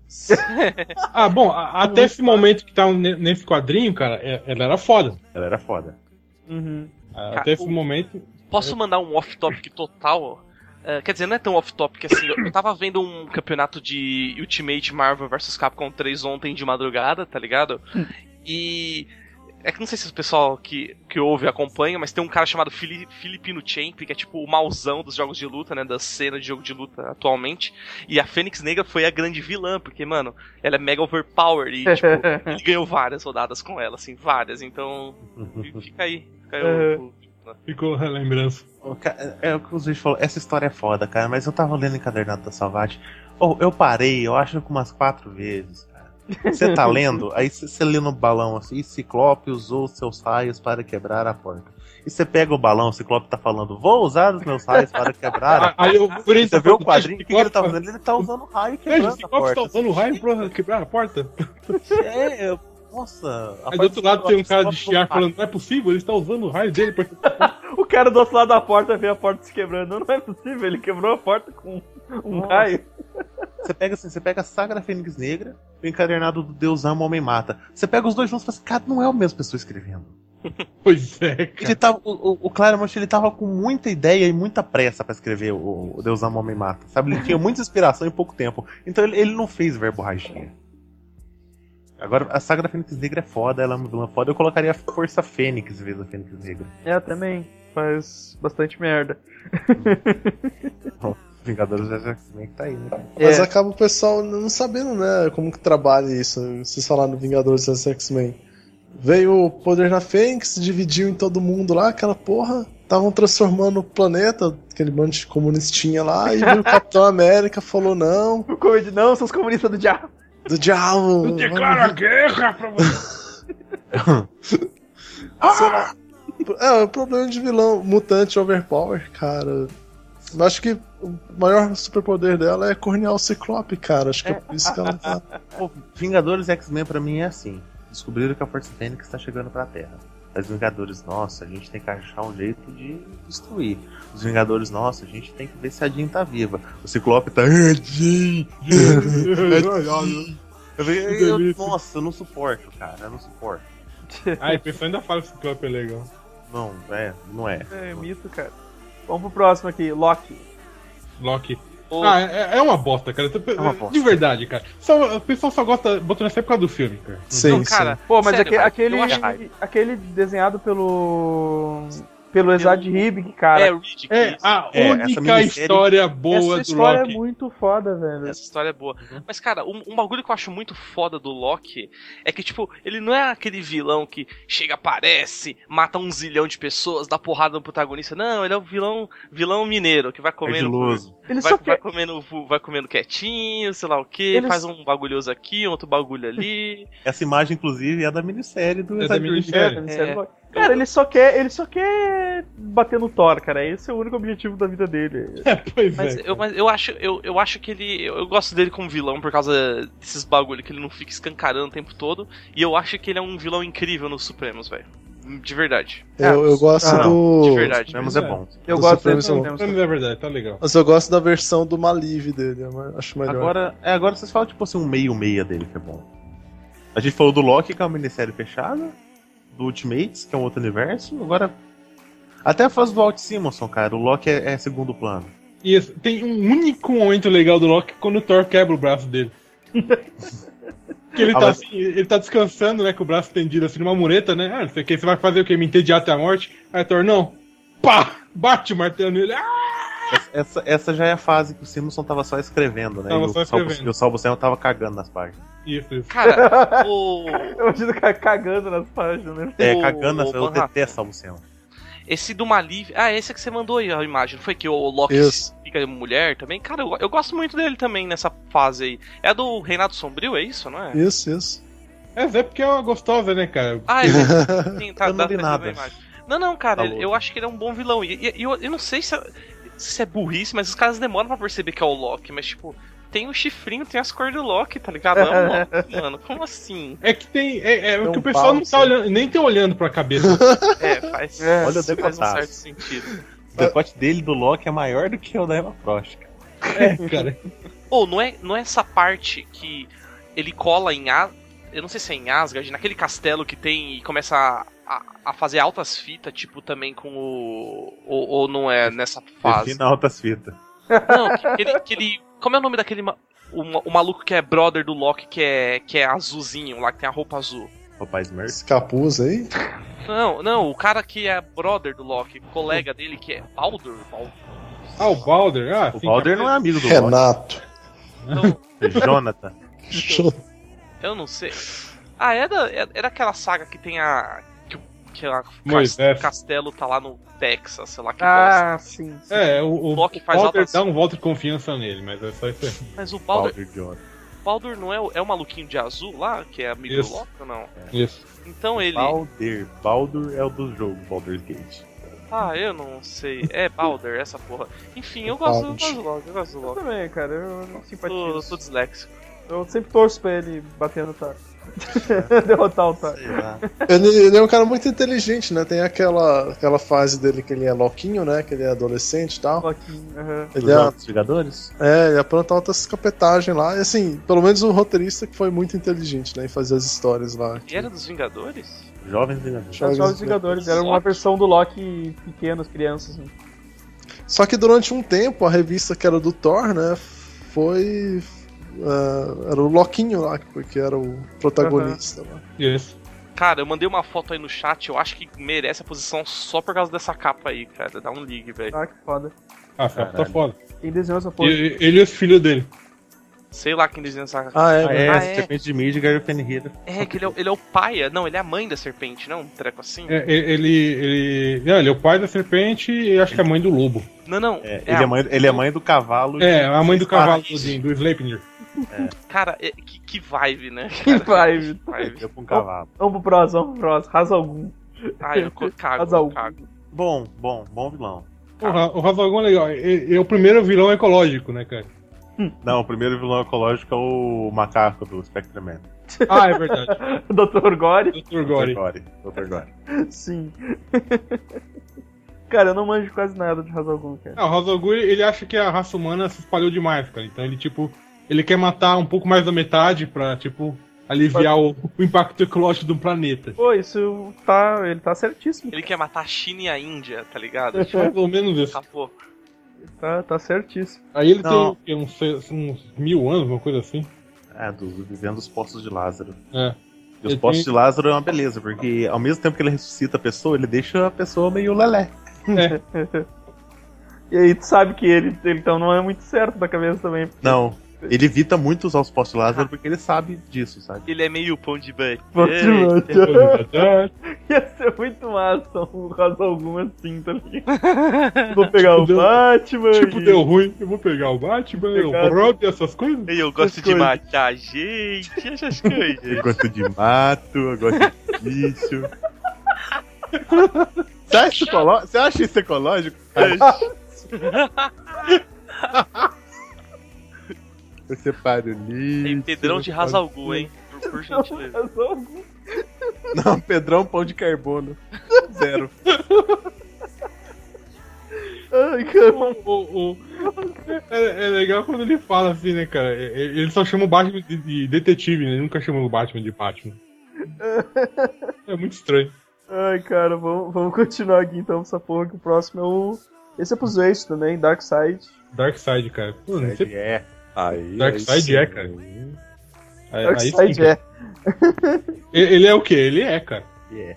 S6: Ah, bom, a- até esse momento que tá ne- nesse quadrinho, cara, é- ela era foda.
S3: Ela era foda.
S5: Uhum.
S6: Ah, Até esse
S4: o-
S6: momento.
S4: Posso mandar um off-topic total? Eh, quer dizer, não é tão off-topic assim. Eu eu tava vendo um campeonato de Ultimate Marvel vs Capcom 3 ontem de madrugada, tá ligado? E. É que não sei se o pessoal que, que ouve acompanha, mas tem um cara chamado Fili- Filipino Champ, que é tipo o mauzão dos jogos de luta, né? Da cena de jogo de luta atualmente. E a Fênix Negra foi a grande vilã, porque, mano, ela é mega overpowered e, tipo, ele ganhou várias rodadas com ela, assim, várias. Então,
S3: Uhum.
S4: fica aí. Fica aí o- o-
S6: Ficou a lembrança.
S3: Ô, ca- É é o que o Zuiz falou, essa história é foda, cara, mas eu tava lendo encadernado da Salvati. Ou eu parei, eu acho que umas quatro vezes, cara. Você tá lendo, aí você- você lê no balão assim, "E Ciclope usou seus raios para quebrar a porta. E você pega o balão, o Ciclope tá falando, vou usar os meus raios para quebrar a
S6: Ah, Aí eu
S3: E Você vê o quadrinho, o que, que ele tá fazendo? Ele tá usando raio
S6: Veja,
S3: quebrando
S6: se
S3: a
S6: Cops tá
S3: porta.
S6: usando o raio pra quebrar a porta.
S3: É, eu- nossa. a
S6: Aí do
S3: parte
S6: outro lado tem um cara de
S3: Ciclope não
S6: chiar tá
S3: tá para.
S6: falando, não é possível, ele está usando o raio dele pra
S5: O cara do outro lado da porta vê a porta se quebrando. Não, não é possível, ele quebrou a porta com um
S3: Nossa.
S5: raio.
S3: Você pega assim, você pega a saga da Fênix Negra e o encadernado do Deus Ama o Homem Mata. Você pega os dois juntos e fala assim, cara, não é a mesma pessoa escrevendo.
S6: Pois é, cara.
S3: Ele tava, o, o- o Claremont ele tava com muita ideia e muita pressa pra escrever o, o Deus Ama o Homem Mata, sabe? Ele tinha muita inspiração em pouco tempo. Então ele, ele não fez verborragia. Agora, a saga da Fênix Negra é foda, ela é uma vilã foda. Eu colocaria a Força Fênix em vez da Fênix Negra.
S5: É, também. Faz bastante merda.
S3: Vingadores da X-Men que tá aí, né?
S7: Mas
S5: É.
S7: acaba o pessoal não sabendo, né, como que trabalha isso. Vocês falaram do Vingadores vs X-Men. Veio o poder na Fênix, dividiu em todo mundo lá, aquela porra. Estavam transformando o planeta, aquele bando de comunistinha lá, e veio o Capitão América falou não,
S5: O Covid, não, seus comunistas do diabo.
S7: do diabo.
S6: Declara a guerra pra você.
S7: Será? É, o problema de vilão mutante overpower, cara. Eu acho que o maior superpoder dela é cornear o Ciclope, cara. Acho que é por isso que ela tá.
S4: Então,
S3: Pô, Vingadores e X-Men pra mim é assim. Descobriram que a Força Fênix tá chegando pra Terra. Os Vingadores, nossa, a gente tem que achar um jeito de destruir. Os Vingadores, nossa, a gente tem que ver se a Jean tá viva. O Ciclope tá. "Ah, Jean, ah, Jean." Eu falei, "Eu- nossa, eu não suporto, cara. Eu não suporto.
S6: Ah, e o pessoal ainda fala que esse campo é legal.
S3: Não, é, não é.
S5: É, mito, cara. Vamos pro próximo aqui, Loki.
S6: Loki.
S4: Ô,
S6: Ah, é, é uma bosta, cara. É
S3: uma bosta.
S6: De verdade, cara. Só, o pessoal só gosta. Botou nessa época do filme, cara.
S7: Sim,
S4: não, então, cara,
S5: Pô, mas
S4: sério,
S5: aque-
S4: cara,
S5: aquele,
S4: eu acho hype.
S5: aquele desenhado pelo. pelo Exad Hibig, cara.
S4: É, Reed,
S6: É a
S3: É, essa
S6: única
S3: minissérie-
S6: história boa
S5: Essa
S6: do
S5: história
S6: Loki.
S5: é muito foda, velho.
S4: Essa história é boa. Mas, cara, um, um bagulho que eu acho muito foda do Loki é que, tipo, ele não é aquele vilão que chega, aparece, mata um zilhão de pessoas, dá porrada no protagonista. Não, ele é o vilão, vilão mineiro que vai comendo.
S3: Ardiloso.
S5: Ele
S4: Vai,
S5: só quer.
S4: vai comendo, vai comendo quietinho, sei lá o que,
S5: Ele
S4: faz
S5: só-
S4: um bagulhoso aqui, outro bagulho ali.
S3: Essa imagem, inclusive, é da minissérie do
S6: É da
S3: Exagero.
S6: minissérie.
S5: É. Cara, ele só quer. Ele só quer bater no Thor, cara. Esse é o único objetivo da vida dele.
S6: É, pois
S4: Mas
S6: é.
S4: eu, mas eu acho, eu, eu acho que ele. Eu, eu gosto dele como vilão por causa desses bagulho que ele não fica escancarando o tempo todo. E eu acho que ele é um vilão incrível nos Supremos, velho. De verdade.
S7: Eu, eu gosto
S5: Ah,
S7: do.
S4: é, de verdade. né?
S3: Mas é bom.
S5: Eu
S7: Os
S5: gosto
S7: Supremos
S5: dele.
S7: são-
S5: temos-
S6: Mas é verdade, tá legal.
S7: Mas eu gosto da versão do Malive dele, eu ma- acho melhor.
S3: Agora, é, agora vocês falam, tipo assim, um meio-meia dele que é bom. A gente falou do Loki, que é uma minissérie fechada, do Ultimates, que é um outro universo, agora. Até a fase do Alt Simonson, cara, o Loki é, é segundo plano.
S6: E esse- tem um único momento legal do Loki quando o Thor quebra o braço dele. que ele
S3: Ah,
S6: tá
S3: mas-
S6: assim, ele tá descansando, né? Com o braço estendido assim numa mureta, né? Ah, não sei o que, você vai fazer o quê? Me entediar até a morte? Aí o Thor, não! Pá! Bate o martelo nele. Ah!
S3: Essa- Essa, essa já é a fase que o Simonson tava só escrevendo, né?
S6: Tava
S3: e, o
S6: só escrevendo.
S3: Salvo, e o Salvo Sam tava cagando nas páginas.
S6: Isso, isso.
S4: Cara, o.
S5: Eu imagino o cara cagando nas páginas, né?
S3: É,
S4: Ô,
S3: cagando nas
S4: ô,
S3: páginas. Eu
S4: Panra.
S3: detesto Salvo Sam.
S4: Esse do Maliv. Ah, esse é que você mandou aí a imagem. Não foi que o Loki
S7: Isso.
S4: fica mulher também? Cara, eu, eu gosto muito dele também nessa fase aí. É a do Renato Sombrio, é isso, não é?
S7: Isso, isso.
S6: É, Zé, porque é uma gostosa, né, cara?
S4: Ah, ele Sim, tá,
S3: Eu não
S4: tá
S3: li
S4: tá
S3: nada.
S4: na imagem. Não, não, cara,
S3: Tá
S4: ele-
S3: louco.
S4: eu acho que ele é um bom vilão. E, e- e eu, eu não sei se é, se é burrice, mas os caras demoram pra perceber que é o Loki, mas tipo, tem o chifrinho, tem as cores do Loki, tá ligado? É um Loki, mano. Como assim?
S6: É que tem. É, é
S7: Tem
S6: que
S7: um
S6: o pessoal
S7: pau,
S6: não tá
S7: sim.
S6: olhando, nem tá olhando pra cabeça.
S4: É, faz,
S5: É,
S3: olha o
S4: faz um
S3: decotaço.
S4: certo sentido.
S3: O decote dele do Loki é maior do que o da Emma Frost. cara.
S6: é, cara.
S4: Ou não é, não é essa parte que ele cola em a eu não sei se é em Asgard, naquele castelo que tem e começa a, a, a fazer altas fitas, tipo, também com o. Ou, ou não é nessa fase?
S3: Defina altas fitas.
S4: Não, que ele, que ele- Como é o nome daquele. ma- O, ma- o maluco que é brother do Loki, que é, que é azulzinho lá, que tem a roupa azul.
S3: Rapaz, Smurf.
S7: Esse capuz aí.
S4: Não, não, o cara que é brother do Loki, colega dele, que é Baldur. Baldur.
S6: Ah, o Balder. Ah,
S3: O
S6: sim,
S3: Balder
S6: cara.
S3: não é amigo do Loki.
S7: Renato.
S4: Então,
S3: é Jonathan.
S4: eu não sei. Ah, era, era aquela saga que tem a. Que, o- que a,
S6: Moisés.
S4: o castelo tá lá no Texas, sei lá que bosta.
S5: Ah, sim. sim.
S6: É, o, o
S4: Loki faz
S6: Balder
S4: altas-
S6: dá um voto de confiança nele, mas é só isso aí.
S4: Mas o Baldur,
S3: Balder Jonathan.
S4: Baldur não é o, é o maluquinho de azul lá, que é amigo
S6: Isso.
S4: do Loki ou não?
S3: É.
S6: Isso.
S4: Então ele.
S3: Balder. Baldur é o do jogo, Baldur's Gate.
S4: Ah, eu não sei. É Balder, essa porra. Enfim, eu gosto, eu gosto do Loki, eu gosto do
S5: Eu
S4: Loki.
S5: também, cara. Eu não simpatizo.
S4: Sou, sou disléxico.
S5: Eu sempre torço pra ele bater no Thor. derrotar o Thor.
S3: Sei lá.
S7: Ele, ele é um cara muito inteligente, né? Tem aquela, aquela fase dele que ele é louquinho, né? Que ele é adolescente e tal.
S5: Joaquim, aham.
S7: Ele
S3: Dos
S7: é,
S3: outros Vingadores?
S7: é, ele apronta altas capetagens lá. E assim, pelo menos o roteirista que foi muito inteligente, né? Em fazer as histórias lá.
S4: E era dos Vingadores?
S3: Jovens Vingadores.
S5: Era só os Vingadores, era uma
S4: Loki.
S5: versão do Loki pequeno, as crianças. assim.
S7: Só que durante um tempo, a revista que era do Thor, né? Foi. ah, era o Loquinho lá, que que era o protagonista lá.
S6: Isso.
S4: Cara, eu mandei uma foto aí no chat, eu acho que merece a posição só por causa dessa capa aí, cara. Dá um ligue, velho.
S5: Ah, que foda.
S6: Ah, tá, tá
S3: Caralho.
S6: foda.
S5: Quem desenhou essa porra?
S6: E- Ele e os filhos dele.
S4: Sei lá quem desenha essa capa.
S7: Ah, é,
S3: Ah, é,
S4: Ah, é?
S3: é. Serpente de Midgar e o Fenrir.
S4: É, que ele é, o- ele é o paia. Não, ele é a mãe da serpente, não? Um treco assim?
S6: É, e- ele, ele, não, ele é o pai da serpente e acho que é a mãe do lobo.
S4: Não, não.
S3: É,
S4: a-
S3: ele, é mãe, ele é mãe do cavalo.
S6: É, a mãe do cavalo
S4: Ah,
S6: do do Sleipnir.
S4: Cara, é- que, que vibe, né?
S5: Que
S4: cara?
S5: vibe.
S4: vibe.
S3: Eu com um cavalo.
S5: Vamos pro próximo, vamos pro próximo. Raza algum.
S4: Ah, eu co- cago,
S5: Raza
S4: eu
S5: algum.
S4: cago.
S3: Bom, bom, bom vilão.
S6: O Ra- o Razalgão é legal. É, é o primeiro vilão ecológico, né, cara?
S3: Não, o primeiro vilão ecológico é o macaco do Spectreman.
S6: Ah, é verdade.
S5: Dr. Gore?
S6: Dr. Gore.
S3: Dr. Gore.
S5: Sim. Cara, eu não manjo quase nada de Raza algum, cara.
S6: Ah, o Razalgão, ele acha que a raça humana se espalhou demais, cara. Então ele, tipo, ele quer matar um pouco mais da metade pra, tipo, aliviar o, o impacto ecológico do planeta.
S5: Pô, isso tá. Ele tá certíssimo.
S4: Ele quer matar a China e a Índia, tá ligado?
S6: É mais ou menos isso.
S4: Acabou.
S5: Ele tá, tá certíssimo.
S6: Aí ele tem
S3: Não.
S6: o quê? uns, se- uns mil anos, uma coisa assim.
S3: É, do, vivendo os poços de Lázaro.
S6: É.
S3: E os
S6: Ele
S3: poços
S6: tem-
S3: de Lázaro é uma beleza, porque ao mesmo tempo que ele ressuscita a pessoa, ele deixa a pessoa meio lelé.
S5: E aí tu sabe que ele, ele então não é muito certo da cabeça também.
S3: Não. Ele evita muito usar os poços de
S6: Ah.
S3: Lázaro porque ele sabe disso, sabe?
S4: Ele é meio pão de banho.
S5: Pô,
S4: Ei.
S5: te mata.
S6: Ah,
S5: Ia ser muito massa um Raza algum assim, tá ligado? Vou pegar o
S3: É
S5: Batman.
S6: Tipo,
S5: e-
S6: deu ruim, eu vou pegar o Batman, o
S5: Pegar-
S6: Robin, essas coisas.
S4: Ei, É, eu gosto de
S5: coisas.
S4: matar gente, essas coisas.
S3: Eu gosto de mato, eu gosto de bicho. Você acha, ecoló- Você acha isso ecológico? Eu separo
S4: Tem
S3: lixo.
S4: Pedrão de Rasalgu, hein? Por, por gentileza.
S5: Raza algum.
S3: Não, Pedrão pão de carbono. Zero.
S5: Ai, cara.
S6: O- Então, o- o- É, é legal quando ele fala assim, né, cara? É- é- Ele só chama o Batman de, de detetive, né? Ele nunca chama o Batman de Batman. É muito estranho.
S5: Ai, cara, vamos, vamos continuar aqui então essa porra que o próximo é o. Esse é pro Zeus também, Darkseid.
S6: Darkseid, cara. Pô, não sei-
S3: É. Aí,
S6: Darkseid
S3: aí sim.
S6: é, cara. aí- aí sim,
S5: Darkseid
S6: cara.
S5: é.
S6: Ele ele é o quê? Ele é, cara.
S3: É.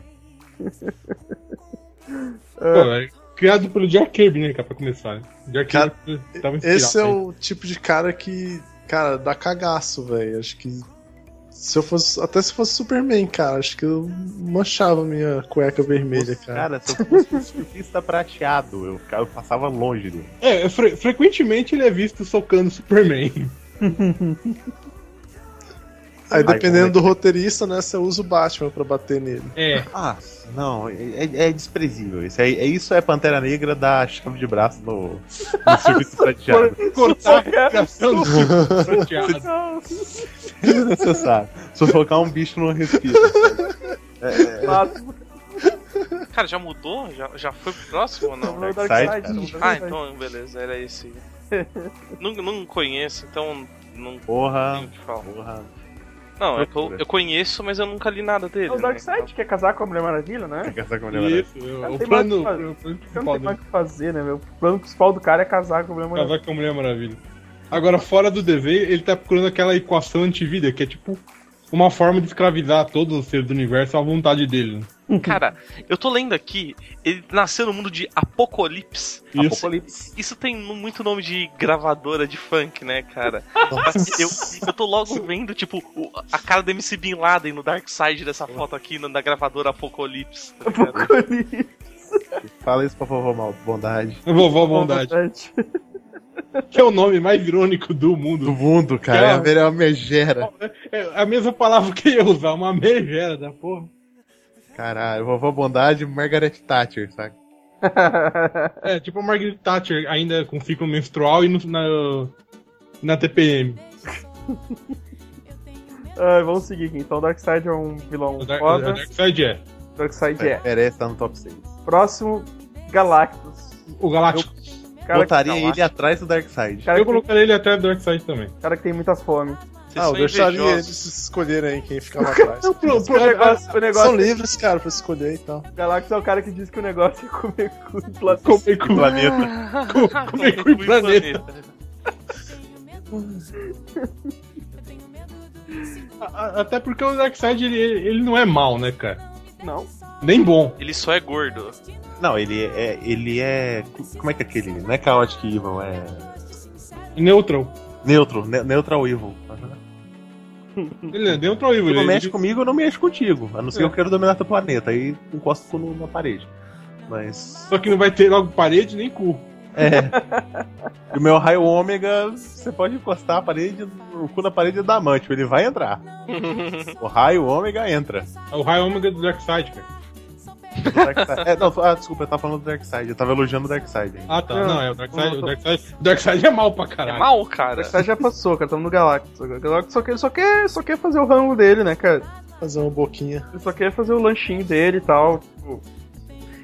S6: Pô, é criado pelo Jack Kirby, né, cara, pra começar. né? Jack
S7: Cara,
S6: Kirby tava inspirado.
S7: Esse é
S6: né?
S7: o tipo de cara que, cara, dá cagaço, velho. Acho que se eu fosse, até se fosse Superman, cara, acho que eu manchava minha cueca vermelha, cara.
S3: Cara, se eu fosse um surfista prateado, eu, ficava- eu passava longe dele.
S6: É, fre- frequentemente ele é visto socando Superman.
S7: Aí dependendo
S3: Ai,
S7: do roteirista, né, você usa o Batman pra bater nele.
S6: É,
S3: Ah, não, é, é- é desprezível. Isso é, é- isso é Pantera Negra da chave de braço no, no surfista prateado.
S6: cortar a criação do Superman.
S3: Desnecessário. Sufocar um bicho no respiro.
S5: Fácil,
S4: Cara, já mudou? Já, já foi pro próximo ou não?
S5: o
S3: Darkseid,
S5: Darkseid.
S3: cara.
S4: Ah, então, beleza, era esse. não, não conheço, então não
S3: Porra,
S4: tenho o que falar.
S3: porra.
S4: Não, é que eu, eu conheço, mas eu nunca li nada
S5: É
S4: dele.
S5: o
S4: né?
S5: Darkseid quer casar com a Mulher Maravilha, né?
S3: Essa mulher maravilha.
S6: Isso, é
S5: Não
S6: o
S5: tem
S6: plano,
S5: mais o que
S6: o plano
S5: Porque não
S6: principal
S5: tem mais
S6: dele.
S5: o que fazer, né, meu? O plano principal do cara é casar com a Mulher Maravilha.
S6: Casar com a Mulher Maravilha. Agora, fora do desenho, ele tá procurando aquela equação antivida, que é tipo uma forma de escravizar todos os seres do universo à vontade dele. né?
S4: Cara, eu tô lendo aqui, ele nasceu no mundo de Apocalipse.
S6: Isso.
S4: Apocalipse. Isso tem mu- muito nome de gravadora de funk, né, cara? Assim, Eu, eu tô logo vendo, tipo, o- a cara do MC Bin Laden no Dark Side dessa foto aqui, na, da gravadora Apocalipse. tá ligado?
S5: Apocalipse.
S3: Fala isso pra vovó mal, bondade.
S6: Vovó Bondade.
S5: Bondade.
S6: Que é o nome mais irônico do mundo.
S3: mundo,
S6: cara, é a
S3: melhor megera.
S6: É a mesma palavra que eu ia usar, uma megera da porra.
S3: Caralho, vovó bondade Margaret Thatcher, saca?
S5: Ah,
S6: É, tipo a Margaret Thatcher ainda com ciclo menstrual e no- na, na TPM.
S5: Ah, vamos seguir aqui. Então, Darkseid é um vilão
S6: O Dark- o
S5: foda.
S6: Darkseid é.
S5: Darkseid é.
S3: Merece estar no top 6.
S5: Próximo, Galactus.
S6: O Galáctico.
S5: Cara,
S3: Botaria
S5: que, tá
S3: ele atrás do Darkseid.
S5: cara,
S6: eu
S5: que,
S6: colocaria ele atrás do Darkseid também.
S5: cara que tem muita fome.
S4: Vocês
S7: Ah, eu
S4: são
S7: deixaria
S4: invejosos.
S7: eles escolherem aí quem ficava atrás.
S6: pro-
S5: O negócio, o
S7: São
S5: negócio
S7: livres, cara, pra escolher e tal.
S5: o Galactus é o cara que diz que o negócio é comer cu e plantar.
S6: Comer cu. Co- Comer cu em planeta. A- a- Até porque o Darkseid, ele, ele não é mal, né, cara?
S5: Não.
S6: Nem bom.
S4: Ele só é gordo.
S3: Não, ele é. Ele é. Como é que é aquele? Não é Chaotic Evil, é.
S6: Neutral.
S3: Neutro, ne Neutral Evil.
S6: Ele é neutral evil.
S3: Se não
S6: Ele,
S3: mexe
S6: ele,
S3: comigo, eu não mexo contigo. A não ser que eu quero dominar teu planeta. Aí encosto o cu no- na parede. Mas.
S6: só que não vai ter logo parede nem cu.
S3: E o meu raio ômega, você pode encostar a parede, o cu na parede é damante, ele vai entrar. o raio ômega entra.
S6: É o raio ômega do Darkseid, cara.
S3: O Darkseid- é, não, ah, desculpa, eu tava falando do Darkseid, eu tava elogiando o Darkseid. ainda.
S6: Ah, tá.
S5: Não,
S6: Não, é o Darkseid.
S5: não,
S6: O Darkseid, o Darkseid é mal pra
S4: É
S6: caralho.
S4: mal, cara.
S5: Darkseid já passou, cara. Tamo no Galactus agora. O Galactus só quer, só quer, só quer fazer o rango dele, né, cara?
S7: Fazer uma boquinha.
S5: Ele só quer fazer o lanchinho dele e tal.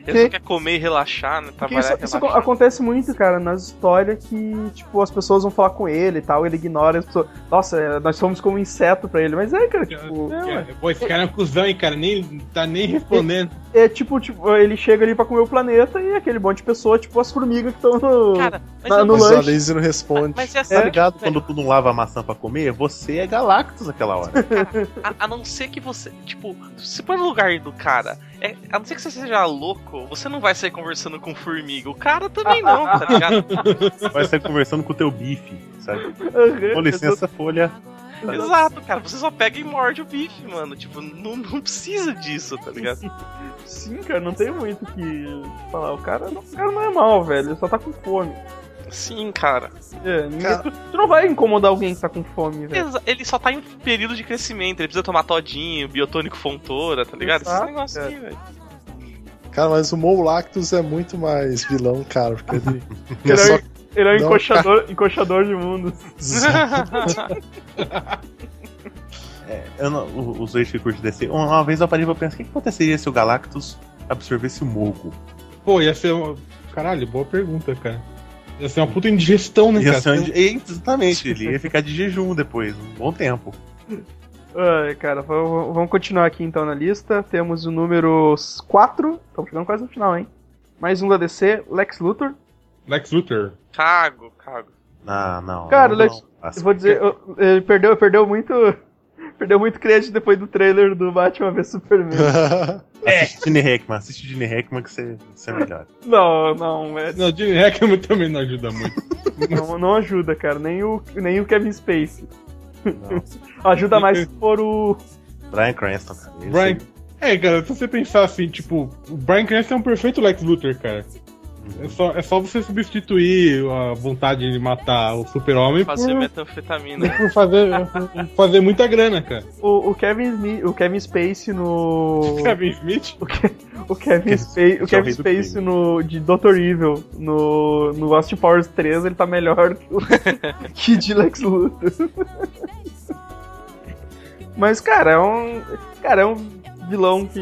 S4: Ele só quer comer e relaxar, né?
S5: Porque
S4: Trabalhar
S5: isso,
S4: e
S5: isso
S4: relaxar.
S5: acontece muito, cara, nas histórias que, tipo, as pessoas vão falar com ele e tal, ele ignora as pessoas. Nossa, é, nós somos como um inseto pra ele. Mas é, cara, tipo.
S6: É,
S5: É,
S6: é, pô, esse cara é um cuzão, hein, cara. Nem, tá nem respondendo.
S5: é tipo, tipo, ele chega ali pra comer o planeta e aquele monte de pessoa, tipo, as formigas que estão no.
S4: Cara, mas
S5: na-
S4: eu-
S5: no
S7: Mas a
S5: lanche.
S7: Lazy não responde.
S4: Mas é assim,
S3: Tá
S4: tipo,
S3: ligado
S4: velho,
S3: quando tu não lava a maçã pra comer? Você é Galactus naquela hora.
S4: a, a não ser que você. Tipo, se põe no lugar do cara. é- a não ser que você seja louco, você não vai sair conversando com um formiga. O cara também não, tá ligado?
S3: Vai sair conversando com o teu bife, sabe?
S5: Aham.
S3: Com licença, folha.
S4: Exato, cara. Você só pega e morde o bife, mano. Tipo, não, não precisa disso, tá ligado?
S5: Sim, cara, não tem muito o que falar. O cara, não- o cara não é mal, velho. Ele só tá com fome.
S4: Sim, cara.
S5: É, ninguém-
S7: Cara-
S5: tu, tu não vai incomodar alguém que tá com fome, velho.
S4: Exa- Ele só tá em período de crescimento. Ele precisa tomar todinho, biotônico fontora, tá ligado? Esses
S5: Exato,
S4: negócios
S5: cara.
S4: aí, velho.
S7: Cara, mas o Mou Lactus é muito mais vilão, cara, porque ele. ele é
S5: Ele
S7: só...
S5: é, ele é um
S7: Não,
S5: encoxador, encoxador de mundo.
S3: Eu não, o- os dois que curte descer. Uma, uma vez eu parei pra pensar, o que que aconteceria se o Galactus absorvesse o mogo?
S6: Pô, ia ser uma. Caralho, boa pergunta, cara. Ia ser uma puta indigestão, né,
S3: Ia
S6: cara?
S3: ser um- Exatamente, ele ia ficar de jejum depois, um bom tempo.
S5: Ai, cara, vamos vamos continuar aqui então na lista. Temos o número 4. Estamos chegando quase no final, hein? Mais um da DC, Lex Luthor.
S6: Lex Luthor.
S4: Cago, cago.
S3: Ah, não.
S5: Cara,
S3: não,
S5: Lex-
S3: não.
S5: Eu vou dizer, eu- ele perdeu, perdeu muito. Perdeu muito crédito depois do trailer do Batman vs Superman.
S6: É.
S3: Assiste Gene Hackman, assiste Gene Hackman que você, você é melhor.
S5: não, não, é-
S6: Não, o Jimmy Hackman também não ajuda muito.
S5: não, não ajuda, cara. Nem o, nem o Kevin Spacey. ajuda mais se for o.
S3: Brian Cranston, cara. Esse
S6: Brian. É, cara, se você pensar assim, tipo, o Brian Cranston é um perfeito Lex Luthor, cara.
S3: Uhum.
S6: É só, é só você substituir a vontade de matar o super-homem por,
S4: Fazer né? metanfetamina.
S6: por fazer, por fazer muita grana, cara.
S5: O, o Kevin Smith, o Kevin Space no.
S6: Kevin Smith?
S5: O, Ke- o Kevin, Space, o
S3: Esse é o
S5: Kevin
S3: rei do
S5: Space
S3: crime.
S5: no, de Dr. Evil no, no Lost Powers 3, ele tá melhor que o que de Lex Luthor. Mas, cara, é um. Cara, é um vilão que.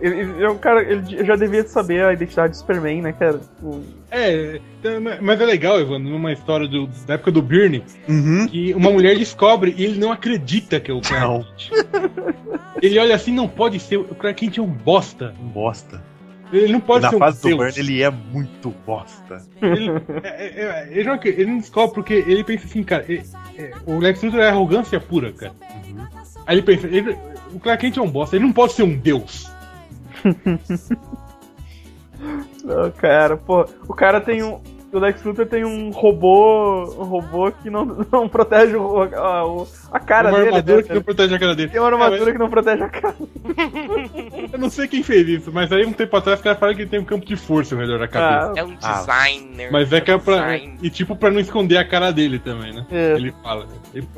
S5: Ele, ele é um cara. Ele já devia saber a identidade do Superman, né, cara? Tipo,
S6: É, então, mas é legal, Evandro, numa história do- da época do Birney,
S3: Uhum.
S6: que uma mulher descobre e ele não acredita que é o cara.
S3: Não,
S6: Ele olha assim, não pode ser. O Clark Kent é um bosta.
S3: um bosta.
S6: Ele não pode
S3: Na
S6: ser um
S3: fase do
S6: deus.
S3: Burn ele é muito bosta.
S6: Ele, é- é- é- ele não, acre- ele não descobre porque ele pensa assim, cara. ele- é, o Lex Luthor é arrogância pura, cara. Aí ele pensa, ele- o Clark Kent é um bosta, ele não pode ser um deus.
S5: não, cara, pô. O cara tem um. O Lex Luthor tem um robô. Um robô que não, não protege o, a, o- a cara
S6: É uma
S5: dele. né,
S6: armadura que
S5: cara?
S6: não protege a cara dele.
S5: Tem uma
S6: É,
S5: armadura que não protege a cara.
S6: mas eu não sei quem fez isso, mas aí um tempo atrás o cara fala que ele tem um campo de força melhor na cabeça.
S5: Ah,
S4: É um
S3: Ah.
S4: designer.
S6: Mas é que é pra.
S4: design.
S6: E tipo, pra não esconder a cara dele também, né?
S5: é.
S6: Ele fala. Ele-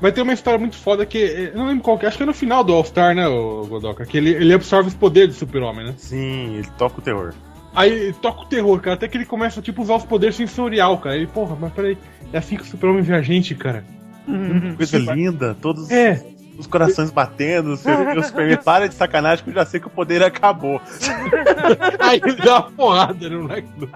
S6: Mas tem uma história muito foda que. Eu não lembro qual que. é, Acho que é no final do All-Star, né, o Godoka? Que ele, ele absorve os poderes do super-homem, né?
S3: Sim, ele toca o terror.
S6: Aí ele toca o terror, cara. Até que ele começa, tipo, usar os poderes sensorial, cara. Ele, porra, mas peraí. É assim que o super-homem vê a gente, cara.
S3: Coisa linda, todos
S6: É.
S3: os corações batendo, o Superman, o Superman para de sacanagem que eu já sei que o poder acabou.
S6: Aí ele dá uma porrada no moleque do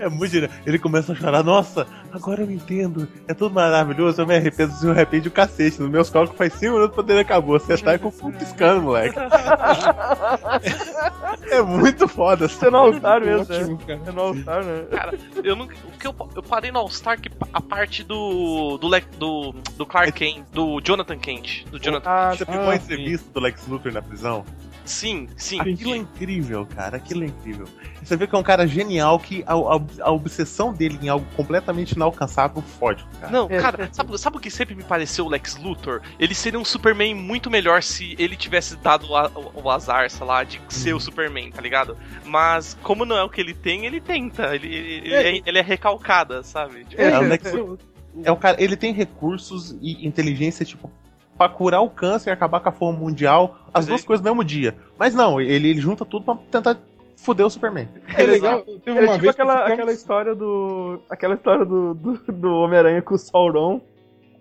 S3: É muito genial. Ele começa a chorar, nossa, agora eu entendo, é tudo maravilhoso, eu me arrependo, se eu arrepende o cacete. Nos meus cálculos faz 5 minutos o poder acabou, você tá com o cu piscando, moleque. é muito foda.
S5: Você não é otário mesmo, né?
S6: ótimo, cara.
S5: Você não é otário, né?
S4: Cara, eu nunca. O que eu, eu parei no All-Star que a parte do. do, Le- do, do
S7: É-
S4: Clark Kent, do Jonathan Kent. Do Jonathan.
S5: Ah,
S3: Você
S5: tá.
S3: ficou a
S6: sim.
S3: entrevista do Lex Luthor na prisão?
S4: Sim, sim.
S3: Aquilo é incrível, cara. Aquilo é incrível. Você vê que é um cara genial que a, a- a obsessão dele em algo completamente inalcançável fode, o cara.
S4: Não,
S5: É.
S4: cara, sabe, sabe o que sempre me pareceu o Lex Luthor? Ele seria um Superman muito melhor se ele tivesse dado o, a- o azar, sei lá, de ser
S7: Uhum.
S4: o Superman, tá ligado? Mas como não é o que ele tem, ele tenta. Ele, ele, ele é, ele é recalcada, sabe? Tipo,
S3: É, o Lex Luthor- é o cara, ele tem recursos e inteligência, tipo, pra curar o câncer e acabar com a fome mundial, as
S4: Mas
S3: duas
S4: ele-
S3: coisas no mesmo dia. Mas não, ele, ele junta tudo pra tentar foder o Superman.
S6: É legal, teve
S5: Era
S6: uma
S5: tipo
S6: vez que
S5: aquela,
S6: ficamos-
S5: aquela história do. Aquela história do, do, do Homem-Aranha com o Sauron.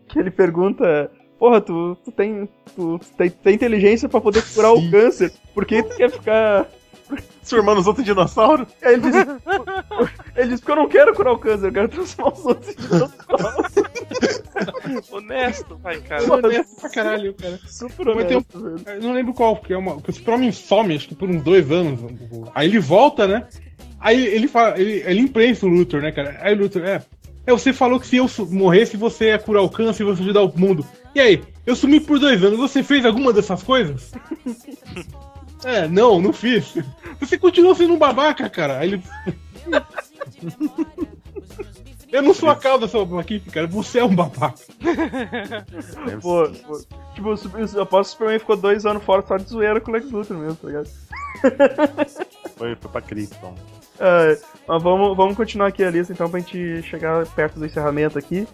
S5: Que ele pergunta. Porra, tu, tu tem. Tu, tu tem, tem inteligência pra poder curar o câncer. Por que tu quer ficar.
S3: Transformando os outros em dinossauro?
S5: Aí ele diz. ele diz porque eu não quero curar o câncer, eu quero transformar os outros em dinossauro.
S4: honesto, vai, cara.
S6: Mano, é pra caralho, cara.
S5: Super
S6: Mas tem um-
S5: honesto, velho.
S6: Eu não lembro qual, porque é uma. Que o Superman some, acho que por uns dois anos. Aí ele volta, né? Aí ele fala, ele, ele imprensa o Luthor, né, cara? Aí o Luthor, é. É, você falou que se eu su- morresse, você ia curar o câncer e você ia ajudar o mundo. E aí, eu sumi por dois anos, você fez alguma dessas coisas? é, não, não fiz. Você continuou sendo um babaca, cara. Aí ele. eu não sou a causa da sua maquipe, cara. Você é um babaca.
S5: Pô, pô, tipo, o Super- eu aposto que o Superman ficou dois anos fora só de zoeira com o Lex Luthor mesmo, tá ligado?
S3: Foi, foi pra Krypton.
S5: Ah, mas vamos, vamos continuar aqui a lista então pra gente chegar perto do encerramento aqui.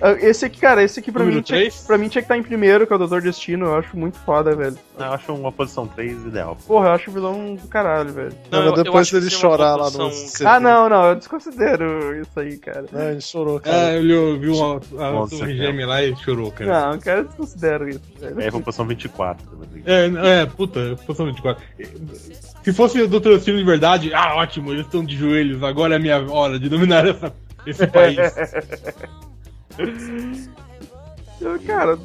S5: Ah, esse aqui, cara, esse aqui pra
S6: Número
S5: mim, tinha,
S6: três?
S5: pra mim tinha que estar em primeiro, que é o Doutor Destino, eu acho muito foda, velho.
S3: Eu acho uma posição 3 ideal.
S5: Porra, eu acho o vilão do caralho, velho.
S4: Não,
S7: Mas
S4: eu- eu
S7: depois
S4: acho que
S7: dele
S4: tem uma
S7: chorar lá
S4: produção-
S7: no. CD.
S5: Ah, não, não, eu desconsidero isso aí, cara.
S7: Não, né, ele chorou, cara.
S6: Ah, eu vi uma, a
S3: Nossa,
S6: torre gêmea lá e chorou, cara.
S5: Não, cara, eu desconsidero isso, velho.
S3: É, foi posição 24. mas-
S6: É, é, puta, posição 24. Se fosse o Dr. Destino de verdade, ah, ótimo, eles estão de joelhos, agora é a minha hora de dominar essa- esse país.
S5: Eu, Cara, o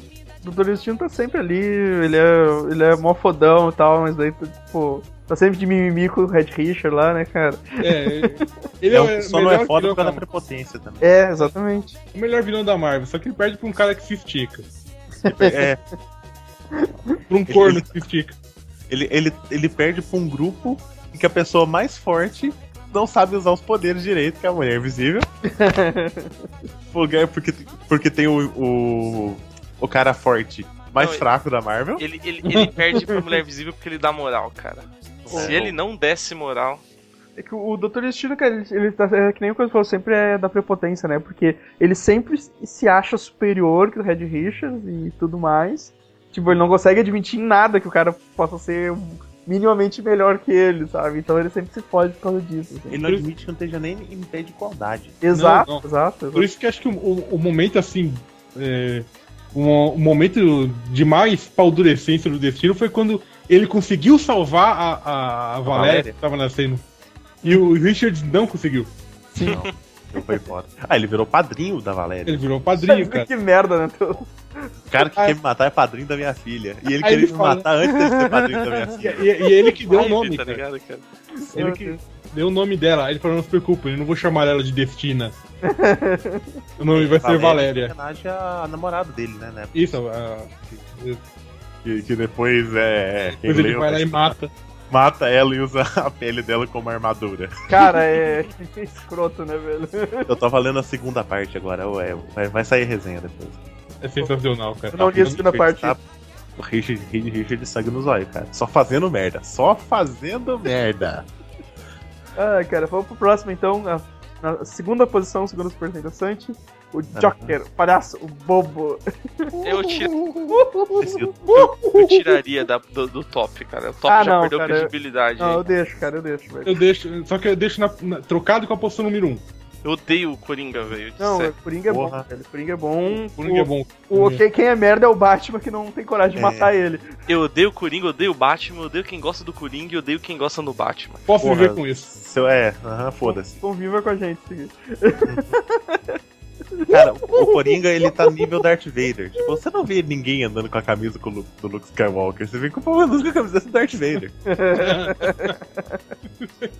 S5: Doutor Destino tá sempre ali, ele é, ele é mó fodão e tal, mas daí, tipo, tá sempre de mimimi com o Red Richard lá, né, cara?
S6: É, ele
S3: É,
S6: é,
S3: o que
S6: o
S3: só não é
S6: melhor
S3: foda
S6: vilão
S3: por causa da
S6: da-
S3: prepotência também.
S5: É, exatamente.
S6: o melhor vilão da Marvel, só que ele perde pra um cara que se estica.
S3: É,
S6: Pra um corno que se estica.
S3: ele, ele, ele perde pra um grupo em que a pessoa mais forte não sabe usar os poderes direito, que é a mulher invisível. porque, porque, porque tem o, o, o cara forte mais
S4: Não,
S3: fraco da Marvel.
S4: Ele, ele, ele perde pra Mulher Visível porque ele dá moral, cara. Se
S3: É.
S4: ele não desse moral.
S5: É que o Dr. Destino, cara, ele, ele tá, é que nem o que eu falo, sempre é da prepotência, né? Porque ele sempre se acha superior que o Red Richards e tudo mais. Tipo, ele não consegue admitir em nada que o cara possa ser um, minimamente melhor que ele, sabe? Então ele sempre se fode por causa disso. assim.
S3: Ele não admite que não esteja nem em pé de igualdade.
S5: Exato,
S6: não.
S5: exato,
S6: Por
S5: exato.
S6: isso que acho que o, o- o momento assim. é, o, o momento de mais paldurecência do destino foi quando ele conseguiu salvar a, a, a Valéria que tava nascendo. E o Richard não conseguiu.
S3: Não foi foda. Ah, ele virou padrinho da Valéria.
S6: Ele virou um padrinho, cara.
S5: Que merda, né?
S3: O cara que
S6: Ah.
S3: quer me matar é padrinho da minha filha. E
S6: Aí
S3: ele queria
S6: ele
S3: me
S6: fala.
S3: matar antes de ser padrinho da minha
S6: E,
S3: filha.
S6: e- e ele que deu o nome,
S4: tá
S6: cara.
S4: ligado, cara?
S6: Ele que deu o nome dela. Aí ele falou, não se preocupe, eu não vou chamar ela de Destina. o nome vai ser
S3: Em
S6: Valéria.
S3: é homenagem à namorada dele, né? né?
S6: Isso, ah, a...
S3: Que, que depois é. quem
S6: depois ele
S3: leu
S6: vai lá e
S3: vai-
S6: mata.
S3: mata ela e usa a pele dela como armadura.
S5: Cara, é que escroto, né, velho?
S3: Eu tava lendo a segunda parte agora, ué, vai, vai sair resenha depois.
S6: É sensacional,
S5: Eu
S6: cara.
S5: não li a segunda parte.
S3: Tá- O Richard, Richard, Richard sangue nos olhos, cara. Só fazendo merda. Só fazendo merda.
S5: Ah, cara, vamos pro próximo então. A, na segunda posição, segundo super interessante, o Joker, o palhaço, o bobo.
S4: Eu, tira,
S3: Esse-
S4: eu tiraria da- do, do top, cara. O top
S5: Ah,
S4: já
S5: não,
S4: perdeu
S5: cara, eu-
S4: credibilidade.
S5: Não,
S4: hein?
S5: eu deixo, cara, eu deixo, velho.
S6: Eu deixo, só que eu deixo na- na- trocado com a posição número 1.
S4: Eu odeio o Coringa, velho.
S5: Não,
S4: sério.
S5: o Coringa é
S3: Porra.
S5: bom, velho. O Coringa é bom.
S6: O Coringa é bom.
S5: O, o- quem- quem é merda é o Batman que não tem coragem de matar ele.
S4: eu odeio o Coringa, eu odeio o Batman, eu odeio quem gosta do Coringa e eu odeio quem gosta do Batman.
S6: Posso
S3: Porra.
S6: viver com isso.
S3: Seu, é, aham, foda-se.
S5: Conviva Então com a gente. sim.
S3: Cara, o Coringa, ele tá nível Darth Vader. Tipo, você não vê ninguém andando com a camisa com o Lu- do Luke Skywalker. Você vê que o povo andando com a camisa do Darth Vader.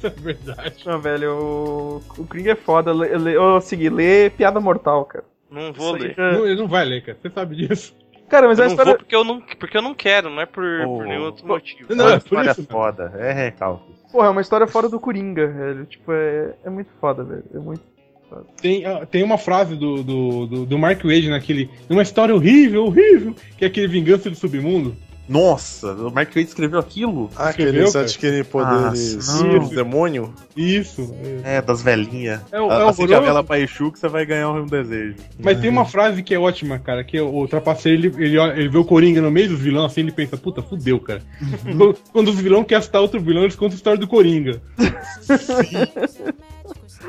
S6: É verdade.
S5: Não, velho, o, o Coringa é foda. Le- le- Eu segui, lê Piada Mortal, cara.
S4: Não vou
S5: Isso aí
S4: ler.
S5: já-
S6: Não, ele não vai ler, cara. Você sabe disso.
S5: Cara, mas
S4: Eu
S5: a
S4: não vou
S5: história.
S4: porque eu não, porque eu não quero, não é por,
S3: Oh.
S4: por nenhum outro motivo.
S6: Não,
S3: Olha,
S6: é por
S3: história
S6: isso.
S3: foda. É recalque.
S5: Porra, é uma história fora do Coringa, velho. Tipo, é, é muito foda, velho. É muito.
S6: Tem, ah, tem uma frase do, do, do, do Mark Wade naquele. Uma história horrível, horrível. Que é aquele Vingança do Submundo.
S3: Nossa, o Mark Wade escreveu aquilo?
S7: Ah,
S6: Escreveu,
S7: aqueles
S6: cara?
S7: adquirem poderes
S3: Nossa, não.
S7: do demônio?
S6: Isso.
S3: É, das velhinhas.
S6: É, é, o-
S3: A-
S6: é
S3: Acende a
S6: horroroso.
S3: vela pra Exu Assim que você vai ganhar um desejo.
S6: Mas tem uma frase que é ótima, cara, que o trapaceiro, ele, ele, olha- ele vê o Coringa no meio dos vilões, assim, ele pensa, puta, fudeu, cara. Quando- Quando os vilões querem assustar outro vilão, eles contam a história do Coringa.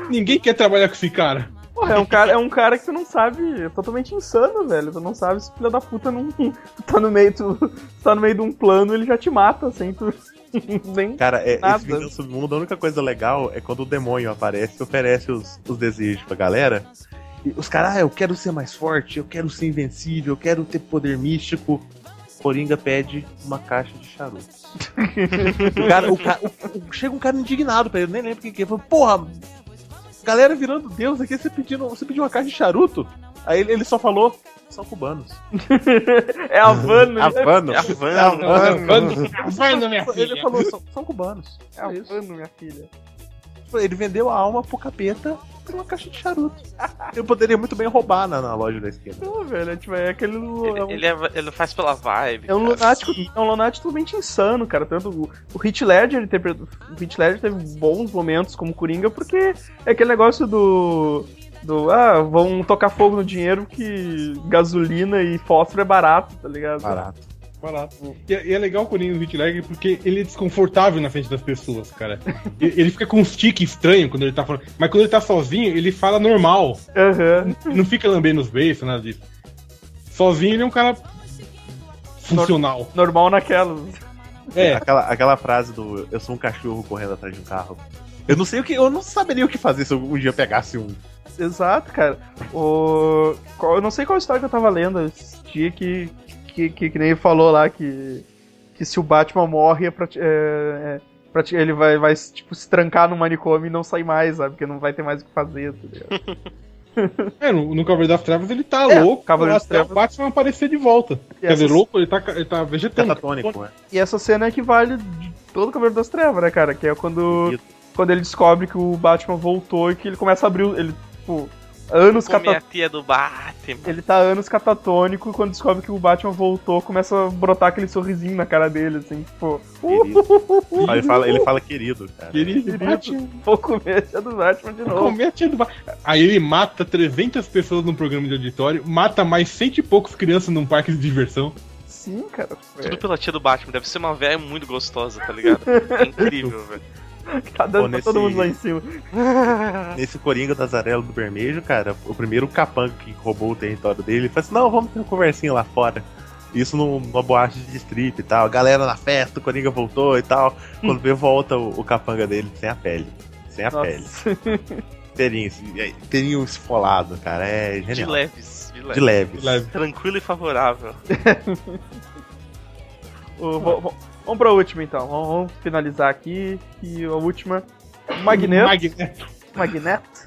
S6: Ninguém quer trabalhar com esse cara.
S5: Porra, é um cara, é um cara que tu não sabe. É totalmente insano, velho. Tu não sabe se o filho da puta não. Tu tá no meio, tu, tu tá no meio de um plano, ele já te mata, assim. Tu. Nem.
S3: Cara, é,
S5: Nada.
S3: esse Vingança do Submundo, a única coisa legal é quando o demônio aparece e oferece os, os desejos pra galera. E os caras, ah, eu quero ser mais forte, eu quero ser invencível, eu quero ter poder místico. Coringa pede uma caixa de charuto. o cara, o ca- o- o- chega um cara indignado pra ele, eu nem lembro quem que é. Fala, porra, galera virando Deus aqui, você pediu, você pediu uma caixa de charuto? Aí ele, ele só falou, são cubanos.
S5: É a van, né?
S3: Havano?
S4: É a Havana.
S6: Vai no minha
S3: Ele
S6: filha.
S3: falou, são, são cubanos.
S5: É a van, minha filha.
S3: Ele vendeu a alma pro capeta por uma caixa de charuto. Eu poderia muito bem roubar na, na loja da esquina.
S5: Não, velho. É, tipo, é aquele. é um-
S4: Ele, ele, é- ele faz pela vibe.
S5: É um
S4: cara.
S5: lunático, é um lunático totalmente insano, cara. Tanto o, o Heath Ledger, ele teve, o Heath Ledger teve bons momentos como Coringa, porque é aquele negócio do do ah, vão tocar fogo no dinheiro que gasolina e fósforo é barato, tá ligado?
S3: Barato.
S6: E, é- e é legal o Coringa do Heath Ledger porque ele é desconfortável na frente das pessoas, cara. E- Ele fica com um tique estranho quando ele tá falando. Mas quando ele tá sozinho, ele fala normal.
S5: Aham.
S6: Ele não fica lambendo os beijos, nada disso. Sozinho ele é um cara funcional.
S5: Normal naquela.
S6: É,
S3: Aquela, aquela frase do eu sou um cachorro correndo atrás de um carro. Eu não sei o que. Eu não saberia o que fazer se eu um dia pegasse um.
S5: Exato, cara. O qual- eu não sei qual história que eu tava lendo esse dia que que, que, que nem ele falou lá que que se o Batman morre é pra, ti- é- é pra ti- ele vai, vai tipo, se trancar no manicômio e não sair mais, sabe? Porque não vai ter mais o que fazer, tá ligado?
S6: é, no, no Cavaleiro das Trevas ele tá
S5: É,
S6: louco.
S5: Cavaleiro das
S6: até
S5: Trevas.
S6: O Batman aparecer de volta.
S5: E
S6: Quer
S5: essa,
S6: dizer, louco, ele tá, ca- ele tá vegetando.
S3: Catatônico, né?
S5: e essa cena equivale de todo o Cavaleiro das Trevas, né, cara? Que é quando,
S3: Bonito.
S5: quando ele descobre que o Batman voltou e que ele começa a abrir. o- Ele, tipo, anos
S4: Como é
S5: cata...
S4: a tia do Batman.
S5: Ele tá anos catatônico e quando descobre que o Batman voltou, começa a brotar aquele sorrisinho na cara dele, assim, tipo,
S3: Querido. Ah, ele, fala, ele fala querido, cara.
S6: Querido Batman.
S5: vou comer a tia do Batman de novo.
S6: Come a tia do Ba- Aí ele mata 300 pessoas num programa de auditório, mata mais cento e poucos crianças num parque de diversão.
S5: Sim, cara.
S4: Tudo pela tia do Batman. Deve ser uma velha muito gostosa, tá ligado? É incrível, velho.
S5: Tá dando
S3: Pô,
S5: pra
S3: nesse-
S5: todo mundo lá em cima.
S3: Nesse Coringa da Zarela do Vermelho, cara, o primeiro capanga que roubou o território dele, ele falou assim, não, vamos ter uma conversinha lá fora. Isso num- numa boate de strip e tal. Galera na festa, o Coringa voltou e tal. Quando vê, volta o, o capanga dele sem a pele. Sem a pele.
S5: Nossa.
S3: Terinho, assim, é, terinho esfolado, cara. É
S4: De
S3: genial.
S4: leves, de leves.
S3: De leves.
S6: Leve.
S4: Tranquilo e favorável.
S5: Ô, vo- vo- Vamos pra última então. Vamos, vamos finalizar aqui. E a última. Magneto.
S6: Magneto.
S5: Magneto.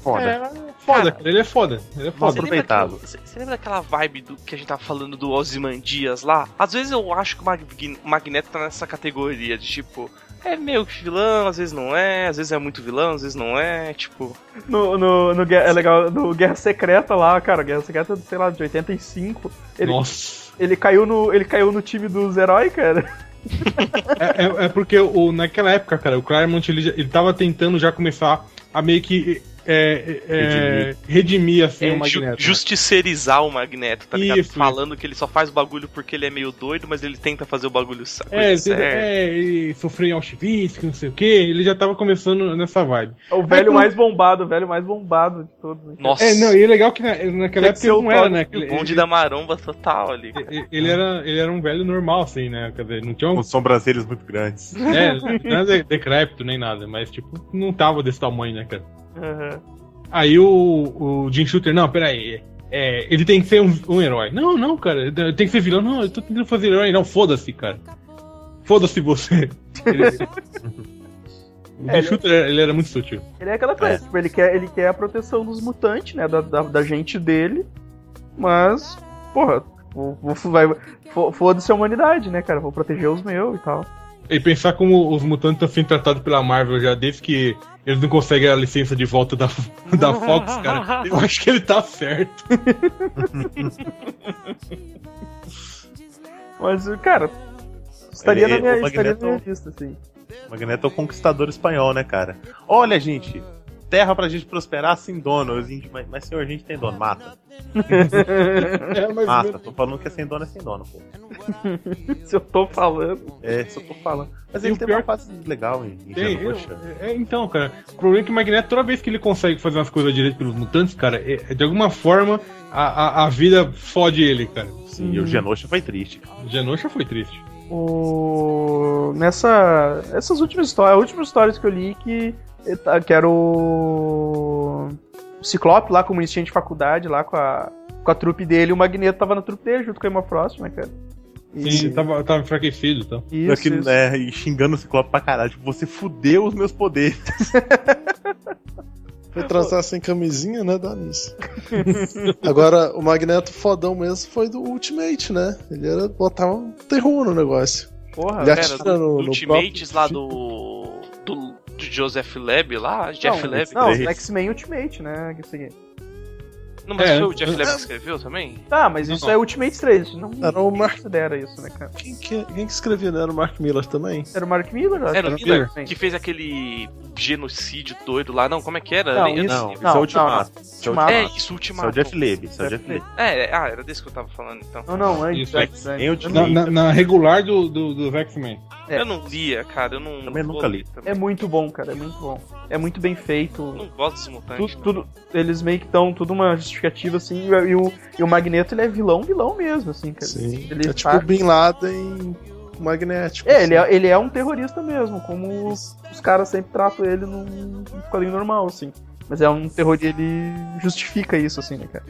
S3: Foda.
S6: É, foda, cara. Ele é foda. Ele é
S3: Nossa,
S6: foda.
S4: Você lembra, daquela,
S3: Aproveitável.
S4: você- você lembra daquela vibe do que a gente tava falando do Ozymandias lá? Às vezes eu acho que o Mag- Magneto tá nessa categoria de tipo, é meio que vilão, às vezes não é, às vezes é muito vilão, às vezes não é, tipo.
S5: No, no, no, Guerra- é legal, no Guerra Secreta lá, cara, Guerra Secreta, sei lá, de 85. Ele,
S6: Nossa.
S5: ele, caiu, no, ele caiu no time dos heróis, cara.
S6: É, é- é porque o, naquela época, cara, o Claremont ele, já- ele tava tentando já começar a meio que é, é, redimir assim, o
S4: É, ju-
S6: Magneto.
S4: justiceirizar o Magneto, tá ligado?
S6: Isso, isso.
S4: Falando que ele só faz o bagulho porque ele é meio doido, mas ele tenta fazer o bagulho sa-
S6: É,
S4: coisa
S6: ele-
S4: certa.
S6: é, ele sofreu em Auschwitz, que não sei o que, ele já tava começando nessa vibe.
S5: O velho mais bombado, o velho mais bombado de todos. né?
S4: Nossa,
S6: É, não, e é legal que na- naquela
S5: Tem que
S6: época
S5: ser
S6: ele
S5: o
S6: não era,
S5: Todd
S6: né?
S4: o
S6: Ele,
S4: bonde da maromba total ali. cara.
S6: ele- ele era, ele era um velho normal, assim, né? Quer dizer, não tinha um.
S3: Com sobrancelhas muito grandes.
S6: É, não era decrépito nem nada, mas, tipo, não tava desse tamanho, né, cara?
S5: Aham.
S6: Aí o, o Jim Shooter, não, peraí. é, ele tem que ser um, um herói. Não, não, cara. Tem que ser vilão. Não, eu tô tentando fazer herói. Não, foda-se, cara. Foda-se você. Ele- o Jim Shooter, era- ele era muito sutil.
S5: Ele é aquela coisa, tipo, ele quer, ele quer a proteção dos mutantes, né? Da, da, da gente dele. Mas, porra, vou- vou- vai- fo- foda-se a humanidade, né, cara? Vou proteger os meus e tal.
S6: E pensar como os mutantes estão sendo tratados pela Marvel já desde que eles não conseguem a licença de volta da, da Fox, cara. Eu acho que ele tá certo.
S5: Mas, cara, estaria,
S3: Ele-
S5: na, minha,
S3: o
S5: estaria na minha
S3: Magneto-
S5: lista, assim.
S3: Magneto é o conquistador espanhol, né, cara? Olha, gente, terra pra gente prosperar sem dono. Os índios, mas, mas senhor, a gente tem dono. Mata,
S6: É, mas
S3: mata. Tô falando que é sem dono, é sem dono, pô.
S5: Se eu tô falando.
S3: É, só tô falando. Mas
S6: E
S3: ele
S6: o
S3: tem
S6: pior-
S3: uma fase legal em, em
S6: Tem,
S3: Genosha.
S6: é, é, então, cara, o problema é que o Magneto, toda vez que ele consegue fazer umas coisas direito pelos mutantes, cara, é- é, de alguma forma a, a, a vida fode ele, cara.
S3: Sim, e o Genosha foi triste. cara.
S6: Genosha foi triste.
S5: O... Nessa... Essas últimas histórias, as últimas histórias que eu li que, tá, que era o... o Ciclope lá como iniciante de faculdade, lá com a, com a trupe dele, o Magneto tava na trupe dele junto com a Emma Frost, né, cara?
S6: Sim, Tava, tava enfraquecido então.
S5: Isso,
S3: Aqui,
S5: isso.
S3: é, e xingando o Ciclope pra caralho. Tipo, você fudeu os meus poderes.
S7: Foi tratar sem camisinha, né? Dá nisso. Agora, o Magneto fodão mesmo foi do Ultimate, né? Ele era, botava um terror no negócio.
S5: Porra,
S7: Ele
S4: Cara,
S7: atira no,
S4: do
S7: no
S4: Ultimates lá
S7: próprio-
S4: do, do. do Joseph Leb lá, Jeff
S5: não,
S4: Leb.
S5: Não,
S3: Três.
S5: o X-Men Ultimate, né? que isso aqui.
S4: Não, mas
S6: É,
S4: foi o Jeff
S6: eu-
S4: Leb que escreveu também?
S5: Tá, mas isso
S6: Não.
S5: é Ultimate 3, não
S7: Era o Mark.
S5: considera isso, né, cara?
S7: Quem que, quem que escrevia, né? Era o Mark Miller também?
S5: Era o Mark Miller? eu acho
S4: Era o
S5: que
S4: Miller
S5: também.
S4: que fez aquele genocídio doido lá. Não, como é que era?
S5: Não,
S4: Nem- eu
S5: isso-
S4: nem
S3: Não,
S4: lembro.
S3: isso é o
S5: não,
S3: Ultimato. Isso é o
S5: Ultimato.
S3: Ultimato.
S4: É isso,
S3: Isso é o
S4: Ultimato.
S3: Jeff Leb. Isso é o Jeff Leb.
S4: É, é, ah, era desse que eu tava falando então.
S5: Não, não, antes,
S6: Isso,
S5: antes,
S3: Tem
S5: antes.
S6: Na,
S3: Ultimate.
S6: na- na regular do, do, do X-Men.
S5: É.
S4: Eu não lia, cara. Eu não.
S3: Também
S4: não
S3: nunca
S4: vou
S3: li.
S4: ler
S5: É
S4: também.
S5: muito bom, cara, é muito bom. É muito bem feito.
S4: Eu não gosto dos mutantes.
S5: Tudo, tudo- eles meio que dão tudo uma justificativa, assim, e, o, e o Magneto ele é vilão, vilão mesmo, assim, cara.
S7: Sim.
S5: Ele
S7: é tipo né?
S5: tá-
S7: o Bin Laden magnético. assim.
S5: É, ele é, ele é um terrorista mesmo, como os, os caras sempre tratam ele num, num quadrinho normal, assim. Mas é um terror ele justifica isso, assim, né, cara?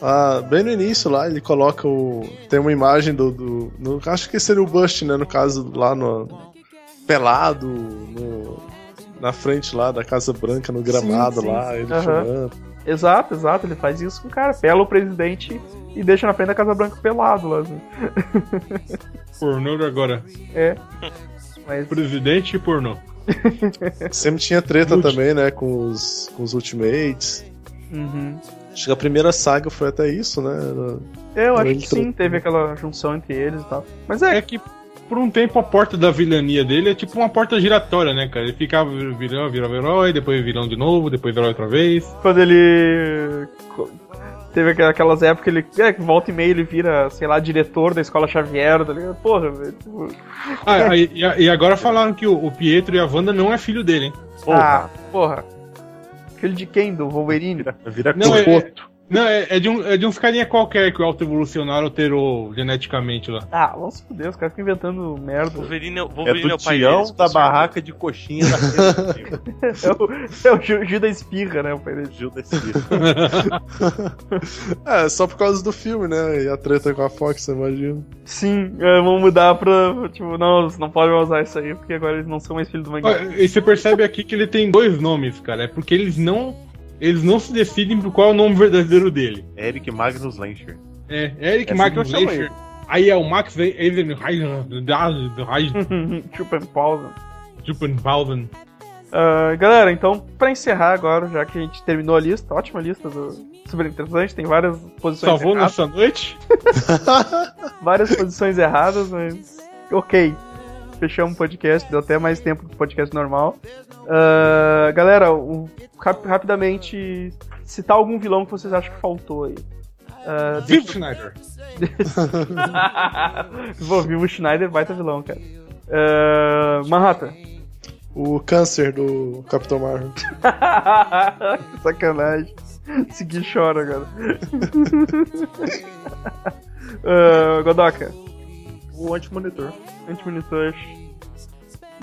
S7: Ah, bem no início lá, ele coloca o. Tem uma imagem do. do- no- acho que seria o Bust, né? No caso, lá no. Pelado, no- na frente lá da Casa Branca, no
S5: Sim,
S7: gramado
S5: sim,
S7: lá,
S5: sim.
S7: ele
S5: Aham.
S7: chorando.
S5: Exato, exato, ele faz isso com o cara, pela o presidente e deixa na frente da Casa Branca pelado lá, assim.
S6: Pornô agora.
S5: É. Mas,
S6: Presidente e pornô.
S7: Sempre tinha treta
S6: Ulti-
S7: também, né? Com os, com os Ultimates.
S5: uhum.
S7: Acho que a primeira saga foi até isso, né? era-
S5: Eu acho
S7: Ele
S5: que sim,
S7: trocou.
S5: teve aquela junção entre eles e tal. Mas é,
S6: É que por um tempo a porta da vilania dele é tipo uma porta giratória, né, cara? Ele ficava vilão, virava herói, depois vilão de novo, depois herói outra vez.
S5: Quando ele. co- Teve aqua- aquelas épocas que ele. É, que volta e meia ele vira, sei lá, diretor da escola Xavier, tá ligado? Porra, velho. tipo,
S6: Ah, e, e- e agora falaram que o, o Pietro e a Wanda não é filho dele, hein?
S5: Ah, porra. Aquele de quem? Do Wolverine?
S3: Vira
S6: Não,
S3: cor.
S6: é, não, é, é de um, é de uns carinha qualquer que o auto-evolucionário alterou geneticamente lá.
S5: Ah, vamos se fuder, os caras ficam inventando merda.
S4: Wolverine, é o-
S3: É
S4: Wolverine é,
S3: do
S4: o pai deles,
S3: Tião
S4: com
S3: da
S4: certeza.
S3: barraca de coxinha da Rede Brasil.
S5: É o, é o Gil, Gil da Espirra, né? O pai dele.
S3: Gil desse jeito.
S7: É, só por causa do filme, né? E a treta com a Fox, eu imagino.
S5: Sim, é, vamos mudar pra. Tipo, não, vocês não podem usar isso aí, porque agora eles não são mais filhos do
S6: Ó,
S5: Magneto.
S6: E você percebe aqui que ele tem dois nomes, cara. É porque eles não, eles não se decidem por qual é o nome verdadeiro dele.
S3: Eric Magnus Lencher.
S6: É, Eric
S5: É assim que eu
S6: Magnus
S5: chamo
S6: Leischer.
S5: ele.
S6: Aí é o Max Aiden
S5: tipo, em pausa.
S6: Jupenhausen.
S5: Ah, galera, então, pra encerrar agora, já que a gente terminou a lista, ótima lista, do, super interessante, tem várias posições
S6: Salvou
S5: erradas.
S6: nessa noite?
S5: várias posições erradas, mas ok. fechamos o podcast, deu até mais tempo do podcast normal. Ah, galera, o- rap- rapidamente, citar algum vilão que vocês acham que faltou aí. Ah,
S6: Vivo Schneider.
S5: Vou ouvir o Schneider, baita vilão, cara. Ah, Manhattan.
S7: O câncer do Capitão Marvel.
S5: Que Sacanagem. Esse Gui chora agora. Ah, Godoka.
S3: O antimonitor.
S5: Antimonitor.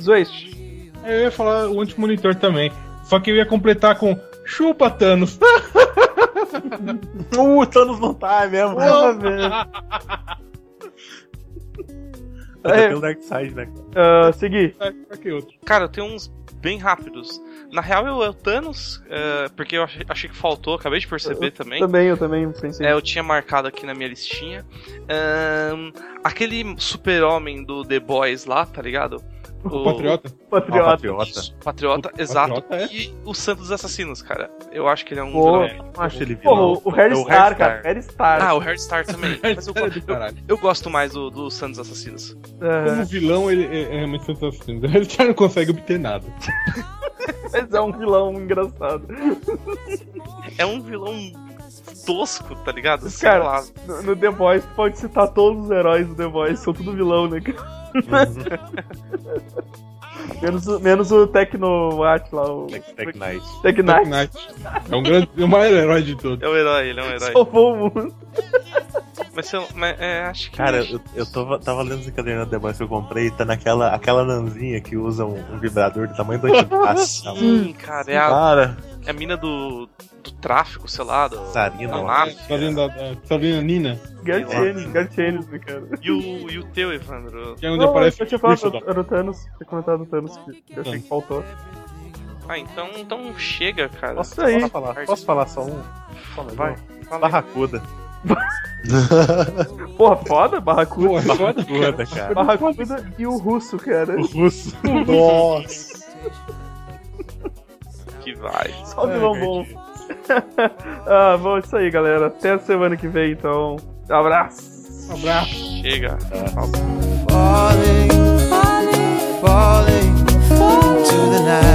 S5: Zoist.
S6: É, Eu ia falar o antimonitor também. Só que eu ia completar com chupa Thanos.
S3: Uh, o Thanos não tá é mesmo.
S5: Porra, velho.
S3: Até
S5: É.
S3: pelo Dark Side, né?
S5: Ah, segui.
S6: Pra que outro?
S4: Cara, eu tenho uns bem rápidos. Na real, eu, eu Thanos, é, porque eu achei, achei que faltou, acabei de perceber também.
S5: Também, eu também pensei.
S4: É, eu tinha marcado aqui na minha listinha. Ahn, aquele super-homem do The Boys lá, tá ligado?
S6: O Patriota.
S3: Ah,
S5: Patriota.
S3: patriota.
S4: Isso, Patriota,
S6: Patriota,
S4: exato.
S6: é.
S4: E o Santos Assassinos, cara. Eu acho que ele é um
S5: Pô,
S4: vilão.
S3: Não acho ele
S5: Pô,
S3: vilão.
S5: o Harry
S3: É
S5: Star, cara. Harry Star.
S4: Ah, o Hardstar também. Mas eu,
S6: Cara
S4: go-
S6: do caralho.
S4: eu gosto mais do, do Santos Assassinos.
S5: Ah,
S6: Como vilão, ele é, é realmente sensacional. Ele já não consegue obter nada.
S5: mas é um vilão engraçado.
S4: É um vilão tosco, tá ligado? Sei
S5: Cara,
S4: lá.
S5: no, no The Boys, tu pode citar todos os heróis do The Boys, são tudo vilão, né, cara? menos, o- menos o Tecno Watch lá, o
S3: Black Tech Knight.
S5: Tech
S6: Dark
S5: Knight.
S6: Knight. É um grande, o maior herói de todos.
S4: É um herói, ele é um herói.
S5: Salvou o mundo.
S4: Mas, eu, mas é, acho que.
S3: Cara, eu, eu tava, tava lendo esse caderno The Boys que eu comprei, tá naquela aquela nanzinha que usa um, um vibrador do tamanho do antipasse.
S4: Sim, cara, é a,
S3: Cara,
S4: é a mina do, do tráfico, sei lá. Do,
S3: Sarina,
S4: da
S3: ó.
S6: Tá
S4: máfia.
S6: vendo a, a, tá vendo a Nina?
S5: Gartienes, Gartienes, né, cara?
S4: E o, e o teu, Evandro?
S6: Que é onde
S5: Não,
S6: aparece
S5: eu tinha falado,
S6: Christopher.
S5: era o Thanos, tinha comentado o Thanos, que eu achei que faltou.
S4: Ah, então, então chega, cara.
S5: Posso sair.
S3: Posso falar, posso falar só um?
S4: Vai.
S3: Barracuda.
S5: Porra, foda, Barracuda.
S6: Pô, é foda.
S3: Barracuda, cara.
S5: Barracuda e o russo, cara.
S3: Russo.
S7: Nossa!
S4: Que vai.
S5: Só vilão bom. ah, bom, é isso aí, galera. Até a semana que vem, então. Abraço.
S6: Um abraço.
S4: Chega.
S9: falling, falling, falling into the night.